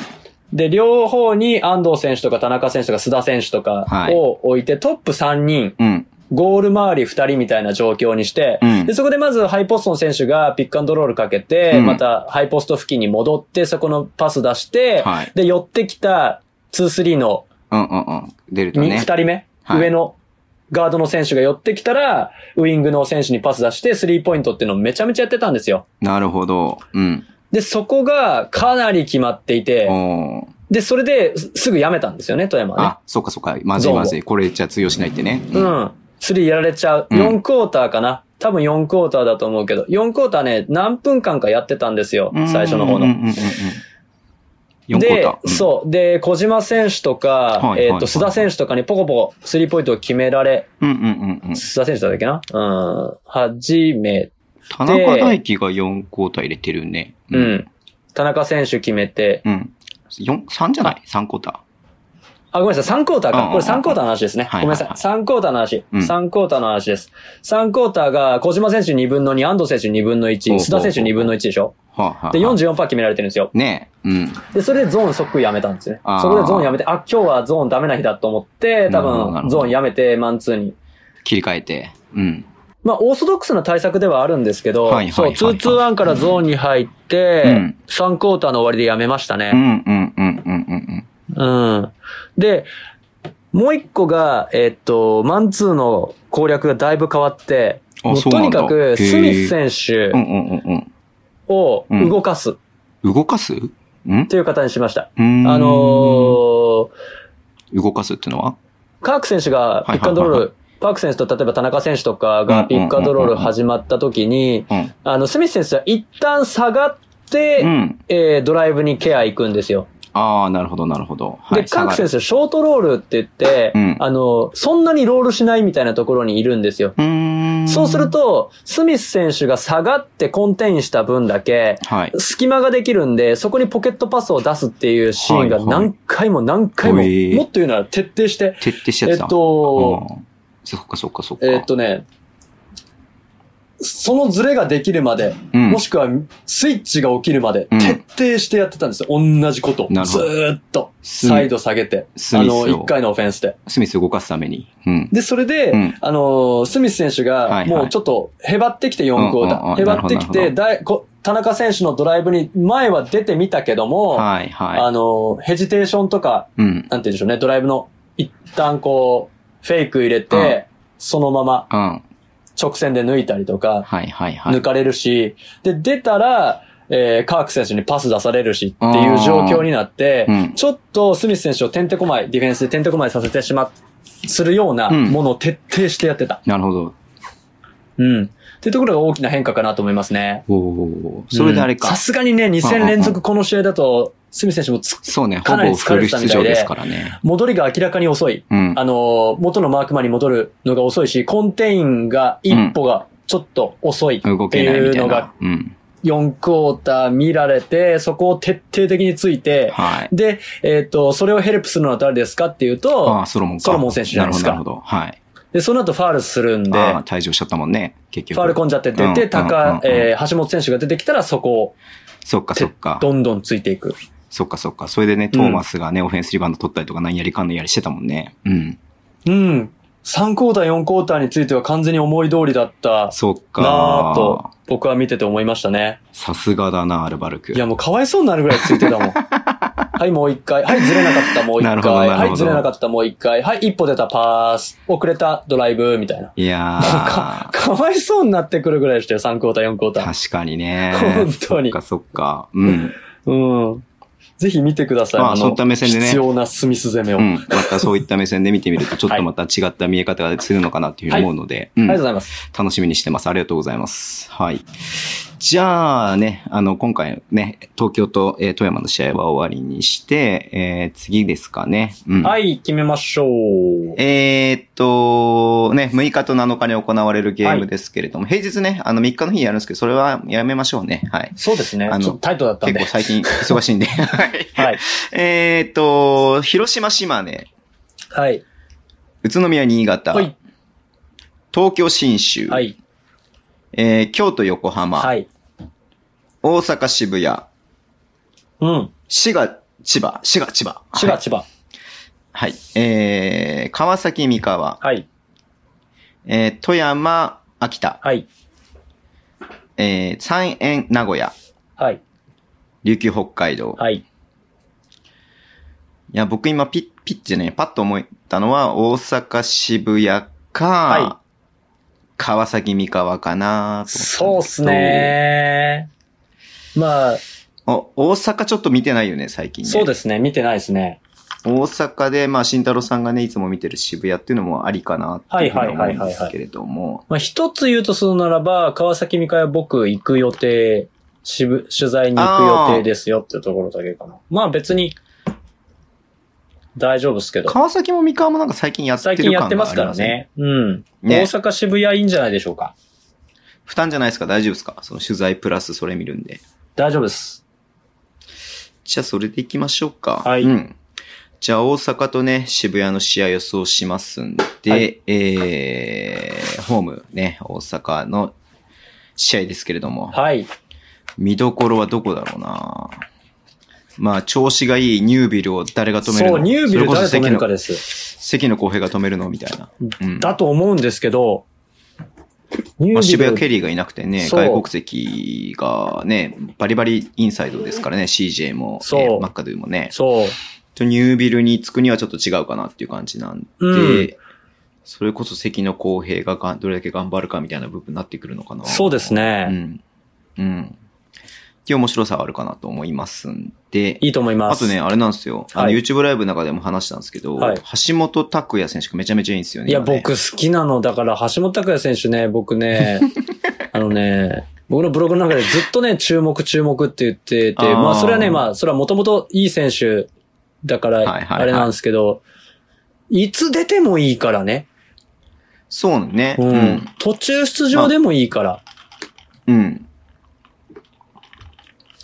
で、両方に安藤選手とか田中選手とか須田選手とか
はい
を置いて、トップ3人、
うん。
ゴール周り2人みたいな状況にして、
うん
で、そこでまずハイポストの選手がピックアンドロールかけて、
うん
またハイポスト付近に戻って、そこのパス出して、
はい
で、寄ってきた2-3の
うんうんうん。出ると
に二
ね。
人目、
はい
上のガードの選手が寄ってきたら、ウイングの選手にパス出して、スリーポイントっていうのをめちゃめちゃやってたんですよ。
なるほど。うん。
で、そこがかなり決まっていて、
おー
で、それですすぐやめたんですよね、富山はね。
あ、そっかそっか。まずいまずい。これじゃ通用しないってね。
う
うん
ん。スリーやられちゃう。
うん
4クォーターかな。多分4クォーターだと思うけど、4クォーターね、何分間かやってたんですよ、最初の方
うん
の
う。んうんうんうん。4クォー
で
ター。、うん
そう。で、小島選手とか
は、い
えっ
はい
と、須田選手とかにポコポコスリーポイントを決められ、
うんうんうんうん。
須田選手だったっけなうん。初め
田中大輝が4クォーター入れてるね。
う。ん。田中選手決めて、
うん。4、3じゃない ?3 クォータ
あ、ごめんなさい、3クォーター
うんうん
か。
うん
これ3クォーターの話ですね。ご
はい
め
はい
ん
は
ないさい。3クォーターの話。
うん
3クォーターの話です。3クォーターが、小島選手2分の2、安藤選手2分の1、
ほうほう
須田選手2分の1でしょ
ー。はあ、はあ、
で、44%決められてるんですよ。
ねえ。うん。
で、それでゾーン即やめたんですね
あー。
そこでゾーンやめて、あ、今日はゾーンダメな日だと思って、多
なるほどなるほ
分、
ど
ゾーンやめて、マンツーに。
切り替えて。うん。
まあ、オーソドックスな対策ではあるんですけど、
はいはい
そ
は
う、
いはい
2-2-1からゾーンに入って、
うん
3クォーターの終わりでやめましたね。
うんうんうんうんうん
うん。で、もう一個が、えっと、マンツーの攻略がだいぶ変わって、
あ
もう
そう
と
な
に
んだ
かく、スミス選
うん。う
手
んうんうん
を動かすっ
うん。動かすんう
ていう方にしました。
ーん
あのー、
動かすってのは
カーク選手がピックアンドロール、
はいはい
パーク選手と例えば田中選手とか
うんうんうん
が
うん
ピックアンドロール始まった時に、
うん。
あの、スミス選手は一旦下がって、
うん。
えードライブにケア行くんですよ。
ああ、なるほどなるほど。は
で、
い。下
カー
が
ク選
る
手、ショートロールって言って、
うん
あの、そんなにロールしないみたいなところにいるんですよ。
うーん。
そうする。と、スミス選手が下がってコンテインした分だけ、
はい。
隙間ができるんで、そこにポケットパスを出すっていうシーンが
はいはい
何回も何回も、
へー
もっと言うなら徹底して、
徹底しちゃ
え
っ
って
た。
と、
うんそっかそっかそっか。
えっとね、そのズレができるまで、
うん
もしくはスイッチが起きるまで
うん、
徹底してやってたんですよ。同じこと。
なるほ
ず
ど
ーっと、
スミ
サイド下げて、
ス
あ
ミスを
の、1回のオフェンスで。
スミス動かすために。うん。
で、それで、
うん
あのースミス選手
はい
が、
はい
もうちょっと、へばってきて4クォータ
うんうんうん
ー。へばってき
なる
て、
ほ
だいこ田中選手のドライブに前は出てみたけども、
はいは
あのーヘジテーションとか、
い。うん。
なんて言うんでしょうね、ドライブの一旦こう、フェイク入れて、
うん
そのまま
うん。
直線で抜いたりとか、
はいはいはい。
抜かれるし、で、出たら、えーカーク選手にパス出されるしっていう状況になって、
うん
ちょっとスミス選手をてんてこまい、ディフェンスでてんてこまいさせてしまっ、するような
うん
ものを徹底してやってた。
なるほど。
うん。っていうところが大きな変化かなと思いますね。
おお。それであれ
うん
か
さ。すがにね、2
うんうんう
戦
ん
連続この試合だと、スミス選手もつ
そうね、
か
ほ
なり
ぼ
疲
フル
れてた
出
みたい
場
で
ですからね。
戻りが明らかに遅い。
うん。
あのー元のマークマンに戻るのが遅いし、コンテインが一歩がちょっと遅いって
動けない
い
み
う
たい
のが
な。うん。
4クォーター見られて、そこを徹底的について、
はい。
で、えっ、と、それをヘルプするのは誰ですかっていう
ああ、
と、
ソロモンか。
ソロモン選手じゃないですか
なるほど、なるほど。はい。
で、その後ファールするんで、
ああ、退場しちゃったもんね、結
フ
局。
ァール込んじゃってって言って、
うん
高、
うんうんうん
えー橋本選手が出てきたらそこを
そっかそっか。
どんどんついていく。
そっかそっか。それでね、トーマスがね、オフェンスリバウンド取ったりとか何やりかんのやりしてたもんね。うん。
うん。3クォーター、4クォーターについては完全に思い通りだった
そっ
なぁと
か。、
僕は見てて思いましたね。
さすがだな、アルバルク。
いや、もうかわいそうになるぐらいついてた もん。はい、もう一回。はい、ずれなかった、もう一
なる
回。
ほどなるほど
はい、ずれなかった、もう一回。はい、一歩出た、パース。遅れた、ドライブ、みたいな。
いやー
か、かわいそうになってくるぐらいでしたよ、3クォーター、4クォーター。
確かにね。
本当に
そっかそっか。うん。
うん。ぜひ見てください。
まあそういった目線でね
必要なスミス攻めを。
う
あり
ん。またそういった目線で見てみると、ちょっとまた違った見え方がするのかなっていうふうに思うので、うん
がとうございます。
楽しみにしてます。ありがとうございます。はい。じゃあね、あの、今回ね、東京と、えー富山の試合は終わりにして、えー次ですかね。うん。
はい、決めましょう。
えーっと、ね、6日と7日に行われるゲームですけれども、平日ね、あの3日の日にやるんですけど、それはやめましょうね。はい。
そうですね。ち
あ
ょ
の
っとタイトだったん
結
で
構。最近忙しいん で。はい。
はい。
えーっと、広島、島根、
はい。
宇都宮、新潟、
はい。
東京、新州、
はい。
えー京都、横浜、
はい。
大阪、渋谷、
うん。
滋賀、千葉、滋賀、千葉。
千葉、千葉。
はい。はい。えー、川崎、三河。
はい。
えー、富山、秋田。
はい。
えー、三円、名古屋。
はい。
琉球、北海道。い、
はい。
や、僕今、ピッ、ピッチね、パッと思ったのは、大阪、渋谷か、
は
川崎、三河かなと
そうっすねー。まあ、
お、大阪ちょっと見てないよね、最近ね。。
そうですすね。見てないですね。
大阪で、まあ、慎太郎さんがね、いつも見てる渋谷っていうのもありかなっていうふうに思うんですけれども。
まあ、一つ言うとするならば、川崎美香は僕行く予定、渋、取材に行く予定ですよっていうところだけかな。まあ別に、大丈夫ですけど。
川崎も三河もなんか最近やってる
最
感
近
があ
やっ
り
て
ま
ますす
ね
から。ね。うん。
ね
大阪渋谷いいんじゃないでしょうか。
負担じゃないですか大丈夫ですかその取材プラスそれ見るんで。
大丈夫です。
じゃあそれで行きましょうか。
はい
うん。じゃあ大阪とね、渋谷の試合予想しますんで、
はい
えー、ホームね、大阪の試合ですけれども、
はい。
見どころはどこだろうなまあ、調子がいいニュービルを誰が止めるの
そう、ニュービル誰止めるか
で。
です。
関野公平が止めるのみたいな。うん
だと思うんですけど、ニ
まあ、渋谷
ル
ケリーがいなくてね、
そう
外国籍がね、バリバリインサイドですからね、CJ も、
そう
えーマッカドゥもね。
そう。
とニュービルに着くにはちょっと違うかなっていう感じなんで、
うん
それこそ関の公平ががどれだけ頑張るかみたいな部分になってくるのかな。
そうですね。
うん。うん。っていう面白さはあるかなと思いますんで、
いいと思いま
あ
す。
とね、。あれなんですよ。あの、
はい
YouTube ライブの中でも話したんですけど、
はい
橋本拓也選手がめちゃめちゃいいんですよね。
いや、
今ね
僕。好きなの。だから、橋本拓也選手ね、僕ね、あのね、僕のブログの中でずっとね、注目注目って言ってて、
あー
まあ、それはね、まあ、それはもともといい選手だか
はいはい
ら、あれなんですけど、いつ出てもいいからね。
そうね。
う
うんん。。
途中出場でもいいから。
うん。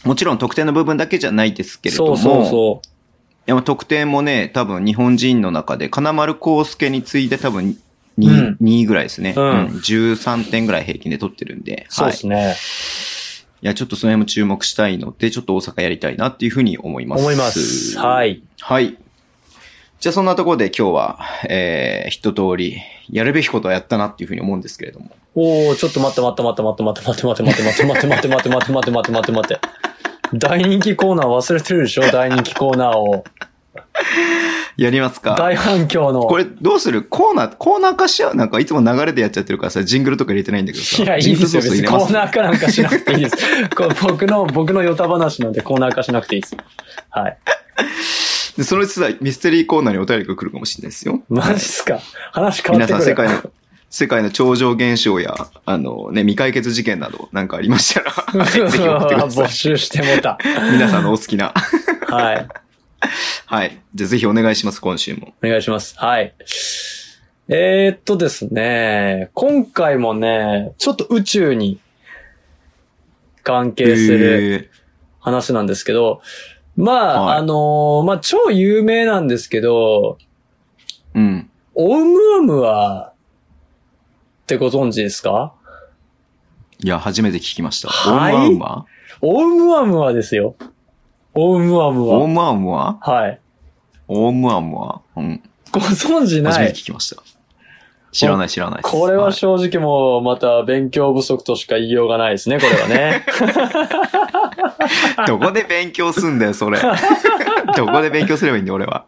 もちろん得点の部分だけじゃないですけれど
そ
も、
うそうそ
いや、まあ得点もね、多分日本人の中で、金丸康介に次いで多分2、
うん
2位ぐらいですね、
うん
13点ぐらい平均で取ってるんで。
う。そう
は
で
い。
す
い
ね。
や、ちょっとその辺も注目したいので、ちょっと大阪やりたいなっていうふうに思います。
思います。は。い。
はい。じゃあそんなところで今日は、えー、一通り、やるべきことはやったなっていうふうに思うんですけれども。
おー、ちょっと待って待って待って待って待って待って待って待って待って待って待って待って待って待って待って大人気コーナー忘れてるでしょ大人気コーナーを。
やりますか
大反響の。
これどうするコーナー、コーナー化しようなんかいつも流れでやっちゃってるからさ、ジングルとか入れてないんだけどさ。
いや、い
ジン
い
グ
で
ルソ
す
ー
よ。
ス入
別に
れま
コ
す
ーナー化なんかしなくていいです。こう僕の、僕のヨタ話なんでコーナー化しなくていいです。はい。
で、そのうちさ、ミステリーコーナーにお便りが来るかもしれないですよ。
マジっすか。話変わ
皆
って
さ
く
ん、世界
る。
の、世界の超常現象や、あのね、未解決事件など、なんかありましたら、 はいぜひ送ってくださ
募集してもた。
い。皆さんのお好きな。
はい。
はい。じゃあ、ぜひお願いします、今週も。
お願いします。はい。えー、っとですね、今回もね、ちょっと宇宙に関係する話なんですけど、まあ、
はい
あのーまあ超有名なんですけど、
えーうん。
オウムアムは、ってご存知ですか
いや、初めて聞きました。
はい
オウムアウムは
オウムアムはですよ。オウムアム
オウ
は。
ムアウムは
はい。
オウムアウムはうん。
ご存
初
知な
め
い
て聞。きました。知らない、知らないです。
これはい正直もうまた勉強不足としか言いようがないですね、これはね。
どこで勉強すんだよ、それ。 どこで勉強すればいいんだよ、俺は。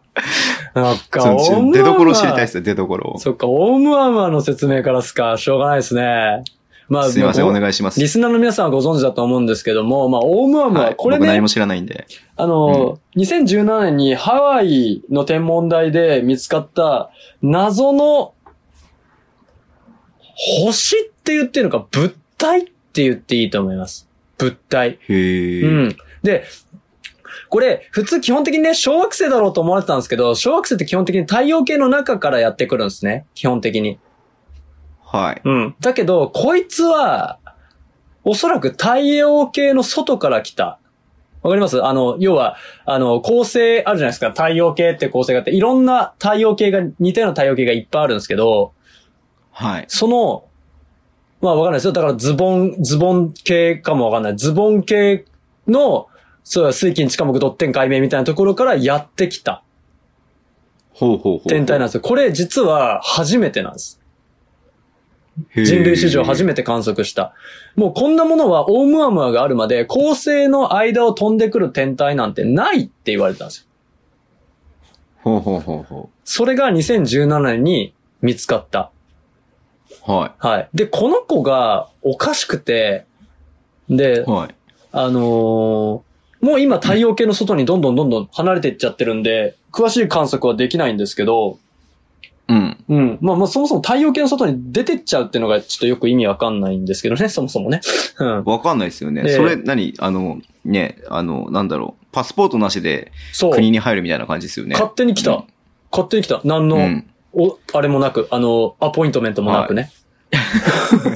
なん
そ
か、
の
オウムアム
出
は
所を知りたいですよ、出所を。
そっか、オウムアムはの説明からっすか、しょうがないですね。まあ、
すいません、
も
お
う
願いします。
リスナーの皆さんはご存知だと思うんですけども、まあ、オウムアム
は、
はいこれ
僕何
ね
も、知らないんで。
あの、2017年にハワイの天文台で見つかった謎の星って言ってるのか、物体って言っていいと思います。物体。
へえ。
うん。で、これ、普通基本的にね、小惑星だろうと思われてたんですけど、小惑星って基本的に太陽系の中からやってくるんですね。基本的に。
はい。
うん。だけど、こいつは、おそらく太陽系の外から来た。わかりますあの、要は、あの、恒星あるじゃないですか。太陽系って恒星があって、いろんな太陽系が、似たような太陽系がいっぱいあるんですけど、
はい。
その、まあわかんないですよ。だからズボン、ズボン系かもわかんない。ズボン系のそう、水金地下木ドッテン解明みたいなところからやってきた
ほうほうほうほう。
天体なんですよ。これ実は初めてなんです。
へー
人類史上初めて観測した。もうこんなものはオウムアムアがあるまで、恒星の間を飛んでくる天体なんてないって言われてたんですよ。
ほうほうほうほ
それが2017年に見つかった。
う。は
はい。で、この子がおかしくて、で、
い。はい。
あのーもう今太陽系の外にどんどんどんどん離れていっちゃってるんで、詳しい観測はできないんですけど、
うん。
うん。まあまあそもそも太陽系の外に出てっちゃうっていうのがちょっとよく意味わかんないんですけどね、そ もそもね。うん。
わかんないですよね。
ええ
それ、何あの、ね、あの、なんだろう。パスポートなしで
そう。
国に入るみたいな感じですよね。
勝手に来た。
うん
勝手に来た。何の、
うん。
お、あれもなく、あの、アポイントメントもなくね。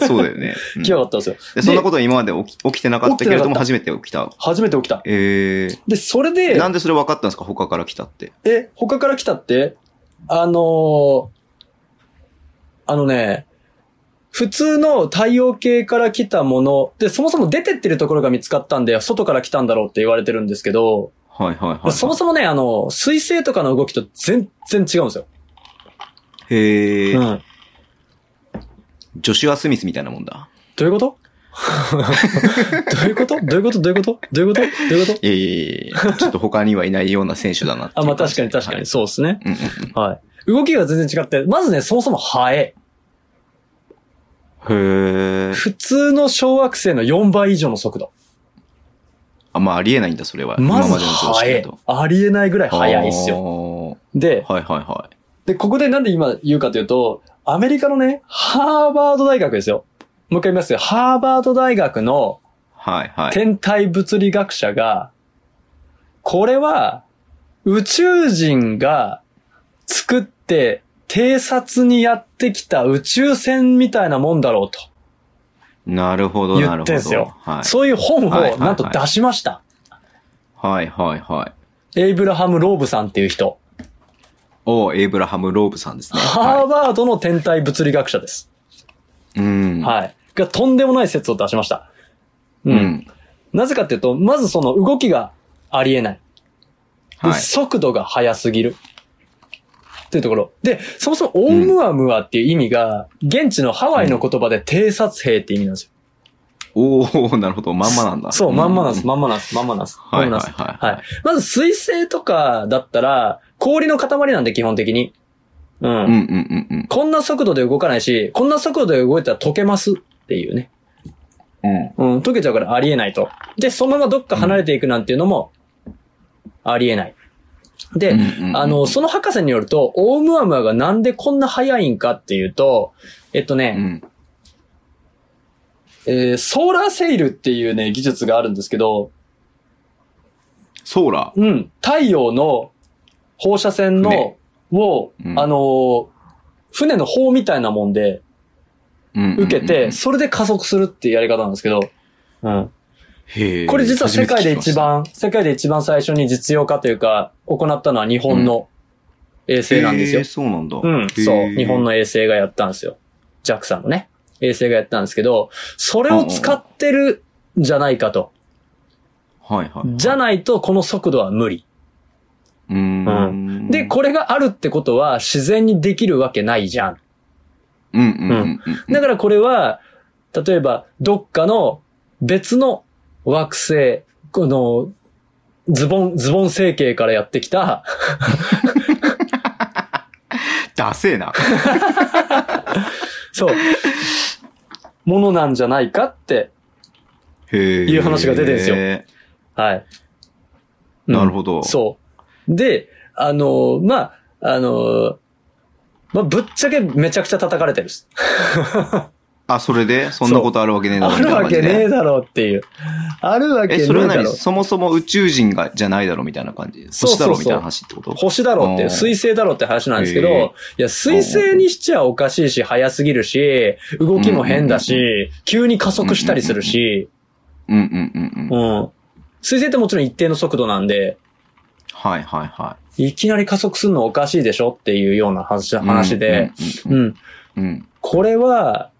そうだよね。うん
来やがったんですよ。
でそんなことは今まで起き起きてなかったけれども、
起き
初めて起きた。
初めて起きた。
え
で、それ
ー。
で
な、んでそれ分かったんですか他から来たって。
え、他から来たってあのーあのね、普通の太陽系から来たもの、で、そもそも出てってるところが見つかったんで、外から来たんだろうって言われてるんですけど、
はいはいはいはい。
そもそもね、あの、水星とかの動きと全然違うんですよ。
へえ、
うん。
ジョシュア・スミスみたいなもんだ。
どういうこと どういうことどういうことどういうことどういうことどういうこと
いやいやいやいやちょっと他にはいないような選手だなってい
あ、
う
まあ
感
確
じ
か
で
に確か
はい
に、そうですね。
うんうん
はい。動きが全然違って、まずね、そもそもハエ。
うんへえ。
普通の小惑星の4倍以上の速度。
あ、まあありえないんだ、それは。
まず
今までの常識
早
だ
い
と。
ありえないぐらい早いっすよ。
よ。
で、
はいはいはい。
で、ここでなんで今言うかというと、アメリカのね、ハーバード大学ですよ。もう一回言いますよ。ハーバード大学の
はいはい。
天体物理学者が、これは宇宙人が作って偵察にやってきた宇宙船みたいなもんだろうと。
なるほど、な
言
る
っ
ほ
てん
ど。
すよ
はい。
そういう本
はいはいは
を
い
なんと出しました。
はいはいはい。
エイブラハム・ローブさんっていう人。
おエイブラハム・ローブさんですね。
ハー
は
バードの天体物理学者です。
い。うん。
はい。がとんでもない説を出しました。う。
うんん。
なぜかっていうと、まずその動きがありえない。で
はい。
速度が速すぎる。というところ。で、そもそもオウムアムアっていう意味が、現地のハワイの言葉で偵察兵って意味なんですよ。
おおなるほど。まんまなんだ。
そう、まんまなんです、
う
まんまなんです、まんまなんです。
はい
ま
は
ん
い
まなんです
はい。
はい。まず水星とかだったら、氷の塊なんで基本的に。うん。
うんうんうん
こんな速度で動かないし、こんな速度で動いたら溶けますっていうね。
うん。うん。
うん、溶けちゃうからありえないと。で、そのままどっか離れていくなんていうのも、ありえない。で、
うんうんうん
あの、その博士によると、オウムアムアがなんでこんな速いんかっていうと、えっと
う
ね、
ん。
えーソーラーセイルっていうね、技術があるんですけど、
ソーラー。
うん、太陽の放射線の
ね、
を、
うん
あのー、船の砲みたいなもんで
うんうんうん
受けて、それで加速するっていうやり方なんですけど、うん。
へえ
これ実は世界で
初
一。
めて聞きま
番、世界で一番最初に実用化というか、行ったのは日本の衛
した
星なんですよ
へえ。そうなんだ。
うん、そう。日本
の。
の衛星がやったんですよ。JAXA のね、衛星がやったんですけど、それを使ってるんじゃないかと。
はいはい。
じゃないとこの速度は無理。
うーん。
で、これがあるってことは自然にできるわけないじゃん。
うんうんうんうん。
だからこれは、例えばどっかの別の惑星、この、ズボン、ズボン成形からやってきた、
ダセえな。
そう。ものなんじゃないかって。
へえ。
いう話が出てんすよはい。うん
なるほど。
そう。で、あのーまあ、あのーまあ、ぶっちゃけめちゃくちゃ叩かれてるっす。
あ、それでそんなことあるわけねえだろ
あるわけねえ
え。
だろうっていう。あるわけね
え、
え
それは
だ
何
ろう。
そもそも宇宙人が、じゃないだろみたいな感じ。
そうそうそう
星だろみたいな話ってこと
星だろうっていう、
あー
水星だろうって話なんですけ
へ
ど
え、
いや、水星にしちゃおかしいし、早すぎるし、動きも変だし、急に加速したりするし、
うんうんうん
う
うん。
ん。水星ってもちろん一定の速度なんで、
はいはいはい
きなり加速するのおかしいでしょっていうような話
い。
話で、
うう
うん
ん
ん。
うん。うん。
これは、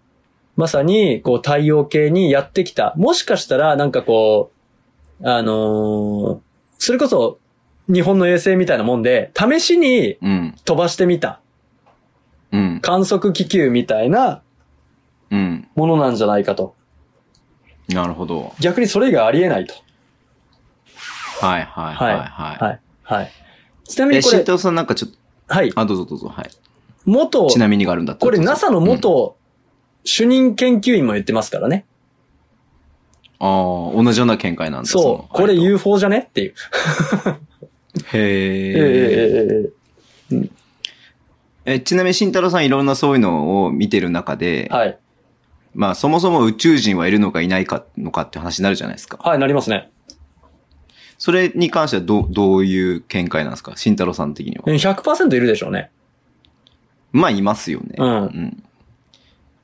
まさに、こう、太陽系にやってきた。もしかしたら、なんかこう、あのーそれこそ、日本の衛星みたいなもんで、試しに
うん。
飛ばしてみた
うん。
観測気球みたいな
うん。
ものなんじゃないかと。
なるほど。
逆にそれ以外ありえないと。
はいはいはいは。
はい。はい。ちないみ
え、
にこ
慎
れ、
太郎さんなんかちょっと、
はい。
あ、どうぞどうぞ、はい。
元、
ちなみにがあるんだった
こ
ら
れ
どうぞ
NASA の元主任研究員も言ってますからね。
ああ、同じような見解なんです
そう。これ
う。
UFO じゃねっていう。え
へえ。
え
え、ちなみに慎太郎さんいろんなそういうのを見てる中で、
はい。
まあそもそも宇宙人はいるのかいないかのかって話になるじゃないですか。
はい、なりますね。
それに関してはどう、どういう見解なんですか慎太郎さん的には。
うん100%いるでしょうね。
まあいますよね。
うん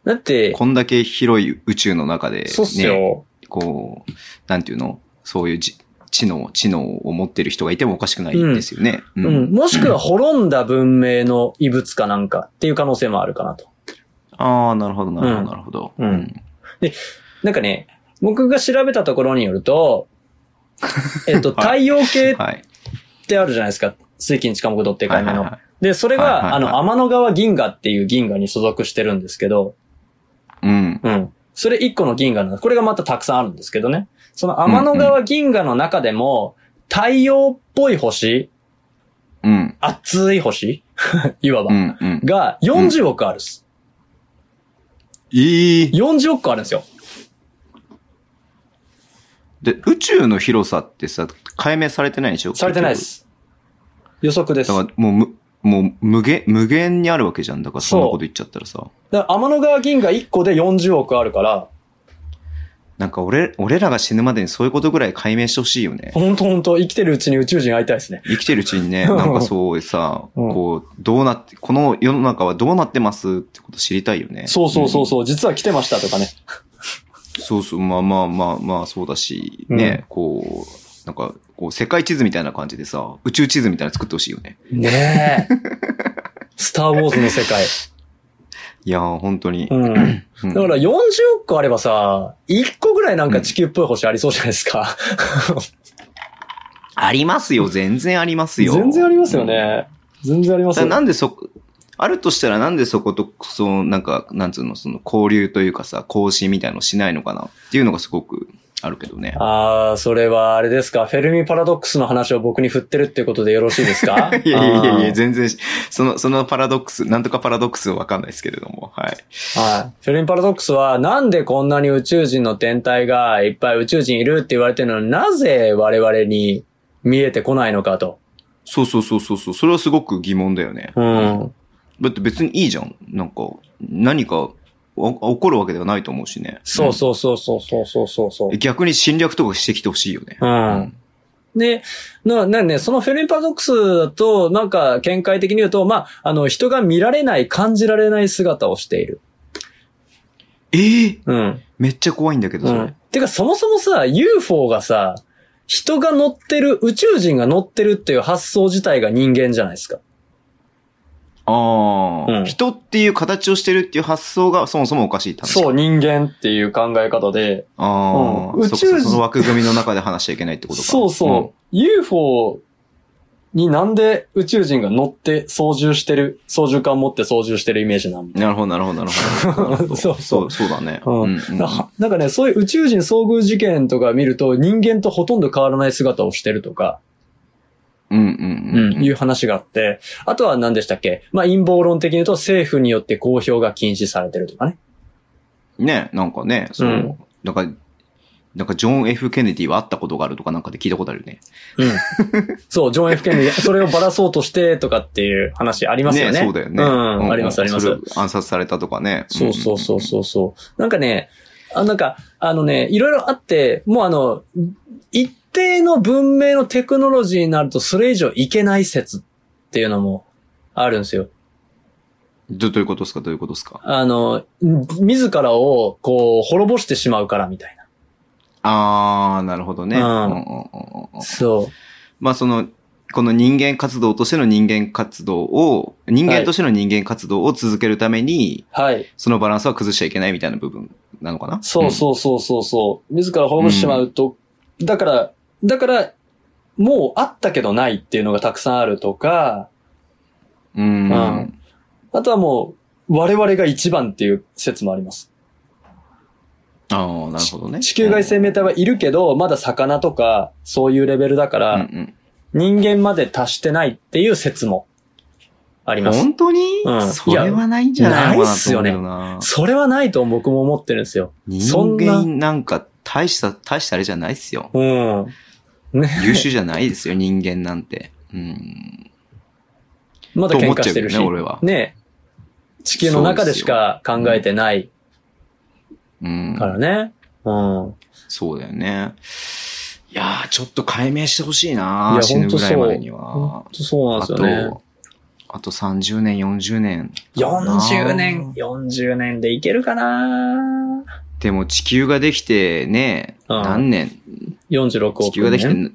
だって、
こんだけ広い宇宙の中で、ね、
そうっすよ。
こう、なんていうのそういうじ知能、知能を持ってる人がいてもおかしくないですよね。う
うん。もしくは滅んだ文明の異物かなんかっていう可能性もあるかなと。
ああ、なるほど、なるほど、
うん
なるほど。
うんなんかね、僕が調べたところによると、えっと、
は
太陽系っ
はい。
てあるじゃないですか。水金地下木土っていう海面
はい
の
はい。
で、それ
はいはい
が、
は
あ
い
の、天の川銀河っていう銀河に所属してるんですけど、
うん。
うん。それ一個の銀河なんです。これがまたたくさんあるんですけどね。その天の川銀河の中でも、太陽っぽい星、
うん。
熱い星 いわば
う。ん。うん。
が40億あるっす。
ええ
40億個あるんですよ。
で、宇宙の広さってさ、解明されてないでしょ
されてないで。す。予測です。
だ
だ
か
から
もうむ、もう無限、無限にあるわけじゃん。だからそんな
そう
こと言っちゃったらさ。
ら天の川銀河1個で40億あるから、
なんか俺、俺らが死ぬまでにそういうことぐらい解明してほしいよね。
ほんとほんと生きてるうちに宇宙人会いたいですね。
生きてるうちにね、なんかそうさ、
うん
こう、どうなって、この世の中はどうなってますってこと知りたいよね。
そうそうそうそう、実は来てましたとかね。
うん。そうそう、まあまあまあまあ、そうだし、ね、こう、なんか、こう、世界地図みたいな感じでさ、宇宙地図みたいなの作ってほしいよね。
ねえ。 スターウォーズの世界。
いやー、本当に。
うん。
うん
だから40億個あればさ、1個ぐらいなんか地球っぽい星ありそうじゃないです か。
ありますよ、全然ありますよ。
全然ありますよね。全然ありま
だか
す
ら
よ。
なんでそこ、あるとしたらなんでそこと、その、なんか、なんつうの、その、交流というかさ、交信みたいのしないのかなっていうのがすごくあるけどね。
あー、それはあれですか。フェルミパラドックスの話を僕に振ってるっていうことでよろしいですか
いやいやいやい
あ
や、
ー
全然、その、そのパラドックス、なんとかパラドックスはわかんないですけれども、はい。
はい。フェルミパラドックスは、なんでこんなに宇宙人の天体がいっぱい宇宙人いるって言われてるのになぜ我々に見えてこないのかと。
そうそうそうそうそう、それはすごく疑問だよね。
うん。
だって別にいいじゃん。なんか、何か、お起こるわけではないと思うしね。
そうそうそうそうそうそうそうそう
うん。逆に侵略とかしてきてほしいよね。
うん。で、な、なね、そのフェルミパラドックスだと、なんか、見解的に言うと、まあ、あの、人が見られない、感じられない姿をしている。
えー
うん。
めっちゃ怖いんだけど、
う
それ。
ん。てか、そもそもさ、UFO がさ、人が乗ってる、宇宙人が乗ってるっていう発想自体が人間じゃないですか。
ああ、
うん
人っていう形をしてるっていう発想がそもそもおかしい。
そう、
ね。
人間っていう考え方で。
ああ、
うん宇
そ
宙
っかそ
人
の枠組みの中で話しちゃいけないってことか。
そうそう、UFO になんで宇宙人が乗って操縦してる、操縦桿持って操縦してるイメージなの
うん。なるほど、なるほど、なるほどなるほど。
そうそう
そうだね。
うん
うん
ななんかね、そういう宇宙人遭遇事件とか見ると人間とほとんど変わらない姿をしてるとか、
うんう
うん
ん、
いうう話があって、あとは何でしたっけまあ陰謀論的に言うと政府によって公表が禁止されてるとかね。
ん。ね、なんかね、そう。
うん
なんか、なんかジョン・ F ・ケネディは会ったことがあるとかなんかで聞いたことあるよね。
うん。 そう、ジョン・ F ・ケネディ、それをばらそうとしてとかっていう話ありますよね。
そうだよね。
うんありますあります
それ暗殺されたとかね。
そうそうそ
う
う
ん
そうそう。なんかね、あなんか、あのね、いろいろあって、もうあの、一定の文明のテクノロジーになるとそれ以上いけない説っていうのもあるんですよ。
どどういうことですかどういうことですか
あの、ん自らをこう滅ぼしてしまうからみたい
ああ、なるほどね。
うん
うんうんうんうん
な。そ
まあその、この人間活動としての人間活動を、人間としての人間活動を続けるために、
う。はい。
そのバランスは崩しちゃいけないみたいな部分なのかな
そうそうそうそうそう。自ら滅ぼしてしまうと、だから、だから、もうあったけどないっていうのがたくさんあるとか、
うん。
うんあとはもう、我々が一番っていう説もあります。
ああ、なるほどね。
地球外生命体はいるけど、まだ魚とか、そういうレベルだか
うん
ら、
うん
人間まで達してないっていう説もあり
うん、
ます。
本当に、
うん
それはないんじゃない
い
か
やない
な
っす
と
よね
思うな。
それはないと僕も思ってるんですよ。そん
人
な
間なんか大した、大したあれじゃないっすよ。
うん。ね。
優秀じゃないですよ、人間なんて。うん。
まだ
と
喧
思っ
嘩
ちゃ
し
うけど
てる
ね、
し。
俺は。
ね地球の中でしか考えてない
うん。
からね。うん。
そうだよね。いやー、ちょっと解明してほしいない
や
死ぬぐらいまでに
ほん
は。
とそうなん
あ
ですよね。
と、あと30年、40年。
40年、40年でいけるかな
でも地球ができてね、
うん
何年
?46 億年。
地球ができてね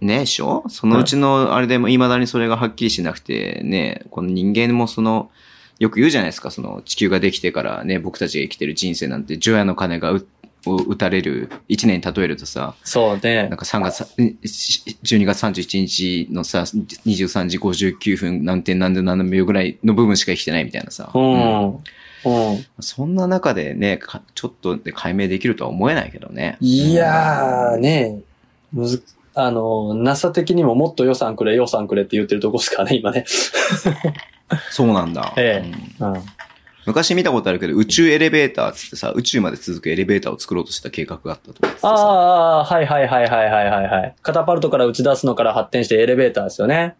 ねえでしょそのうちのあれでも未だにそれがはっきりしなくてね、この人間もその、よく言うじゃないですか、その地球ができてからね、僕たちが生きてる人生なんて、除夜の鐘がうを打たれる、1年に例えるとさ、
そうね
なん。か3月、12月31日のさ、23時59分何点何で何秒ぐらいの部分しか生きてないみたいなさ。
うん。うん。
そんな中でね、かちょっとで解明できるとは思えないけどね。
いやーね、むず、あの、NASA 的にももっと予算くれ、予算くれって言ってるとこですからね、今ね。
そうなんだ、
ええ
うん
うん。
昔見たことあるけど、宇宙エレベーターっつってさ、宇宙まで続くエレベーターを作ろうとした計画があったとかっつってさ。
ああ、はいはいはいはいはいはいはい。カタパルトから打ち出すのから発展してエレベーターですよね。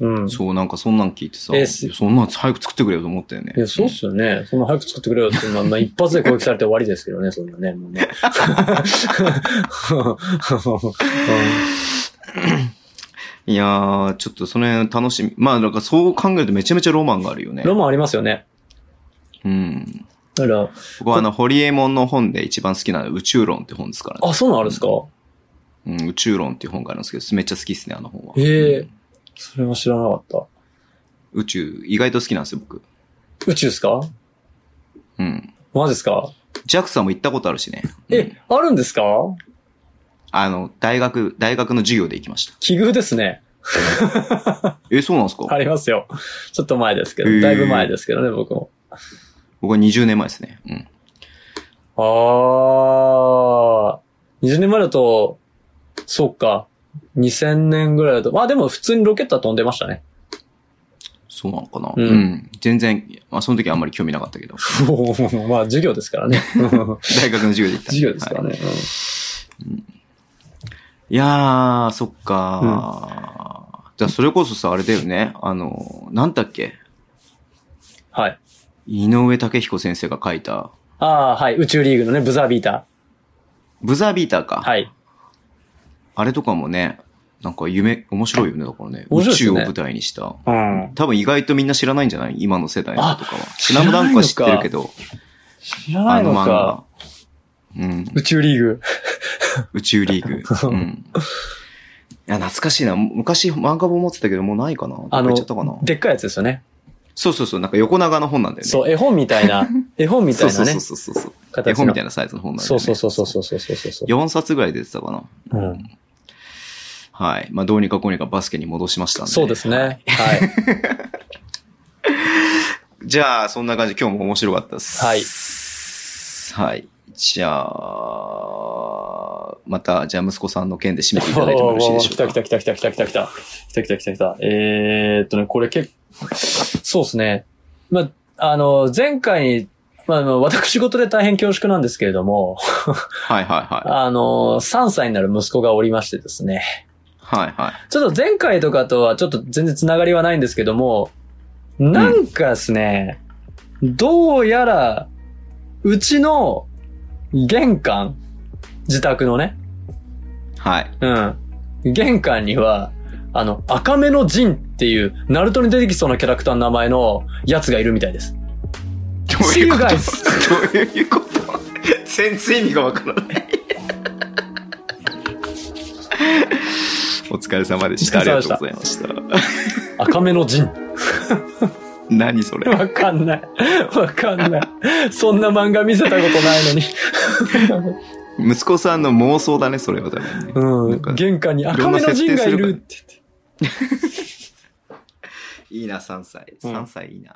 うん。
そう、なんかそんなん聞いてさ、
ええ
いやそんなん早く作ってくれよと思ったよね。
いや、そうっすよね。そんな早く作ってくれよって、まあ、まあ、一発で攻撃されて終わりですけどね、そんなね。もうね
いやー、ちょっとその辺楽しみ。まあなんかそう考えるとめちゃめちゃロマンがあるよね
うん。ロマンありますよね。
うん。
だから、
僕はあの、ホリエモンの本で一番好きなのは宇宙論って本ですからね。
あ、そうなんあるんですか
うん、宇宙論っていう本があるんですけど、めっちゃ好きっすね、あの本は。
へえ
うん
それは知らなかっ
宇宙、意外と好きなんですよ、僕。
た。宇宙ですか
うん。
マジですか
ジャクさんも行ったことあるしね。うん
え、あるんですか
あの、大学、大学の授業で行きました。
奇遇ですね。
え、そうなんですか、
ありますよ。ちょっと前ですけ
へ
ど、
え
だいぶ前ですけどね、僕も。
僕は20年前ですね。うん。
あー、20年前だと、そっか、2000年ぐらいだと、まあでも普通にロケットは飛んでました ね。
そうなのかな、
う
うんん、全然、まあ、その時はあんまり興味なかったけど。
まあ授業ですからね。
大学の授業で行った。
授業ですから
はい。
ね。
いやー、そっかー。じゃあ、それこそさ、あれだよね。あの、なんだっけ
はい。
井上武彦先生が書いた、
ああ、はい。宇宙リーグのね、ブザービータ
ブザービーターか。
ー。はい。
あれとかもね、なんか夢、面白いよね、だからね。
面
宇
白いっす
宙
よ
を
ね
舞台にした。
うん。
多分意外とみんな知らないんじゃない今の世代のとかは。ス
知ら
ラ
な
ム
いのか
ダンクは知ってるけど、
知らな
あ
い
の
の
漫
か
画。。うん。
宇宙リーグ。
宇宙リ ーグ。うん。いや、懐かしいな。昔漫画本持ってたけど、もうないかな。どっか
あ
行
の
っちゃったかな。
でっかいやつですよね。
そうそうそう。なんか横長の本なんだよね。
そう、絵本みた いな、絵本みた
そう
いな
そう
ね
そう、そうそうそう。
形
絵本みたい
な。
なサイズの本なんだよ
そう
ね。
そうそうそうそうそうそうそう。
4冊ぐらい出てたかな。
うん
はい。まあ、どうにかこうにかバスケに戻しましたんで。
そうですね。はい。
じゃあ、そんな感じ、今日も面白かったです。
はい。
はい。じゃあ、また、じゃあ息子さんの件で締めていただいてもよろしいでしょ
来
うか。
た来た来た来た来た来た来た。来た来た来た来た。えーっとね、これ結構、そうですね。ま、あの、前回、まあ、あの、私事で大変恐縮なんですけれども、
はいはいはい。
あの、3歳になる息子がおりましてですね。
はいはい。
ちょっと前回とかとはちょっと全然つながりはないんですけども、なんかですね、どうやら、うちの玄関、自宅のね、
はい。
うん。玄関には、あの、赤目のジンっていう、ナルトに出てきそうなキャラクターの名前のやつがいるみたいです。
どういうこと
See you
どういうこと全然意味がわからない。お疲れ様でした。
お
あ
疲
りがと
れ様でし
う
た
ございました。
赤目のジン。
何それ
わかんない。わかんない。そんな漫画見せたことないのに。
息子さんの妄想だね、それは多分ね。
う
なんんか。
玄関に
んな
赤目の陣がいるって言って。
いいな、3歳。3歳いいな。